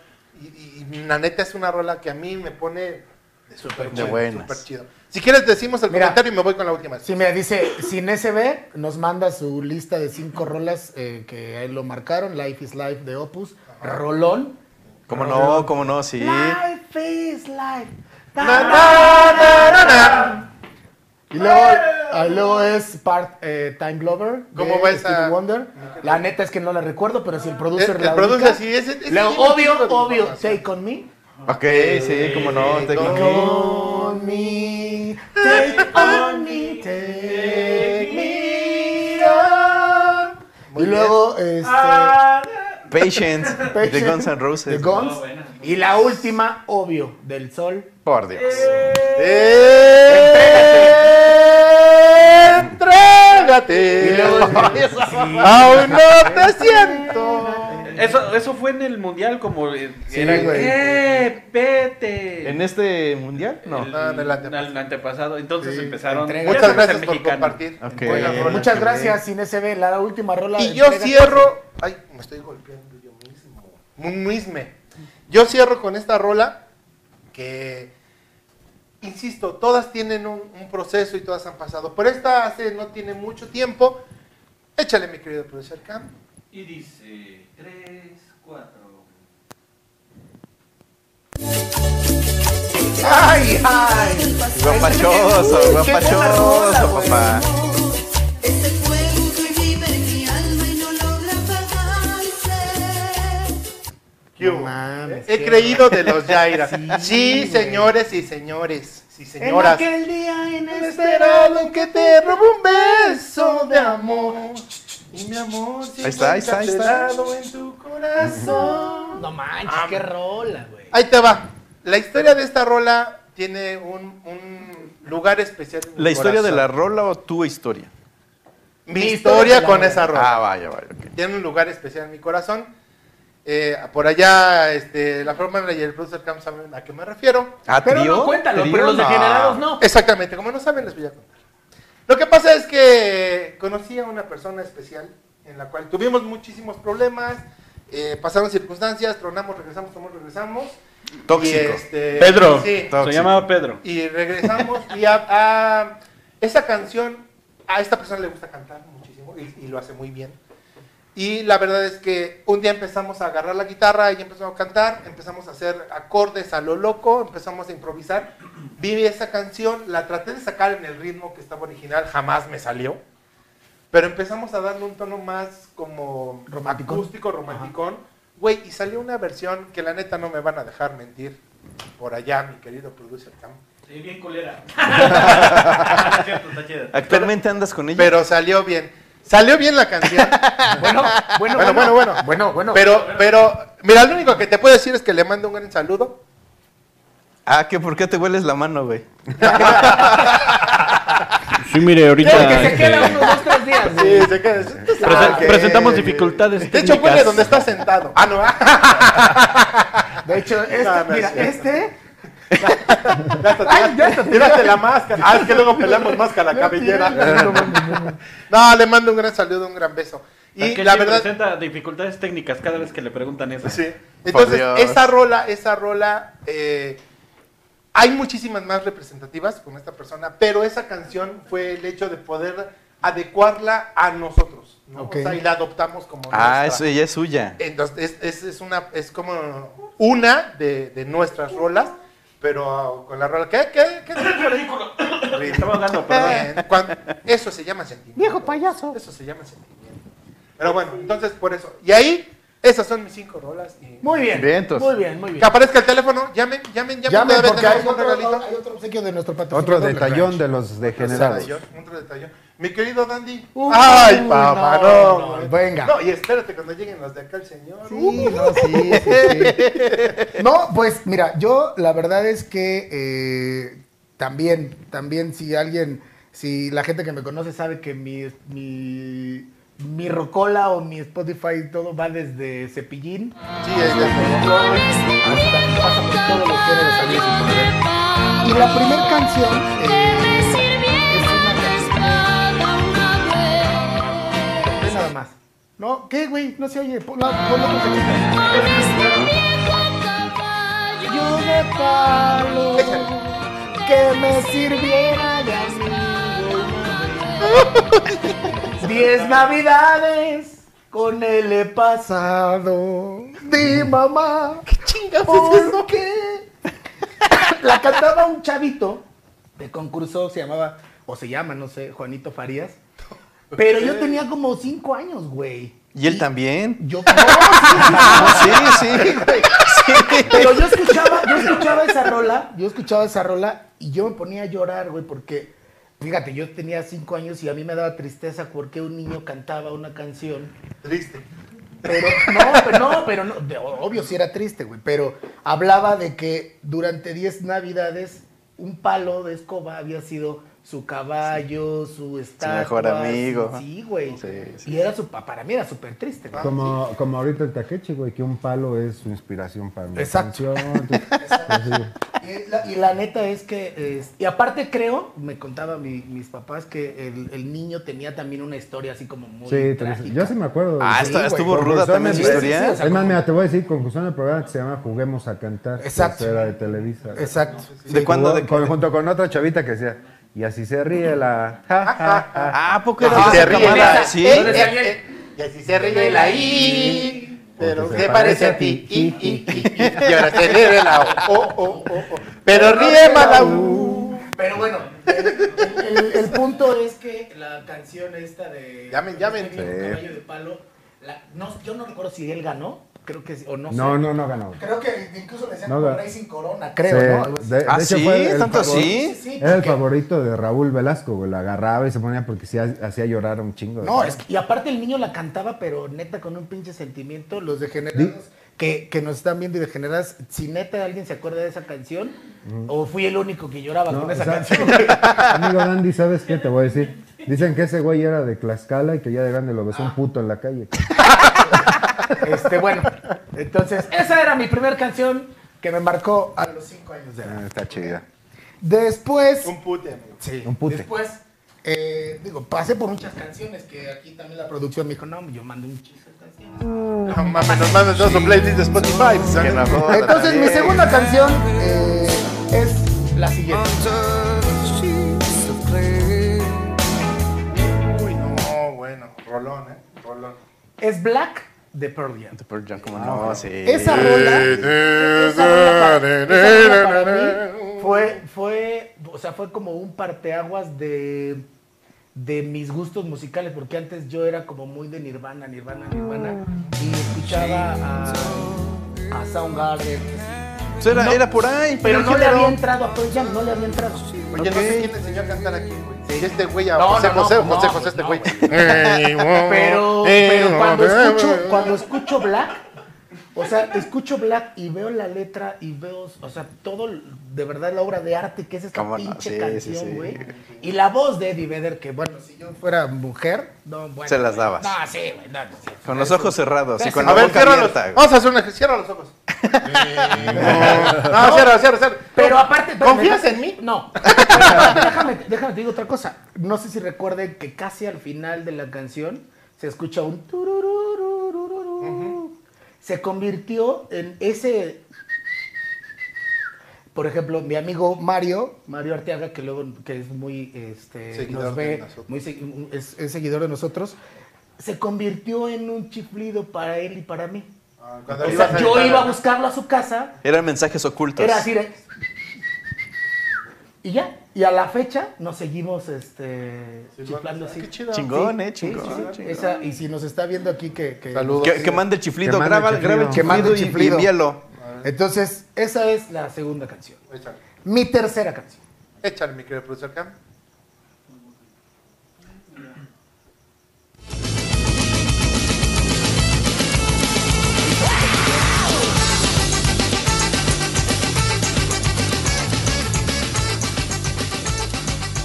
Speaker 3: Y, y- y la neta es una rola que a mí me pone
Speaker 8: Súper
Speaker 13: De
Speaker 8: chido,
Speaker 13: buenas.
Speaker 8: súper chido. Si quieres decimos el
Speaker 4: Mira.
Speaker 8: comentario y me voy con la última.
Speaker 3: Eh,
Speaker 4: Sí, mira, dice, sin SB nos manda su lista de cinco rolas eh, que a él lo marcaron, Life is Life de Opus, Rolón.
Speaker 5: ¿Cómo no? ¿Cómo no? Sí.
Speaker 4: Life is Life. Ta-
Speaker 5: Na-
Speaker 4: ta-
Speaker 5: na- na- Eh.
Speaker 4: Y luego, ah, luego es Part eh, Time Lover.
Speaker 8: ¿Cómo va esa?
Speaker 4: Stevie Wonder. La neta es que no la recuerdo, pero si el producer
Speaker 5: Eh,
Speaker 8: El- el
Speaker 4: la
Speaker 8: producer
Speaker 4: ubica-
Speaker 8: sí, ese- ese
Speaker 4: Luego,
Speaker 8: sí me
Speaker 4: obvio,
Speaker 8: acuerdo de
Speaker 4: obvio, Take On Me.
Speaker 5: Ok, sí, cómo no. Take on
Speaker 4: me. On me, take on me, take me on. Y luego, este...
Speaker 5: Ah. Patience. De
Speaker 4: Patience,
Speaker 5: Guns N' Roses.
Speaker 4: The Guns. Y la última, obvio, del sol.
Speaker 5: Por Dios.
Speaker 8: Entrégate. Aún no te siento.
Speaker 7: Eso, eso fue en el mundial como eh,
Speaker 5: Sí,
Speaker 7: era
Speaker 5: güey.
Speaker 7: ¡Eh, vete!
Speaker 5: ¿En este mundial? No.
Speaker 7: El, al antepasado. Entonces empezaron.
Speaker 5: entrega.
Speaker 7: ya
Speaker 5: Muchas
Speaker 7: sabes,
Speaker 5: gracias
Speaker 7: el
Speaker 5: por
Speaker 7: mexicano.
Speaker 5: compartir. Ok.
Speaker 4: Oiga,
Speaker 5: Eh,
Speaker 4: muchas gracias, Sin SB, la última rola.
Speaker 8: Y yo cierro. Ay, me estoy golpeando yo mismo. Un misme. Yo cierro con esta rola que, insisto, todas tienen un, un proceso y todas han pasado. Pero esta hace no tiene mucho tiempo. Échale, mi querido profesor Camp.
Speaker 7: Y dice: 3, 4.
Speaker 4: ¡Ay, ay!
Speaker 5: Guapachoso, guapachoso, papá.
Speaker 8: No He creído de los Yaira. Sí, señores y señores. Sí,
Speaker 4: En
Speaker 8: señoras.
Speaker 4: aquel día inesperado que te robó un beso de amor.
Speaker 8: Y mi amor, sigue
Speaker 5: Ahí está, ahí está, ahí está.
Speaker 8: encarcelado en tu corazón.
Speaker 4: No manches, qué rola, güey.
Speaker 8: Ahí te va. La historia de esta rola tiene un, un lugar especial. en mi
Speaker 5: ¿La historia de
Speaker 8: corazón.
Speaker 5: la rola o tu historia?
Speaker 8: Mi historia con esa rola.
Speaker 5: Ah, vaya, vaya. ok.
Speaker 8: Tiene un lugar especial en mi corazón. Eh, por allá, este, la forma y el producer Cam saben a qué me refiero.
Speaker 5: ¿A
Speaker 4: Pero no, cuéntalo, pero los degenerados no.
Speaker 8: Exactamente, como no saben, les voy a contar. Lo que pasa es que conocí a una persona especial en la cual tuvimos muchísimos problemas, eh, pasaron circunstancias, tronamos, regresamos, tomamos, regresamos. y,
Speaker 5: Tóxico.
Speaker 8: este,
Speaker 7: Pedro.
Speaker 8: sí,
Speaker 7: Se llamaba Pedro.
Speaker 8: y regresamos y a, a- esa canción, a esta persona le gusta cantar muchísimo y, y lo hace muy bien. Y la verdad es que un día empezamos a agarrar la guitarra, ella empezó a cantar, empezamos a hacer acordes a lo loco, empezamos a improvisar. Vi esa canción, la traté de sacar en el ritmo que estaba original, jamás me salió. Pero empezamos a darle un tono más como acústico, romanticón. Güey, y salió una versión que la neta no me van a dejar mentir por allá, mi querido producer Cam.
Speaker 7: Sí, bien culera. Está cierto, está chida.
Speaker 5: ¿Actualmente andas con ella?
Speaker 8: Pero salió bien. Salió bien la canción.
Speaker 4: Bueno, bueno,
Speaker 8: bueno, bueno, bueno.
Speaker 4: Bueno, bueno.
Speaker 8: Pero, pero, mira, lo único que te puedo decir es que le mando un gran saludo.
Speaker 5: Ah, ¿qué? ¿Por qué te hueles la mano, güey?
Speaker 7: Sí, mire, ahorita.
Speaker 4: Porque se
Speaker 7: eh,
Speaker 4: queda unos dos, tres días.
Speaker 8: Sí, se queda- tú sabes.
Speaker 7: presen- Presentamos dificultades
Speaker 8: De hecho,
Speaker 7: técnicas.
Speaker 8: huele donde estás sentado. Ah, no, ah,
Speaker 4: De hecho, este,
Speaker 8: No, no es
Speaker 4: mira,
Speaker 8: cierto.
Speaker 4: este.
Speaker 8: gástate,
Speaker 4: Ay, ya te-
Speaker 8: Tírate la máscara. Ah, es que luego pelamos máscara, cabellera. No, le mando un gran saludo, un gran beso. Y
Speaker 7: Aquel
Speaker 8: la
Speaker 7: que
Speaker 8: verdad,
Speaker 7: presenta dificultades técnicas cada vez que le preguntan eso.
Speaker 8: Sí.
Speaker 5: Por
Speaker 8: Entonces,
Speaker 5: Dios.
Speaker 8: esa rola, esa rola, eh, hay muchísimas más representativas con esta persona, pero esa canción fue el hecho de poder adecuarla a nosotros, ¿no?
Speaker 4: Ok.
Speaker 8: O sea, y la adoptamos como
Speaker 5: Ah, eso
Speaker 8: nuestra.
Speaker 5: ella es suya.
Speaker 8: Entonces, es, es- es una, es como una de, de nuestras rolas, pero con la rola, ¿qué? ¿Qué? ¿Qué? ridículo?
Speaker 7: Estaba hablando, perdón.
Speaker 3: eh,
Speaker 8: eso se llama sentimiento.
Speaker 4: Viejo payaso.
Speaker 8: Eso se llama sentimiento. Pero bueno, entonces, por eso. Y ahí, esas son mis cinco rolas. y-
Speaker 4: Muy bien.
Speaker 5: Vientos.
Speaker 4: Muy bien, muy
Speaker 8: que
Speaker 4: bien.
Speaker 8: aparezca el teléfono, llamen, llamen, llamen.
Speaker 4: Llamen
Speaker 8: todavía
Speaker 4: porque hay
Speaker 8: tenemos un
Speaker 4: otro,
Speaker 8: regalito.
Speaker 4: hay otro obsequio de nuestro patrocinador.
Speaker 6: Otro detallón de los
Speaker 8: Otro
Speaker 6: degenerados.
Speaker 8: detallón, otro detallón. Mi querido Dandy.
Speaker 4: Uy,
Speaker 8: Ay,
Speaker 4: no,
Speaker 8: papá,
Speaker 4: no,
Speaker 8: no.
Speaker 4: no, venga.
Speaker 8: No, y espérate cuando lleguen los de acá el señor.
Speaker 4: Sí, no, sí, sí, sí. No, pues mira, yo la verdad es que eh, también, también si alguien, si la gente que me conoce sabe que mi, mi, mi rocola o mi Spotify y todo va desde cepillín.
Speaker 8: Sí, ahí está.
Speaker 4: hasta- pasa por todos los géneros habidos y por haber. Y la primera canción eh, es una canción- Ve nada más. No, ¿qué, güey? No se oye. Ponla, ponla otra canción. Yo de palo. que me sirviera de amigo. Diez navidades con él he pasado. Di mamá. ¿Qué chingas ¿Por qué? La cantaba un chavito de concurso, se llamaba, o se llama, no sé, Juanito Farías. Pero yo tenía como cinco años, güey.
Speaker 5: ¿Y él también?
Speaker 4: Yo
Speaker 5: Sí, sí, güey.
Speaker 4: Pero yo escuchaba, yo escuchaba esa rola, yo escuchaba esa rola y yo me ponía a llorar, güey, porque, fíjate, yo tenía cinco años y a mí me daba tristeza porque un niño cantaba una canción.
Speaker 3: Triste.
Speaker 4: Pero, no, pero no, pero no, de- obvio sí era triste, güey, pero hablaba de que durante 10 navidades un palo de escoba había sido su caballo, su estatua.
Speaker 5: mejor
Speaker 4: su-
Speaker 5: amigo.
Speaker 4: Sí, güey. y era su, pa- para mí era súper triste. güey.
Speaker 6: Como, como ahorita el Takechi, güey, que un palo es su inspiración para mi
Speaker 4: Exacto.
Speaker 6: canción. Entonces, así,
Speaker 4: Y la, y la neta es que, es- y aparte creo, me contaba mi- mis papás que el, el niño tenía también una historia así como muy...
Speaker 6: sí,
Speaker 4: trágica.
Speaker 6: tres- yo sí me acuerdo.
Speaker 5: Ah,
Speaker 6: Sí,
Speaker 5: esta-
Speaker 6: güey,
Speaker 5: estuvo ruda
Speaker 6: conclusiones,
Speaker 5: también su
Speaker 6: güey.
Speaker 5: historia. Sí, sí, o sea,
Speaker 6: es más,
Speaker 5: como-
Speaker 6: mira, te voy a decir conclusión del programa que se llama Juguemos a Cantar. que
Speaker 4: Exacto.
Speaker 6: Era de Televisa. güey.
Speaker 4: Exacto.
Speaker 5: ¿De cuándo? ¿De
Speaker 6: Con- junto con otra chavita que decía, y así se ríe la... ja, ja, ja".
Speaker 5: Ah, porque era
Speaker 6: Ajá,
Speaker 5: de
Speaker 6: se
Speaker 5: esa
Speaker 6: ríe,
Speaker 5: camada?
Speaker 6: ¿verdad?
Speaker 5: Sí.
Speaker 6: Eh, eh,
Speaker 3: Y así se ríe la I. Pero
Speaker 6: Porque
Speaker 3: se
Speaker 6: se
Speaker 3: parece
Speaker 6: parece
Speaker 3: a ti. I, I, I, I. Y ahora se ríe la
Speaker 8: Oh,
Speaker 3: O. O, O, O, O. Pero ríe más la U.
Speaker 4: Pero bueno, el, el- el punto es que la canción esta de...
Speaker 3: Llamen, llamen.
Speaker 4: Tengo un caballo de palo, la- no, yo no recuerdo si él ganó, creo que sí, o no.
Speaker 6: No,
Speaker 4: sé.
Speaker 6: no, no ganó.
Speaker 4: Creo que incluso le decían
Speaker 6: No,
Speaker 4: como
Speaker 6: ga-
Speaker 4: Racing Corona, creo,
Speaker 6: Sí,
Speaker 4: ¿no? Algo así.
Speaker 6: de- de
Speaker 5: ¿Ah,
Speaker 6: hecho,
Speaker 5: sí?
Speaker 6: fue el
Speaker 5: ¿Tanto
Speaker 6: favor-
Speaker 5: así?
Speaker 4: Sí, sí,
Speaker 6: Era el
Speaker 4: porque-
Speaker 6: favorito de Raúl Velasco, güey. La agarraba y se ponía porque sí ha- hacía llorar a un chingo. de
Speaker 4: No,
Speaker 6: gente.
Speaker 4: es que- y aparte el niño la cantaba, pero neta con un pinche sentimiento, los degenerados que, que nos están viendo y degeneradas, si neta alguien se acuerda de esa canción, o fui el único que lloraba
Speaker 6: No,
Speaker 4: con esa
Speaker 6: o sea,
Speaker 4: canción.
Speaker 6: Amigo Dandy, ¿sabes qué te voy a decir? Dicen que ese güey era de Tlaxcala y que ya de grande lo besó un puto en la calle.
Speaker 4: este, bueno, entonces, esa era mi primera canción que me marcó a los cinco años de edad.
Speaker 5: Ah, Está chida.
Speaker 4: Después,
Speaker 3: Un pute, amigo.
Speaker 4: sí,
Speaker 6: un pute.
Speaker 4: después, eh, digo, pasé por muchas canciones que aquí también la producción me dijo, no, yo mandé un chingo de canciones.
Speaker 3: No mames, nos mandan todos los playlists de Spotify.
Speaker 5: Que la boda
Speaker 4: Entonces, mi
Speaker 5: también.
Speaker 4: segunda canción eh, es la siguiente.
Speaker 3: Uy, no, bueno. Rolón, ¿eh? Rolón.
Speaker 4: Es Black de Pearl Jam. Ah,
Speaker 5: De Pearl Jam, ¿cómo no? Sí.
Speaker 4: Esa rola, esa rola para, esa rola para mí fue, fue, o sea, fue como un parteaguas de, de mis gustos musicales, porque antes yo era como muy de Nirvana, Nirvana, Nirvana, y escuchaba a, a Soundgarden,
Speaker 5: Pues Era, era por ahí.
Speaker 4: pero
Speaker 5: un
Speaker 4: no le
Speaker 5: género.
Speaker 4: había entrado a Pearl Jam, no le había entrado.
Speaker 3: Oye, no sé quién enseñó a cantar aquí, güey. Si este güey, a
Speaker 4: No,
Speaker 3: José
Speaker 4: no, no,
Speaker 3: José o
Speaker 4: no,
Speaker 3: José
Speaker 4: pues
Speaker 3: José, este
Speaker 4: no,
Speaker 3: güey.
Speaker 4: Pero,
Speaker 5: Eh,
Speaker 4: pero cuando escucho, cuando escucho Black, o sea, escucho Black y veo la letra y veo, o sea, todo, de verdad, la obra de arte que es esta
Speaker 5: Cómo no,
Speaker 4: pinche
Speaker 5: sí, sí, sí.
Speaker 4: canción, güey. Y la voz de Eddie Vedder, que bueno, si yo fuera mujer, no, bueno.
Speaker 5: Se las dabas.
Speaker 4: No, sí, güey, no, sí.
Speaker 5: Con los ojos cerrados y con la
Speaker 3: A ver,
Speaker 5: boca
Speaker 3: cierra los.
Speaker 5: abierta. güey.
Speaker 3: Vamos a hacer un ejercicio. Cierra los ojos.
Speaker 8: Ah,
Speaker 3: No, cierra, cierra, cierra.
Speaker 4: Pero aparte...
Speaker 3: ¿Confías en mí?
Speaker 4: No. Pero aparte, déjame, déjame, te digo otra cosa. No sé si recuerden que casi al final de la canción se escucha un... tururururururu. Se convirtió en ese... Por ejemplo, mi amigo Mario, Mario Arteaga, que luego que es muy, este,
Speaker 3: Seguidor
Speaker 4: nos
Speaker 3: de
Speaker 4: ve,
Speaker 3: nosotros.
Speaker 4: muy segui- es, es seguidor de nosotros, se convirtió en un chiflido para él y para mí.
Speaker 3: Cuando
Speaker 4: O
Speaker 3: ibas
Speaker 4: sea,
Speaker 3: a
Speaker 4: yo
Speaker 3: entrar-
Speaker 4: iba a buscarlo a su casa
Speaker 5: Eran mensajes ocultos.
Speaker 4: era así de... Y ya, y a la fecha nos seguimos este,
Speaker 3: Sí, bueno,
Speaker 4: chiflando
Speaker 3: ah,
Speaker 4: así.
Speaker 3: qué ah, chido.
Speaker 5: Chingón,
Speaker 4: Sí, sí,
Speaker 5: eh,
Speaker 4: sí,
Speaker 5: chingón.
Speaker 4: sí.
Speaker 5: chingón.
Speaker 4: Esa- y si nos está viendo aquí, que... que-
Speaker 3: Saludos.
Speaker 5: Que, que mande el
Speaker 6: Que
Speaker 5: chiflido,
Speaker 6: mande
Speaker 5: graba,
Speaker 6: el
Speaker 5: graba el
Speaker 6: chiflido. Que
Speaker 4: mande
Speaker 5: chiflido,
Speaker 4: el
Speaker 5: y- y
Speaker 4: chiflido.
Speaker 5: envíalo.
Speaker 4: Entonces, esa es la segunda canción.
Speaker 3: Échale,
Speaker 4: Mi tercera canción.
Speaker 3: échale, mi querido productor Cam.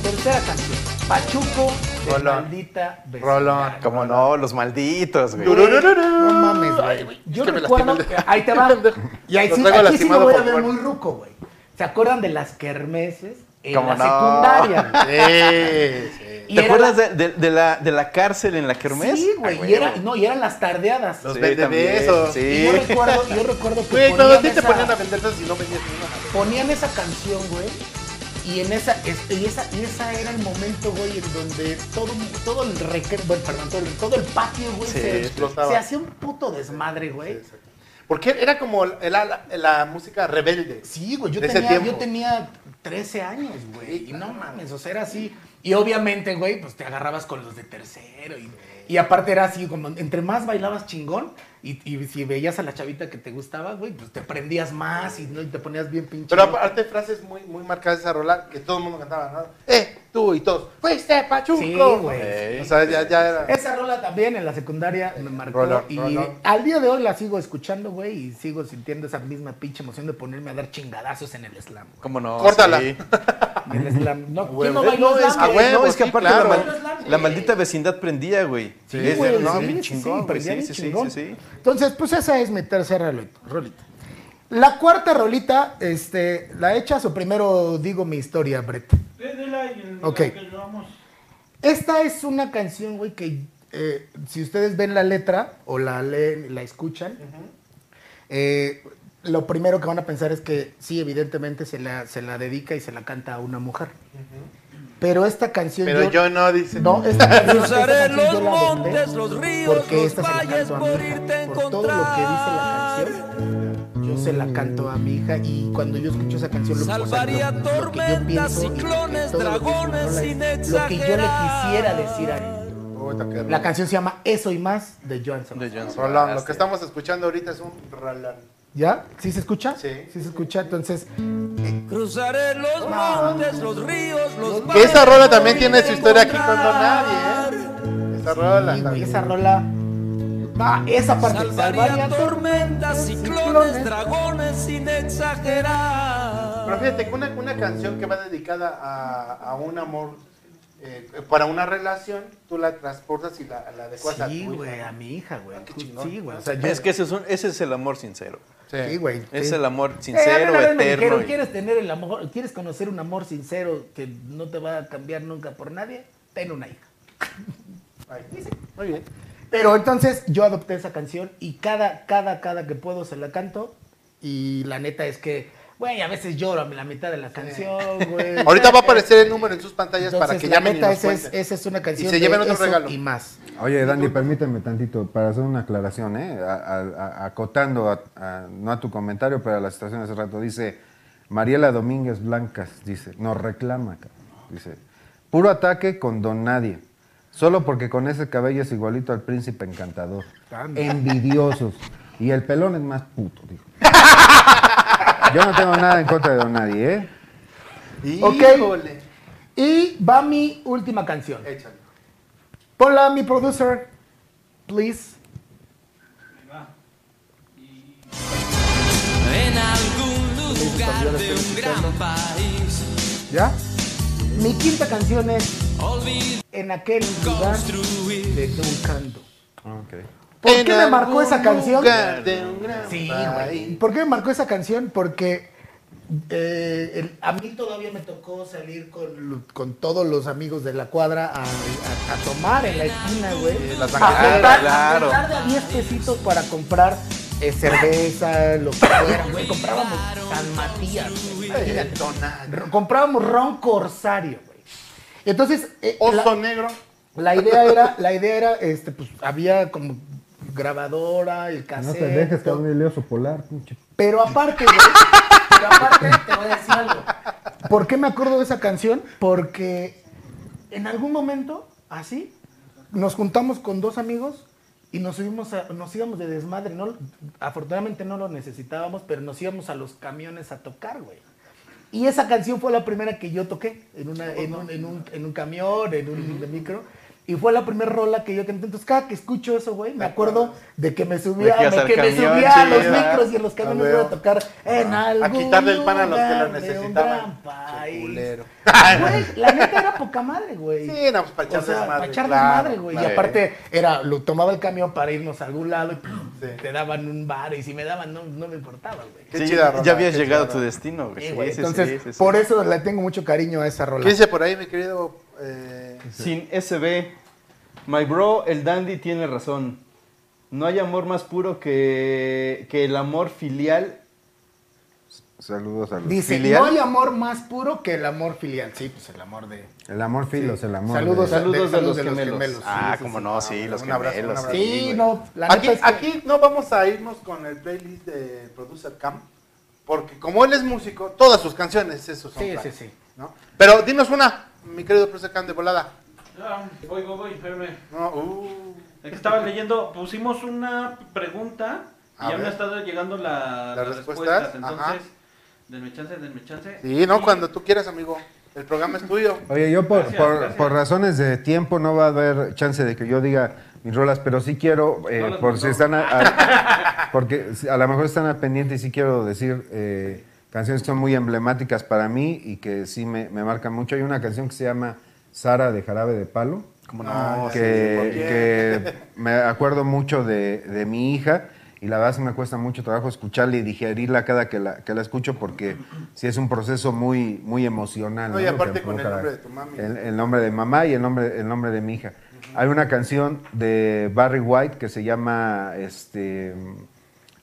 Speaker 4: Tercera canción. Pachuco de
Speaker 3: Rolón.
Speaker 4: maldita vecindad.
Speaker 3: Rolón.
Speaker 5: Como no, los malditos, güey.
Speaker 4: No mames, güey. Yo
Speaker 3: Es que me
Speaker 4: recuerdo...
Speaker 3: lastimé el
Speaker 4: que-
Speaker 3: dedo.
Speaker 4: ahí te va.
Speaker 3: Pendejo.
Speaker 4: Y ahí
Speaker 3: Lo
Speaker 4: sí,
Speaker 3: traigo
Speaker 4: aquí sí me
Speaker 3: lastimado
Speaker 4: voy a
Speaker 3: por
Speaker 4: ver
Speaker 3: fuera.
Speaker 4: muy ruco, güey. ¿Se acuerdan de las kermeses en
Speaker 5: Cómo
Speaker 4: la
Speaker 5: no.
Speaker 4: secundaria? güey?
Speaker 3: Sí, sí.
Speaker 4: Y
Speaker 5: ¿Te
Speaker 4: era
Speaker 5: acuerdas
Speaker 4: la-
Speaker 5: de, de- de la, de la cárcel en la kermés?
Speaker 4: Sí, güey.
Speaker 5: Ah,
Speaker 4: y, era- no, y eran las tardeadas.
Speaker 3: Los
Speaker 5: Sí,
Speaker 3: vende
Speaker 5: también,
Speaker 3: besos.
Speaker 5: sí.
Speaker 4: Y yo recuerdo, yo recuerdo que
Speaker 3: Güey,
Speaker 4: ponían,
Speaker 3: cuando a ti te
Speaker 4: esa,
Speaker 3: ponían a vender besos y no vendías ni una.
Speaker 4: ponían esa canción, güey, Y en esa, es- y esa, y esa era el momento, güey, en donde todo, todo el recre- bueno, perdón, todo el, todo el patio, güey,
Speaker 3: Sí,
Speaker 4: se
Speaker 3: explotaba.
Speaker 4: Se hacía un puto desmadre, güey.
Speaker 3: Porque era como la, la- la música rebelde.
Speaker 4: Sí, güey, yo
Speaker 3: de ese
Speaker 4: tenía,
Speaker 3: tiempo.
Speaker 4: yo tenía 13 años, güey. Y no mames, o sea, era así. Y obviamente, güey, pues te agarrabas con los de tercero. Y, y aparte era así, como entre más bailabas chingón y, y si veías a la chavita que te gustaba, güey, pues te prendías más y, ¿no? y te ponías bien pinche.
Speaker 3: Pero aparte frases muy, muy marcadas de esa rola que todo el mundo cantaba, ¿no? ¡Eh! Tú y todos. ¡Fuiste pachuco!
Speaker 4: Sí, güey.
Speaker 3: O sea, ya, ya era.
Speaker 4: Esa rola también en la secundaria me marcó.
Speaker 3: rolón,
Speaker 4: y
Speaker 3: rolón.
Speaker 4: al día de hoy la sigo escuchando, güey, y sigo sintiendo esa misma pinche emoción de ponerme a dar chingadazos en el slam. güey.
Speaker 5: ¿Cómo no?
Speaker 3: Córtala.
Speaker 5: Sí.
Speaker 4: En el slam. No, ¿quién
Speaker 5: Huevo.
Speaker 4: no bailó
Speaker 5: No, es
Speaker 4: slam,
Speaker 5: que,
Speaker 4: güey?
Speaker 5: no, es que
Speaker 4: Sí,
Speaker 5: aparte
Speaker 4: claro.
Speaker 5: la,
Speaker 4: Bailó slam,
Speaker 5: mal- la maldita vecindad prendía, güey.
Speaker 4: Sí,
Speaker 5: Es-
Speaker 4: güey,
Speaker 5: no,
Speaker 4: sí,
Speaker 5: bien
Speaker 4: sí,
Speaker 5: chingón,
Speaker 4: sí,
Speaker 5: güey,
Speaker 4: prendía
Speaker 5: sí,
Speaker 4: bien
Speaker 5: sí, sí,
Speaker 4: chingón.
Speaker 5: sí, sí.
Speaker 4: Entonces, pues esa es mi tercera rolita. rolita. La cuarta rolita, este, ¿la echas o primero digo mi historia, Brett? Ok. Esta es una canción, güey, que eh, si ustedes ven la letra o la leen y la escuchan, eh, lo primero que van a pensar es que sí, evidentemente se la, se la dedica y se la canta a una mujer. Pero esta canción...
Speaker 3: Pero yo no, dice.
Speaker 4: No, esta canción, esta
Speaker 14: Cruzaré
Speaker 4: canción yo
Speaker 14: los
Speaker 4: la adopté
Speaker 14: montes, los ríos,
Speaker 4: porque
Speaker 14: los
Speaker 4: esta se la
Speaker 14: valles
Speaker 4: canto a mi hija. Por todo lo que dice la canción, yo se la canto a mi hija y cuando yo escucho esa canción lo, o sea,
Speaker 14: Salvaría
Speaker 4: lo- lo que yo
Speaker 14: tormentas,
Speaker 4: pienso y lo que-
Speaker 14: ciclones,
Speaker 4: todo lo que es una
Speaker 14: dragones
Speaker 4: rola es
Speaker 14: sin
Speaker 4: lo que yo le
Speaker 14: exagerar.
Speaker 4: quisiera decir a él. La canción se llama Eso y más de Johnson.
Speaker 5: De Johnson.
Speaker 3: Rolón, lo que estamos escuchando ahorita es un rolón.
Speaker 4: ¿Ya? ¿Sí se escucha? Sí. ¿Sí se escucha? Entonces, eh, Ah,
Speaker 14: Cruzaré los montes, los ríos, los
Speaker 3: Que
Speaker 14: valles.
Speaker 3: esa rola también tiene su historia aquí con Don Nadie, ¿eh? Esa rola.
Speaker 4: güey, esa rola. Ah, esa parte.
Speaker 14: Salvaría
Speaker 4: Salvaria
Speaker 14: tormentas, ciclones, dragones sin exagerar.
Speaker 3: Pero fíjate que una, una canción que va dedicada a, a un amor, eh, para una relación, tú la transportas y la, la adecuas a tu
Speaker 4: Sí,
Speaker 3: hija.
Speaker 4: güey, a mi hija, güey. Sí, güey. o sea, yo-
Speaker 5: Es que ese es, un- ese es el amor sincero.
Speaker 4: Sí, güey,
Speaker 5: Es
Speaker 4: sí.
Speaker 5: el amor
Speaker 4: Eh, a mí
Speaker 5: sincero,
Speaker 4: una vez me
Speaker 5: eterno.
Speaker 4: dijeron,
Speaker 5: y-
Speaker 4: ¿quieres tener el amor, quieres conocer un amor sincero que no te va a cambiar nunca por nadie? Ten una hija.
Speaker 3: Muy bien.
Speaker 4: Pero entonces yo adopté esa canción y cada, cada, cada que puedo se la canto. Y la neta es que, güey, a veces lloro a la mitad de la canción, güey.
Speaker 3: Ahorita va a aparecer el número en sus pantallas para
Speaker 4: Eh, Entonces,
Speaker 3: que
Speaker 4: la
Speaker 3: llamen y
Speaker 4: neta,
Speaker 3: nos
Speaker 4: esa es,
Speaker 3: cuenten.
Speaker 4: esa es una canción
Speaker 3: Y se lleven
Speaker 4: de
Speaker 3: otro
Speaker 4: eso
Speaker 3: regalo.
Speaker 4: Y más.
Speaker 6: Oye, Dani, permíteme tantito para hacer una aclaración, ¿eh? A- a- a- acotando, a- a- no a tu comentario, pero a la situación hace rato. Dice, Mariela Domínguez Blancas, dice, nos reclama, cabrón. dice, puro ataque con don nadie, solo porque con ese cabello es igualito al príncipe encantador. Envidiosos. Y el pelón es más puto, dijo. Yo no tengo nada en contra de don nadie, ¿eh?
Speaker 3: Híjole.
Speaker 4: Y va mi última canción.
Speaker 3: Échale.
Speaker 4: Ponla, mi producer, please.
Speaker 14: En algún lugar de un gran país.
Speaker 4: ¿Ya? Mi quinta canción es En aquel lugar de Duncan. ¿Por
Speaker 3: En
Speaker 4: qué me marcó
Speaker 3: algún
Speaker 4: esa canción?
Speaker 3: lugar de un gran
Speaker 4: Sí,
Speaker 3: país.
Speaker 4: güey. ¿Por qué me marcó esa canción? Porque eh, el- a mí todavía me tocó salir con, lo- con todos los amigos de la cuadra a, a- a tomar en la esquina, güey.
Speaker 3: la
Speaker 4: A
Speaker 3: zancanera,
Speaker 4: juntar-
Speaker 3: claro.
Speaker 4: A juntar de a 10 pesitos para comprar eh, cerveza, lo que fuera, güey. Comprábamos San Matías, güey. Imagínate. Ro- Comprábamos ron corsario, güey. Entonces. eh,
Speaker 3: Oso
Speaker 4: la-
Speaker 3: negro.
Speaker 4: la idea era, la idea era, este, pues había como grabadora, el cassette.
Speaker 6: No te dejes, cabrón, el leoso polar, pinche.
Speaker 4: Pero aparte, güey, pero aparte te voy a decir algo. ¿Por qué me acuerdo de esa canción? Porque en algún momento, así, nos juntamos con dos amigos y nos subimos a- nos íbamos de desmadre. No, afortunadamente no lo necesitábamos, pero nos íbamos a los camiones a tocar, güey. Y esa canción fue la primera que yo toqué en, una, en, un, en, un, en un camión, en un micro. Y fue la primera rola que yo canté. Entonces, cada que escucho eso, güey, me acuerdo de que me subía,
Speaker 5: De que
Speaker 4: me- que
Speaker 5: al
Speaker 4: me
Speaker 5: camión,
Speaker 4: subía a
Speaker 5: sí,
Speaker 4: los
Speaker 5: ¿verdad?
Speaker 4: micros y en los camiones iba a tocar en algún
Speaker 3: A quitarle el pan a los que lo
Speaker 4: lugar de un gran
Speaker 3: necesitaban.
Speaker 4: país.
Speaker 3: Culero.
Speaker 4: Güey, la neta era poca madre, güey.
Speaker 3: Sí, no, pues para echar
Speaker 4: O sea,
Speaker 3: desmadre,
Speaker 4: para echar
Speaker 3: claro,
Speaker 4: desmadre, güey.
Speaker 3: claro.
Speaker 4: Y aparte, era, lo tomaba el camión para irnos a algún lado y pum, te daban un bar. Y si me daban, no, no me importaba, güey. Eh,
Speaker 5: Sí, ya habías llegado a tu destino, güey. Sí, sí, sí,
Speaker 4: Entonces,
Speaker 5: sí, sí.
Speaker 4: por eso le tengo mucho cariño a esa rola.
Speaker 3: ¿Qué dice por ahí, mi querido? Eh,
Speaker 5: Sin SB. My bro, el dandy tiene razón. No hay amor más puro que, que el amor filial
Speaker 6: Saludos a los
Speaker 4: Dice,
Speaker 6: filial.
Speaker 4: no hay amor más puro que el amor filial. Sí, pues el amor de...
Speaker 6: El amor filos, Pues, el amor.
Speaker 4: Saludos,
Speaker 6: de-
Speaker 4: saludos
Speaker 6: de-
Speaker 4: a los gemelos.
Speaker 5: Ah,
Speaker 4: Sí, sí,
Speaker 5: como
Speaker 4: sí.
Speaker 5: no, sí, los
Speaker 4: Un abrazo,
Speaker 5: gemelos.
Speaker 4: un abrazo.
Speaker 5: sí,
Speaker 4: Sí,
Speaker 5: güey.
Speaker 4: no, la
Speaker 3: aquí,
Speaker 4: neta es que-
Speaker 3: aquí no vamos a irnos con el playlist de Producer Camp, porque como él es músico, todas sus canciones eso son.
Speaker 4: Sí, sí,
Speaker 3: planes,
Speaker 4: sí.
Speaker 3: ¿no? Pero dinos una, mi querido Producer Camp de volada.
Speaker 7: Ah, voy, voy, voy, espérame.
Speaker 3: No, uh.
Speaker 7: Es que estaba leyendo, pusimos una pregunta y
Speaker 3: A
Speaker 7: ya me
Speaker 3: ver.
Speaker 7: ha estado llegando la,
Speaker 3: ¿Las
Speaker 7: las
Speaker 3: respuestas?
Speaker 7: respuestas. Entonces,
Speaker 3: Ajá.
Speaker 7: denme chance, denme chance.
Speaker 3: Sí, no, cuando tú quieras, amigo. El programa es tuyo.
Speaker 6: Oye, yo por,
Speaker 7: Gracias,
Speaker 6: por-
Speaker 7: gracias.
Speaker 6: por razones de tiempo no va a haber chance de que yo diga mis rolas, pero sí quiero, eh,
Speaker 7: No las
Speaker 6: por si
Speaker 7: mandó.
Speaker 6: están, a, a- porque si- a lo mejor están al pendiente y sí quiero decir eh, canciones que son muy emblemáticas para mí y que sí me, me marcan mucho. Hay una canción que se llama Sara de Jarabe de Palo,
Speaker 5: ¿Cómo
Speaker 7: Ah,
Speaker 5: no? Ah,
Speaker 6: que,
Speaker 5: Sí, ¿por qué?
Speaker 6: que me acuerdo mucho de, de mi hija. Y la verdad se me cuesta mucho trabajo escucharla y digerirla cada que la, que la escucho porque sí es un proceso muy, muy emocional.
Speaker 3: No, y
Speaker 6: Lo que
Speaker 3: aparte con el
Speaker 6: provoca-
Speaker 3: nombre de tu mami.
Speaker 6: el, el nombre de mamá y el nombre, el nombre de mi hija. Hay una canción de Barry White que se llama este,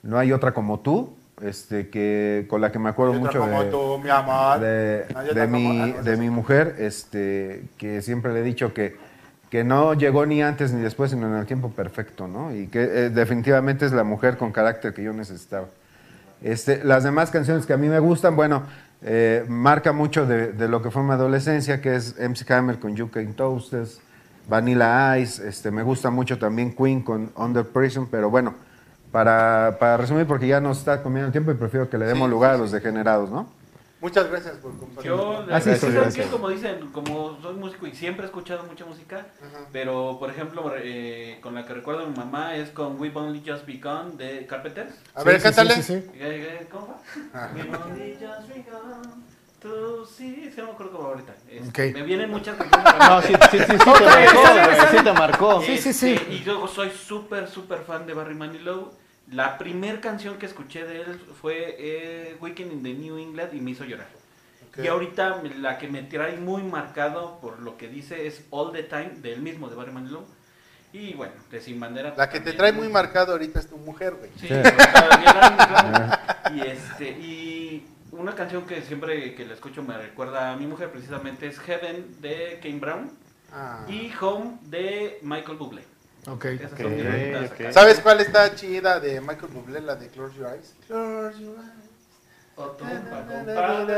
Speaker 6: No hay otra como tú, este, que, con la que me acuerdo
Speaker 3: Yo
Speaker 6: mucho
Speaker 3: como
Speaker 6: de,
Speaker 3: tú, mi amor.
Speaker 6: de-
Speaker 3: No, yo
Speaker 6: de
Speaker 3: te como-
Speaker 6: mi,
Speaker 3: ah, no,
Speaker 6: de mi mujer, este, que siempre le he dicho que, que no llegó ni antes ni después, sino en el tiempo perfecto, ¿no? Y que eh, definitivamente es la mujer con carácter que yo necesitaba. Este, las demás canciones que a mí me gustan, bueno, eh, marca mucho de, de lo que fue mi adolescencia, que es MC Hammer con You Can Toasters, Vanilla Ice, este, me gusta mucho también Queen con Under Prison, pero bueno, para, para resumir, porque ya nos está comiendo el tiempo y prefiero que le demos lugar a los degenerados, ¿no?
Speaker 3: Muchas gracias por compartir.
Speaker 7: Yo,
Speaker 6: Ah, sí,
Speaker 7: la-
Speaker 6: sí,
Speaker 7: ¿sabes
Speaker 6: gracias.
Speaker 7: qué? como dicen, como soy músico y siempre he escuchado mucha música, pero por ejemplo, eh, con la que recuerdo a mi mamá es con We've Only Just Begun de Carpenters.
Speaker 3: A ver,
Speaker 7: Sí, sí,
Speaker 3: cántale.
Speaker 7: sí, sí, sí. Eh, eh, ¿Cómo va? We've Only Just Begun. Tú sí, sí, no me acuerdo cómo va ahorita. Este,
Speaker 4: Ok.
Speaker 7: Me vienen muchas canciones.
Speaker 5: No, sí, sí, sí, sí te
Speaker 7: Otra vez,
Speaker 5: marcó,
Speaker 7: sale,
Speaker 5: güey,
Speaker 7: sale.
Speaker 5: sí te marcó. Sí, sí, sí.
Speaker 7: Este, Y yo soy súper, súper fan de Barry Manilow. La primera canción que escuché de él fue eh, Weekend in the New England y me hizo llorar.
Speaker 3: Ok.
Speaker 7: Y ahorita la que me trae muy marcado por lo que dice es All the Time, del mismo de Barry Manilow. Y bueno, de Sin Bandera. pues
Speaker 3: La que te
Speaker 7: también.
Speaker 3: trae muy marcado ahorita es tu mujer, güey.
Speaker 7: Sí, pues, claro, claro, claro. Y este, y una canción que siempre que la escucho me recuerda a mi mujer precisamente es Heaven de Kane Brown
Speaker 3: Ah.
Speaker 7: y Home de Michael Bublé.
Speaker 4: Ok.
Speaker 7: Esas son mis favoritas acá.
Speaker 3: ¿Sabes cuál está chida de Michael Bublé, la de Close Your Eyes? Close Your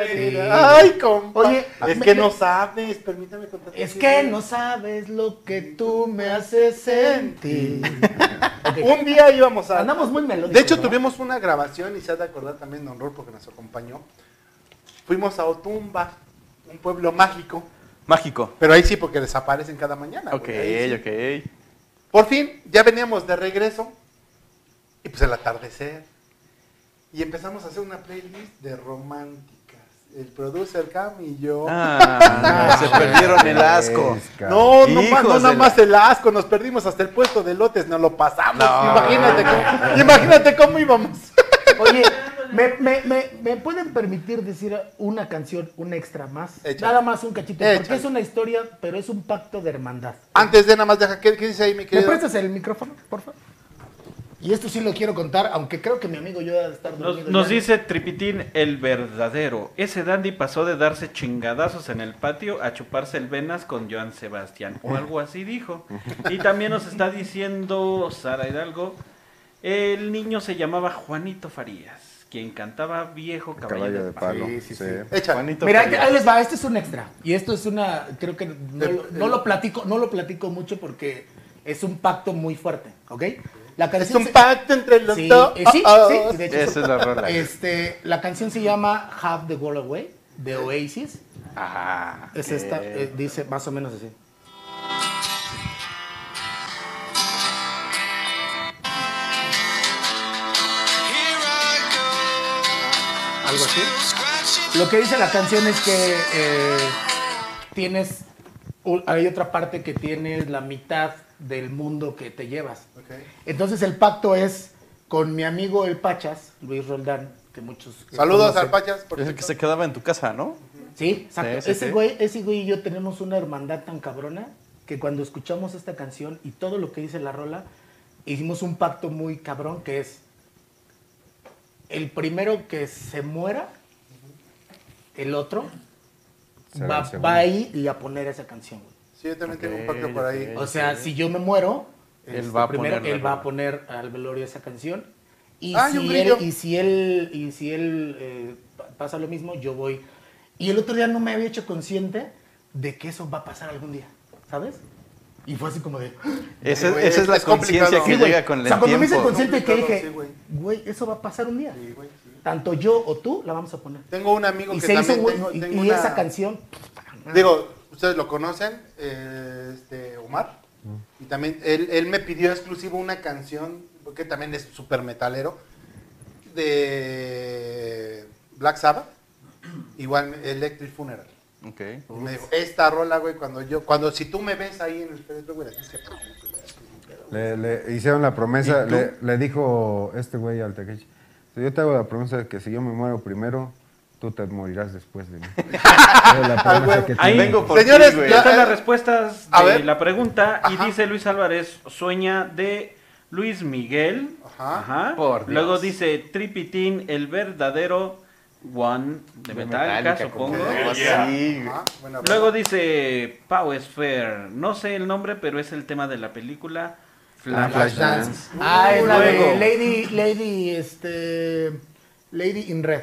Speaker 3: Eyes. Ay, compa.
Speaker 4: Oye,
Speaker 3: es
Speaker 4: me-
Speaker 3: que
Speaker 4: me-
Speaker 3: no sabes, permítame contarte.
Speaker 4: Es que no sabes lo que tú me haces sentir.
Speaker 3: Un día íbamos a...
Speaker 4: Andamos muy melódicos.
Speaker 3: De hecho,
Speaker 4: ¿no?
Speaker 3: tuvimos una grabación y se ha de acordar también Don Rol porque nos acompañó. Fuimos a Otumba, un pueblo mágico,
Speaker 5: Mágico.
Speaker 3: pero ahí sí porque desaparecen cada
Speaker 4: Ah,
Speaker 3: mañana.
Speaker 5: Ok,
Speaker 3: güey, ahí sí.
Speaker 5: ok.
Speaker 3: Por fin, ya veníamos de regreso y pues el atardecer. Y empezamos a hacer una playlist de románticas. El producer Cam y yo.
Speaker 4: Oh.
Speaker 5: Ah, se perdieron el asco.
Speaker 3: No, no, más, no
Speaker 5: Hijos
Speaker 3: nada
Speaker 5: de
Speaker 3: más el asco, nos perdimos hasta el puesto de lotes, nos lo pasamos.
Speaker 5: No.
Speaker 3: Imagínate, cómo, imagínate cómo íbamos.
Speaker 4: Oye, ¿me, me, me, me pueden permitir decir una canción, un extra más?
Speaker 3: Échale.
Speaker 4: Nada más un cachito, porque
Speaker 3: Échale.
Speaker 4: es una historia, pero es un pacto de hermandad.
Speaker 3: Antes de nada más, deja, ¿qué, qué dice ahí mi
Speaker 4: ¿Me
Speaker 3: querido?
Speaker 4: prestas el micrófono, por favor? Y esto sí lo quiero contar, aunque creo que mi amigo yo debe estar dormido.
Speaker 7: Nos, nos
Speaker 4: ya.
Speaker 7: dice Tripitín el verdadero. Ese dandy pasó de darse chingadazos en el patio a chuparse el venas con Joan Sebastián. O algo así dijo. Y también nos está diciendo Sara Hidalgo. El niño se llamaba Juanito Farías, quien cantaba viejo caballo,
Speaker 6: Caballo
Speaker 7: de
Speaker 6: de
Speaker 7: palo.
Speaker 6: palo.
Speaker 4: Sí, sí,
Speaker 6: sí.
Speaker 4: sí.
Speaker 3: Échale.
Speaker 4: Mira, ahí, ahí les va, este es un extra. Y esto es una, creo que no, lo- no lo platico, no lo platico mucho porque es un pacto muy fuerte, ¿ok? La
Speaker 3: Es
Speaker 4: canción
Speaker 3: un
Speaker 4: se-
Speaker 3: pacto entre los
Speaker 4: Sí,
Speaker 3: dos.
Speaker 4: eh, sí, sí, y de hecho-
Speaker 5: Esa es la rola.
Speaker 4: Este, la canción se llama Have the World Away de Oasis.
Speaker 7: Ah.
Speaker 5: Ajá.
Speaker 4: Es esta, eh, dice más o menos así. Algo así. Lo que dice la canción es que eh, tienes, u- hay otra parte que tienes la mitad del mundo que te llevas. Entonces el pacto es con mi amigo el Pachas, Luis Roldán, que muchos... que
Speaker 3: Saludos
Speaker 4: conocen.
Speaker 3: al Pachas. Por
Speaker 5: Es el que se quedaba en tu casa, ¿no?
Speaker 4: Sí, exacto.
Speaker 5: Sí, sí,
Speaker 4: ese,
Speaker 5: sí.
Speaker 4: Güey, ese güey y yo tenemos una hermandad tan cabrona que cuando escuchamos esta canción y todo lo que dice la rola, hicimos un pacto muy cabrón que es el primero que se muera el otro
Speaker 6: Será el
Speaker 4: va,
Speaker 6: segundo.
Speaker 4: va ahí y a poner esa canción. güey.
Speaker 8: Sí, yo también tengo un pacto por ahí.
Speaker 4: O sea, si yo me muero,
Speaker 8: Este, Él
Speaker 4: este,
Speaker 8: va a
Speaker 4: primero
Speaker 8: poner la
Speaker 4: él va a
Speaker 8: rola.
Speaker 4: poner al velorio esa canción. Y,
Speaker 8: Ay, Ah, un
Speaker 4: si, él,
Speaker 8: grillo.
Speaker 4: y si él, y si él eh, pa- pasa lo mismo, yo voy. Y el otro día no me había hecho consciente de que eso va a pasar algún día, ¿sabes? Y fue así como de...
Speaker 3: Esa-
Speaker 4: "Ay, güey,
Speaker 3: esa es la
Speaker 4: complicado".
Speaker 3: conciencia que
Speaker 4: Sí, güey.
Speaker 3: llega con el
Speaker 4: O sea, cuando me hice
Speaker 3: tiempo.
Speaker 4: consciente que
Speaker 3: Complicado,
Speaker 4: dije,
Speaker 3: sí,
Speaker 4: güey, eso va a pasar un día. Tanto yo o tú la vamos a poner.
Speaker 8: Tengo un amigo
Speaker 4: y
Speaker 8: que
Speaker 4: se hizo,
Speaker 8: también
Speaker 4: güey,
Speaker 8: tengo-
Speaker 4: y-
Speaker 8: tengo
Speaker 4: y
Speaker 8: una-
Speaker 4: esa canción... Ah.
Speaker 8: Digo, ustedes lo conocen, eh, este, Omar. Y también él, él me pidió exclusivo una canción, porque también es súper metalero, de Black Sabbath, igual Electric Funeral.
Speaker 3: Ok.
Speaker 8: Y me dijo, esta rola, güey, cuando yo, cuando si tú me ves ahí en el Facebook, güey, la tienes que poner".
Speaker 6: Le, le hicieron la promesa,
Speaker 8: ¿Y tú?
Speaker 6: le, le dijo este güey al Takeshi, "Si yo te hago la promesa de que si yo me muero primero, tú te morirás después de mí. Era la
Speaker 7: Al
Speaker 6: promesa
Speaker 7: huevo.
Speaker 6: que
Speaker 7: Ahí,
Speaker 6: tenía.
Speaker 7: señores, ya eh, están las respuestas
Speaker 8: a
Speaker 7: de
Speaker 8: ver.
Speaker 7: la pregunta. Y dice Luis Álvarez, sueña de Luis Miguel. Ajá.
Speaker 3: Por Dios.
Speaker 7: Luego dice Tripitín, el verdadero One de
Speaker 3: De
Speaker 7: Metallica,
Speaker 3: Metallica,
Speaker 7: supongo.
Speaker 3: como que- Yeah. Sí.
Speaker 8: Ajá, buena rola.
Speaker 7: Luego dice Pau Sphere, no sé el nombre, pero es el tema de la película Flashdance.
Speaker 4: Ah, es la
Speaker 7: Luego-
Speaker 4: de Lady, Lady, este, Lady in Red.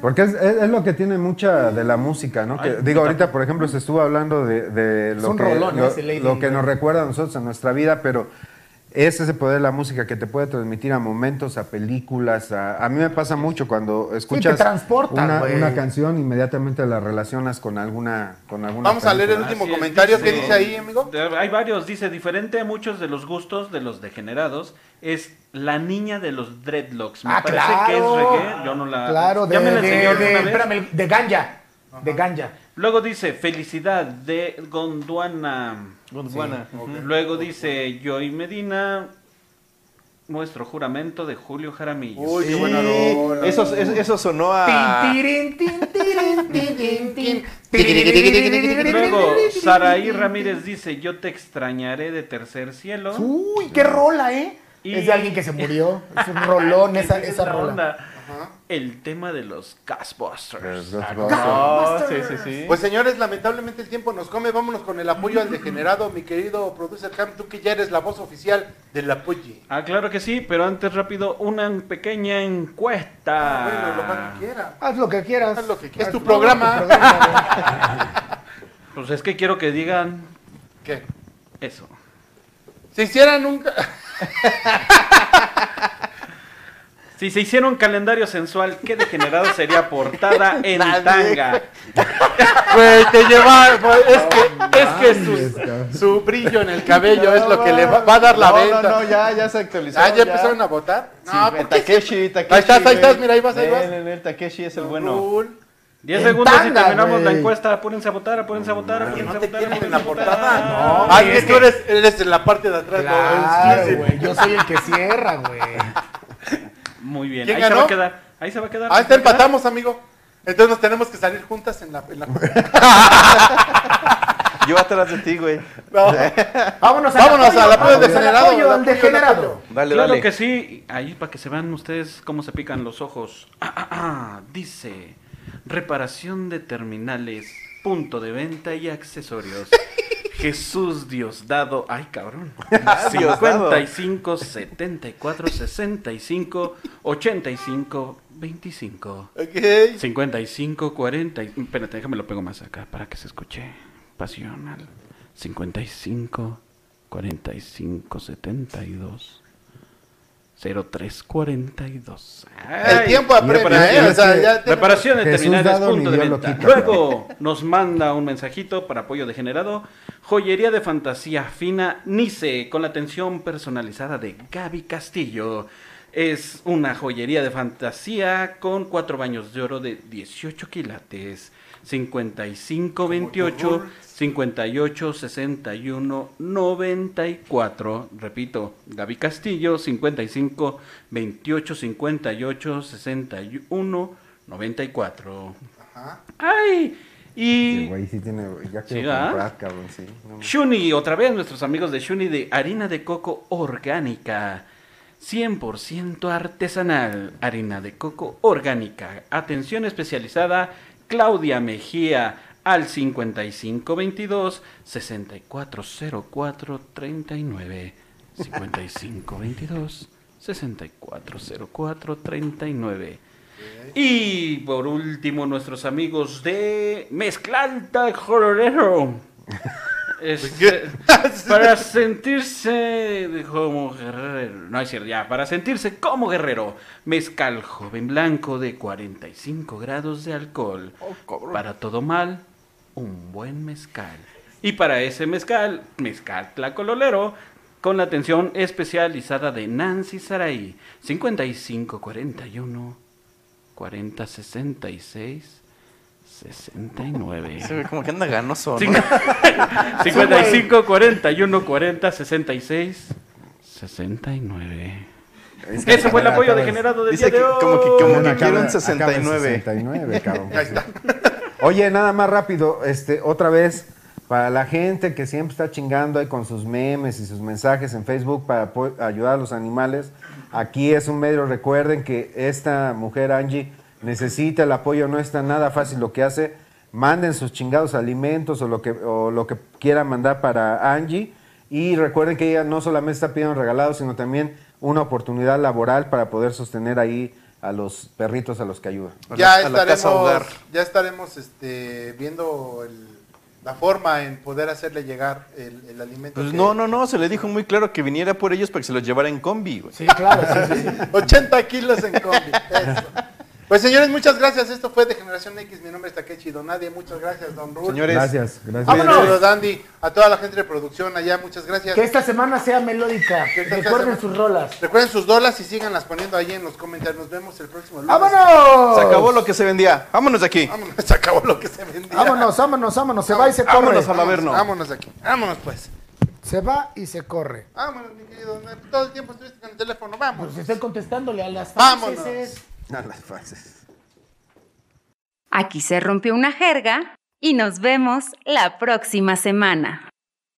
Speaker 6: Porque es, es- es lo que tiene mucha de la música, ¿no? Que,
Speaker 4: Ay,
Speaker 6: digo, ahorita, por ejemplo, se estuvo hablando de, de
Speaker 4: Es
Speaker 6: lo,
Speaker 4: un
Speaker 6: que,
Speaker 4: rolón
Speaker 6: lo-
Speaker 4: ese Lady
Speaker 6: lo
Speaker 4: in
Speaker 6: que
Speaker 4: Red.
Speaker 6: nos recuerda a nosotros, a nuestra vida, pero es ese poder de la música que te puede transmitir a momentos, a películas. A, a mí me pasa mucho cuando escuchas
Speaker 4: transporta,
Speaker 6: una,
Speaker 4: güey.
Speaker 6: una canción, inmediatamente la relacionas con alguna, con alguna
Speaker 8: Vamos a leer el
Speaker 6: película.
Speaker 8: último
Speaker 7: Así es,
Speaker 8: comentario. ¿Qué dice ahí, amigo?
Speaker 7: de- Hay varios, dice, diferente a muchos de los gustos de los degenerados, es la niña de los dreadlocks. Me
Speaker 4: Ah,
Speaker 7: parece que es
Speaker 4: claro.
Speaker 7: reggae, yo no la...
Speaker 4: Claro, de,
Speaker 7: ya me la
Speaker 4: de-
Speaker 7: enseñó
Speaker 4: de-
Speaker 7: alguna vez.
Speaker 4: espérame, de ganja, de ganja.
Speaker 7: Luego dice Felicidad de Gondwana.
Speaker 3: Gondwana.
Speaker 7: Sí.
Speaker 3: Ujú.
Speaker 7: Ujú. Luego dice Joy Medina. Nuestro juramento de Julio Jaramillo.
Speaker 3: Uy, qué Sí. buena rola. Eso- eso- eso sonó
Speaker 7: Ah.
Speaker 3: a-
Speaker 4: Tin, tin, tin, tin, tin, tin.
Speaker 7: Luego, Saraí Ramírez dice: Yo te extrañaré de tercer cielo.
Speaker 4: Uy, qué rola, ¿eh?
Speaker 7: Y-
Speaker 4: Es de alguien que se murió. Es un rolón esa,
Speaker 7: Es
Speaker 4: esa
Speaker 7: la
Speaker 4: rola.
Speaker 7: onda. El tema de los Ghostbusters. Ah,
Speaker 3: No, sí, sí, sí.
Speaker 8: Pues señores, lamentablemente el tiempo nos come. Vámonos con el apoyo al degenerado, mi querido producer Cam, tú que ya eres la voz oficial del apoyo.
Speaker 7: Ah, claro que sí, pero antes rápido, una pequeña encuesta.
Speaker 8: Ah, Bueno, lo más que quiera.
Speaker 4: Haz lo que quieras.
Speaker 8: Haz lo que quieras. Es tu
Speaker 4: Haz
Speaker 8: programa.
Speaker 4: tu programa, güey.
Speaker 7: Pues es que quiero que digan.
Speaker 8: pues, ¿Qué?
Speaker 7: Eso.
Speaker 8: Si hicieran un...
Speaker 7: Si se hiciera un calendario sensual, ¿qué degenerado sería portada en tanga?
Speaker 8: Güey, te lleva... güey, Es que, es que su, su brillo en el cabello es lo que le va, va a dar la
Speaker 3: No,
Speaker 8: venta.
Speaker 3: No, no, ya, ya se actualizó.
Speaker 8: Ah, ¿ya empezaron a votar?
Speaker 3: Sí,
Speaker 8: No,
Speaker 3: el
Speaker 8: ¿por qué
Speaker 3: Takeshi, Takeshi.
Speaker 8: Ahí estás, ahí
Speaker 3: güey.
Speaker 8: estás, mira, ahí vas, ahí
Speaker 3: Ven,
Speaker 8: vas.
Speaker 3: ven, el Takeshi es el bueno.
Speaker 8: Cool.
Speaker 7: 10
Speaker 3: En
Speaker 7: segundos y
Speaker 3: tanga,
Speaker 7: terminamos la
Speaker 3: güey.
Speaker 7: encuesta. Apúrense a votar, apúrense a votar, apúrense a votar. apúrense a votar.
Speaker 8: No, Ay, Ah, es que tú eres, eres en la parte de atrás. ¿no?
Speaker 4: Claro,
Speaker 8: Sí,
Speaker 4: güey. Yo soy el que cierra, güey.
Speaker 7: Muy bien,
Speaker 8: ¿Quién
Speaker 7: ahí se
Speaker 8: ganó?
Speaker 7: va a quedar. Ahí se va a quedar.
Speaker 8: Ah,
Speaker 7: ahí
Speaker 8: está
Speaker 7: se va a quedar.
Speaker 8: empatamos, amigo. Entonces nos tenemos que salir juntas en la... En la...
Speaker 3: Yo atrás de ti, güey.
Speaker 8: No.
Speaker 4: Vámonos,
Speaker 8: Vámonos a la prueba
Speaker 4: del
Speaker 8: degenerado,
Speaker 4: apoyo
Speaker 8: la
Speaker 4: al
Speaker 8: prueba del
Speaker 4: degenerado.
Speaker 3: Dale,
Speaker 7: claro
Speaker 3: dale.
Speaker 7: que sí. Ahí para que se vean ustedes cómo se pican los ojos. Ah, ah, ah, dice: reparación de terminales, punto de venta y accesorios. Jesús Diosdado, ay cabrón.
Speaker 3: Diosdado.
Speaker 7: 55 74 65 85 25
Speaker 8: Ok.
Speaker 7: 55 40. y- Espérate, déjame lo pego más acá para que se escuche. Pasional. 55 45 72 03 42.
Speaker 8: El tiempo apremia, ¿eh? O sea, ya tiene-
Speaker 7: Reparación de
Speaker 6: Jesús
Speaker 7: terminales,
Speaker 6: Dado
Speaker 7: punto
Speaker 6: ni
Speaker 7: de
Speaker 6: Dios lo
Speaker 7: venta.
Speaker 6: quita.
Speaker 7: Luego nos manda un mensajito para apoyo degenerado. Joyería de fantasía fina Nice con la atención personalizada de Gaby Castillo. Es una joyería de fantasía con cuatro baños de oro de 18 quilates. 55, 28, 58, 61, 94. Repito, Gaby Castillo, 55, 28, 58, 61, 94. ¡Ay!
Speaker 6: Sí,
Speaker 7: Y
Speaker 6: güey, sí tiene, ya
Speaker 7: Sí,
Speaker 6: quiero
Speaker 7: ¿verdad?
Speaker 6: comprar, cabrón, sí. No,
Speaker 7: Shuni, otra vez nuestros amigos de Shuni de harina de coco orgánica. 100% artesanal, harina de coco orgánica, atención especializada, Claudia Mejía, al 5522-640439. 5522-640439. Y por último, nuestros amigos de Mezclalta Jororero. Este, para sentirse como guerrero. No es cierto, ya. Para sentirse como guerrero. Mezcal joven blanco de 45 grados de alcohol. para todo mal, un buen mezcal. Y para ese mezcal, mezcal tlacololero. Con la atención especializada de Nancy Saraí. 5541 4066 69.
Speaker 5: Se ve como que anda ganoso, ¿no?
Speaker 7: Cincu- 55, 41, 40, 66, 69. Ese fue el apoyo degenerado del
Speaker 5: Dice
Speaker 7: día de
Speaker 5: que
Speaker 7: hoy.
Speaker 5: como que- como que quiero
Speaker 6: Acaba-
Speaker 5: un
Speaker 6: acaba en
Speaker 5: 69.
Speaker 6: 69, cabrón. Oye, nada más rápido, este, otra vez, para la gente que siempre está chingando ahí con sus memes y sus mensajes en Facebook para apo- ayudar a los animales, aquí es un medio, recuerden que esta mujer, Angie, necesita el apoyo, no está nada fácil lo que hace, manden sus chingados alimentos o lo que, o lo que quieran mandar para Angie. Y recuerden que ella no solamente está pidiendo regalados, sino también una oportunidad laboral para poder sostener ahí a los perritos a los que ayuda.
Speaker 8: ya estaremos, ya estaremos este, viendo el- la forma en poder hacerle llegar el, el alimento.
Speaker 5: Pues
Speaker 8: que-
Speaker 5: no, no, no, se le dijo muy claro que viniera por ellos para que se los llevara en combi, güey.
Speaker 4: Sí, claro, sí,
Speaker 8: 80 kilos en combi. eso. Pues señores, muchas gracias. Esto fue de Generación X. Mi nombre es Takechi Donadie. Muchas gracias, Don Ruth.
Speaker 6: Señores, Gracias, gracias.
Speaker 8: Vámonos.
Speaker 6: Señores.
Speaker 8: Dandy, a toda la gente de producción allá, muchas gracias.
Speaker 4: Que esta semana sea melódica.
Speaker 8: esta
Speaker 4: Recuerden
Speaker 8: semana-
Speaker 4: sus rolas.
Speaker 8: Recuerden sus dólares y síganlas poniendo ahí en los comentarios. Nos vemos el próximo lunes.
Speaker 4: ¡Vámonos!
Speaker 5: Se acabó lo que se vendía. Vámonos de aquí.
Speaker 8: Se acabó lo que se vendía.
Speaker 4: Vámonos, vámonos, vámonos. Se va y se corre.
Speaker 5: Vámonos al averno.
Speaker 8: Vámonos de aquí. Vámonos pues.
Speaker 4: Se va y se corre.
Speaker 8: Vámonos, mi querido. Don- Todo el tiempo estuviste con el teléfono. Vamos.
Speaker 4: Pues estoy contestándole a las
Speaker 8: Vámonos.
Speaker 4: franceses.
Speaker 6: A las frases.
Speaker 1: Aquí se rompió una jerga y nos vemos la próxima semana.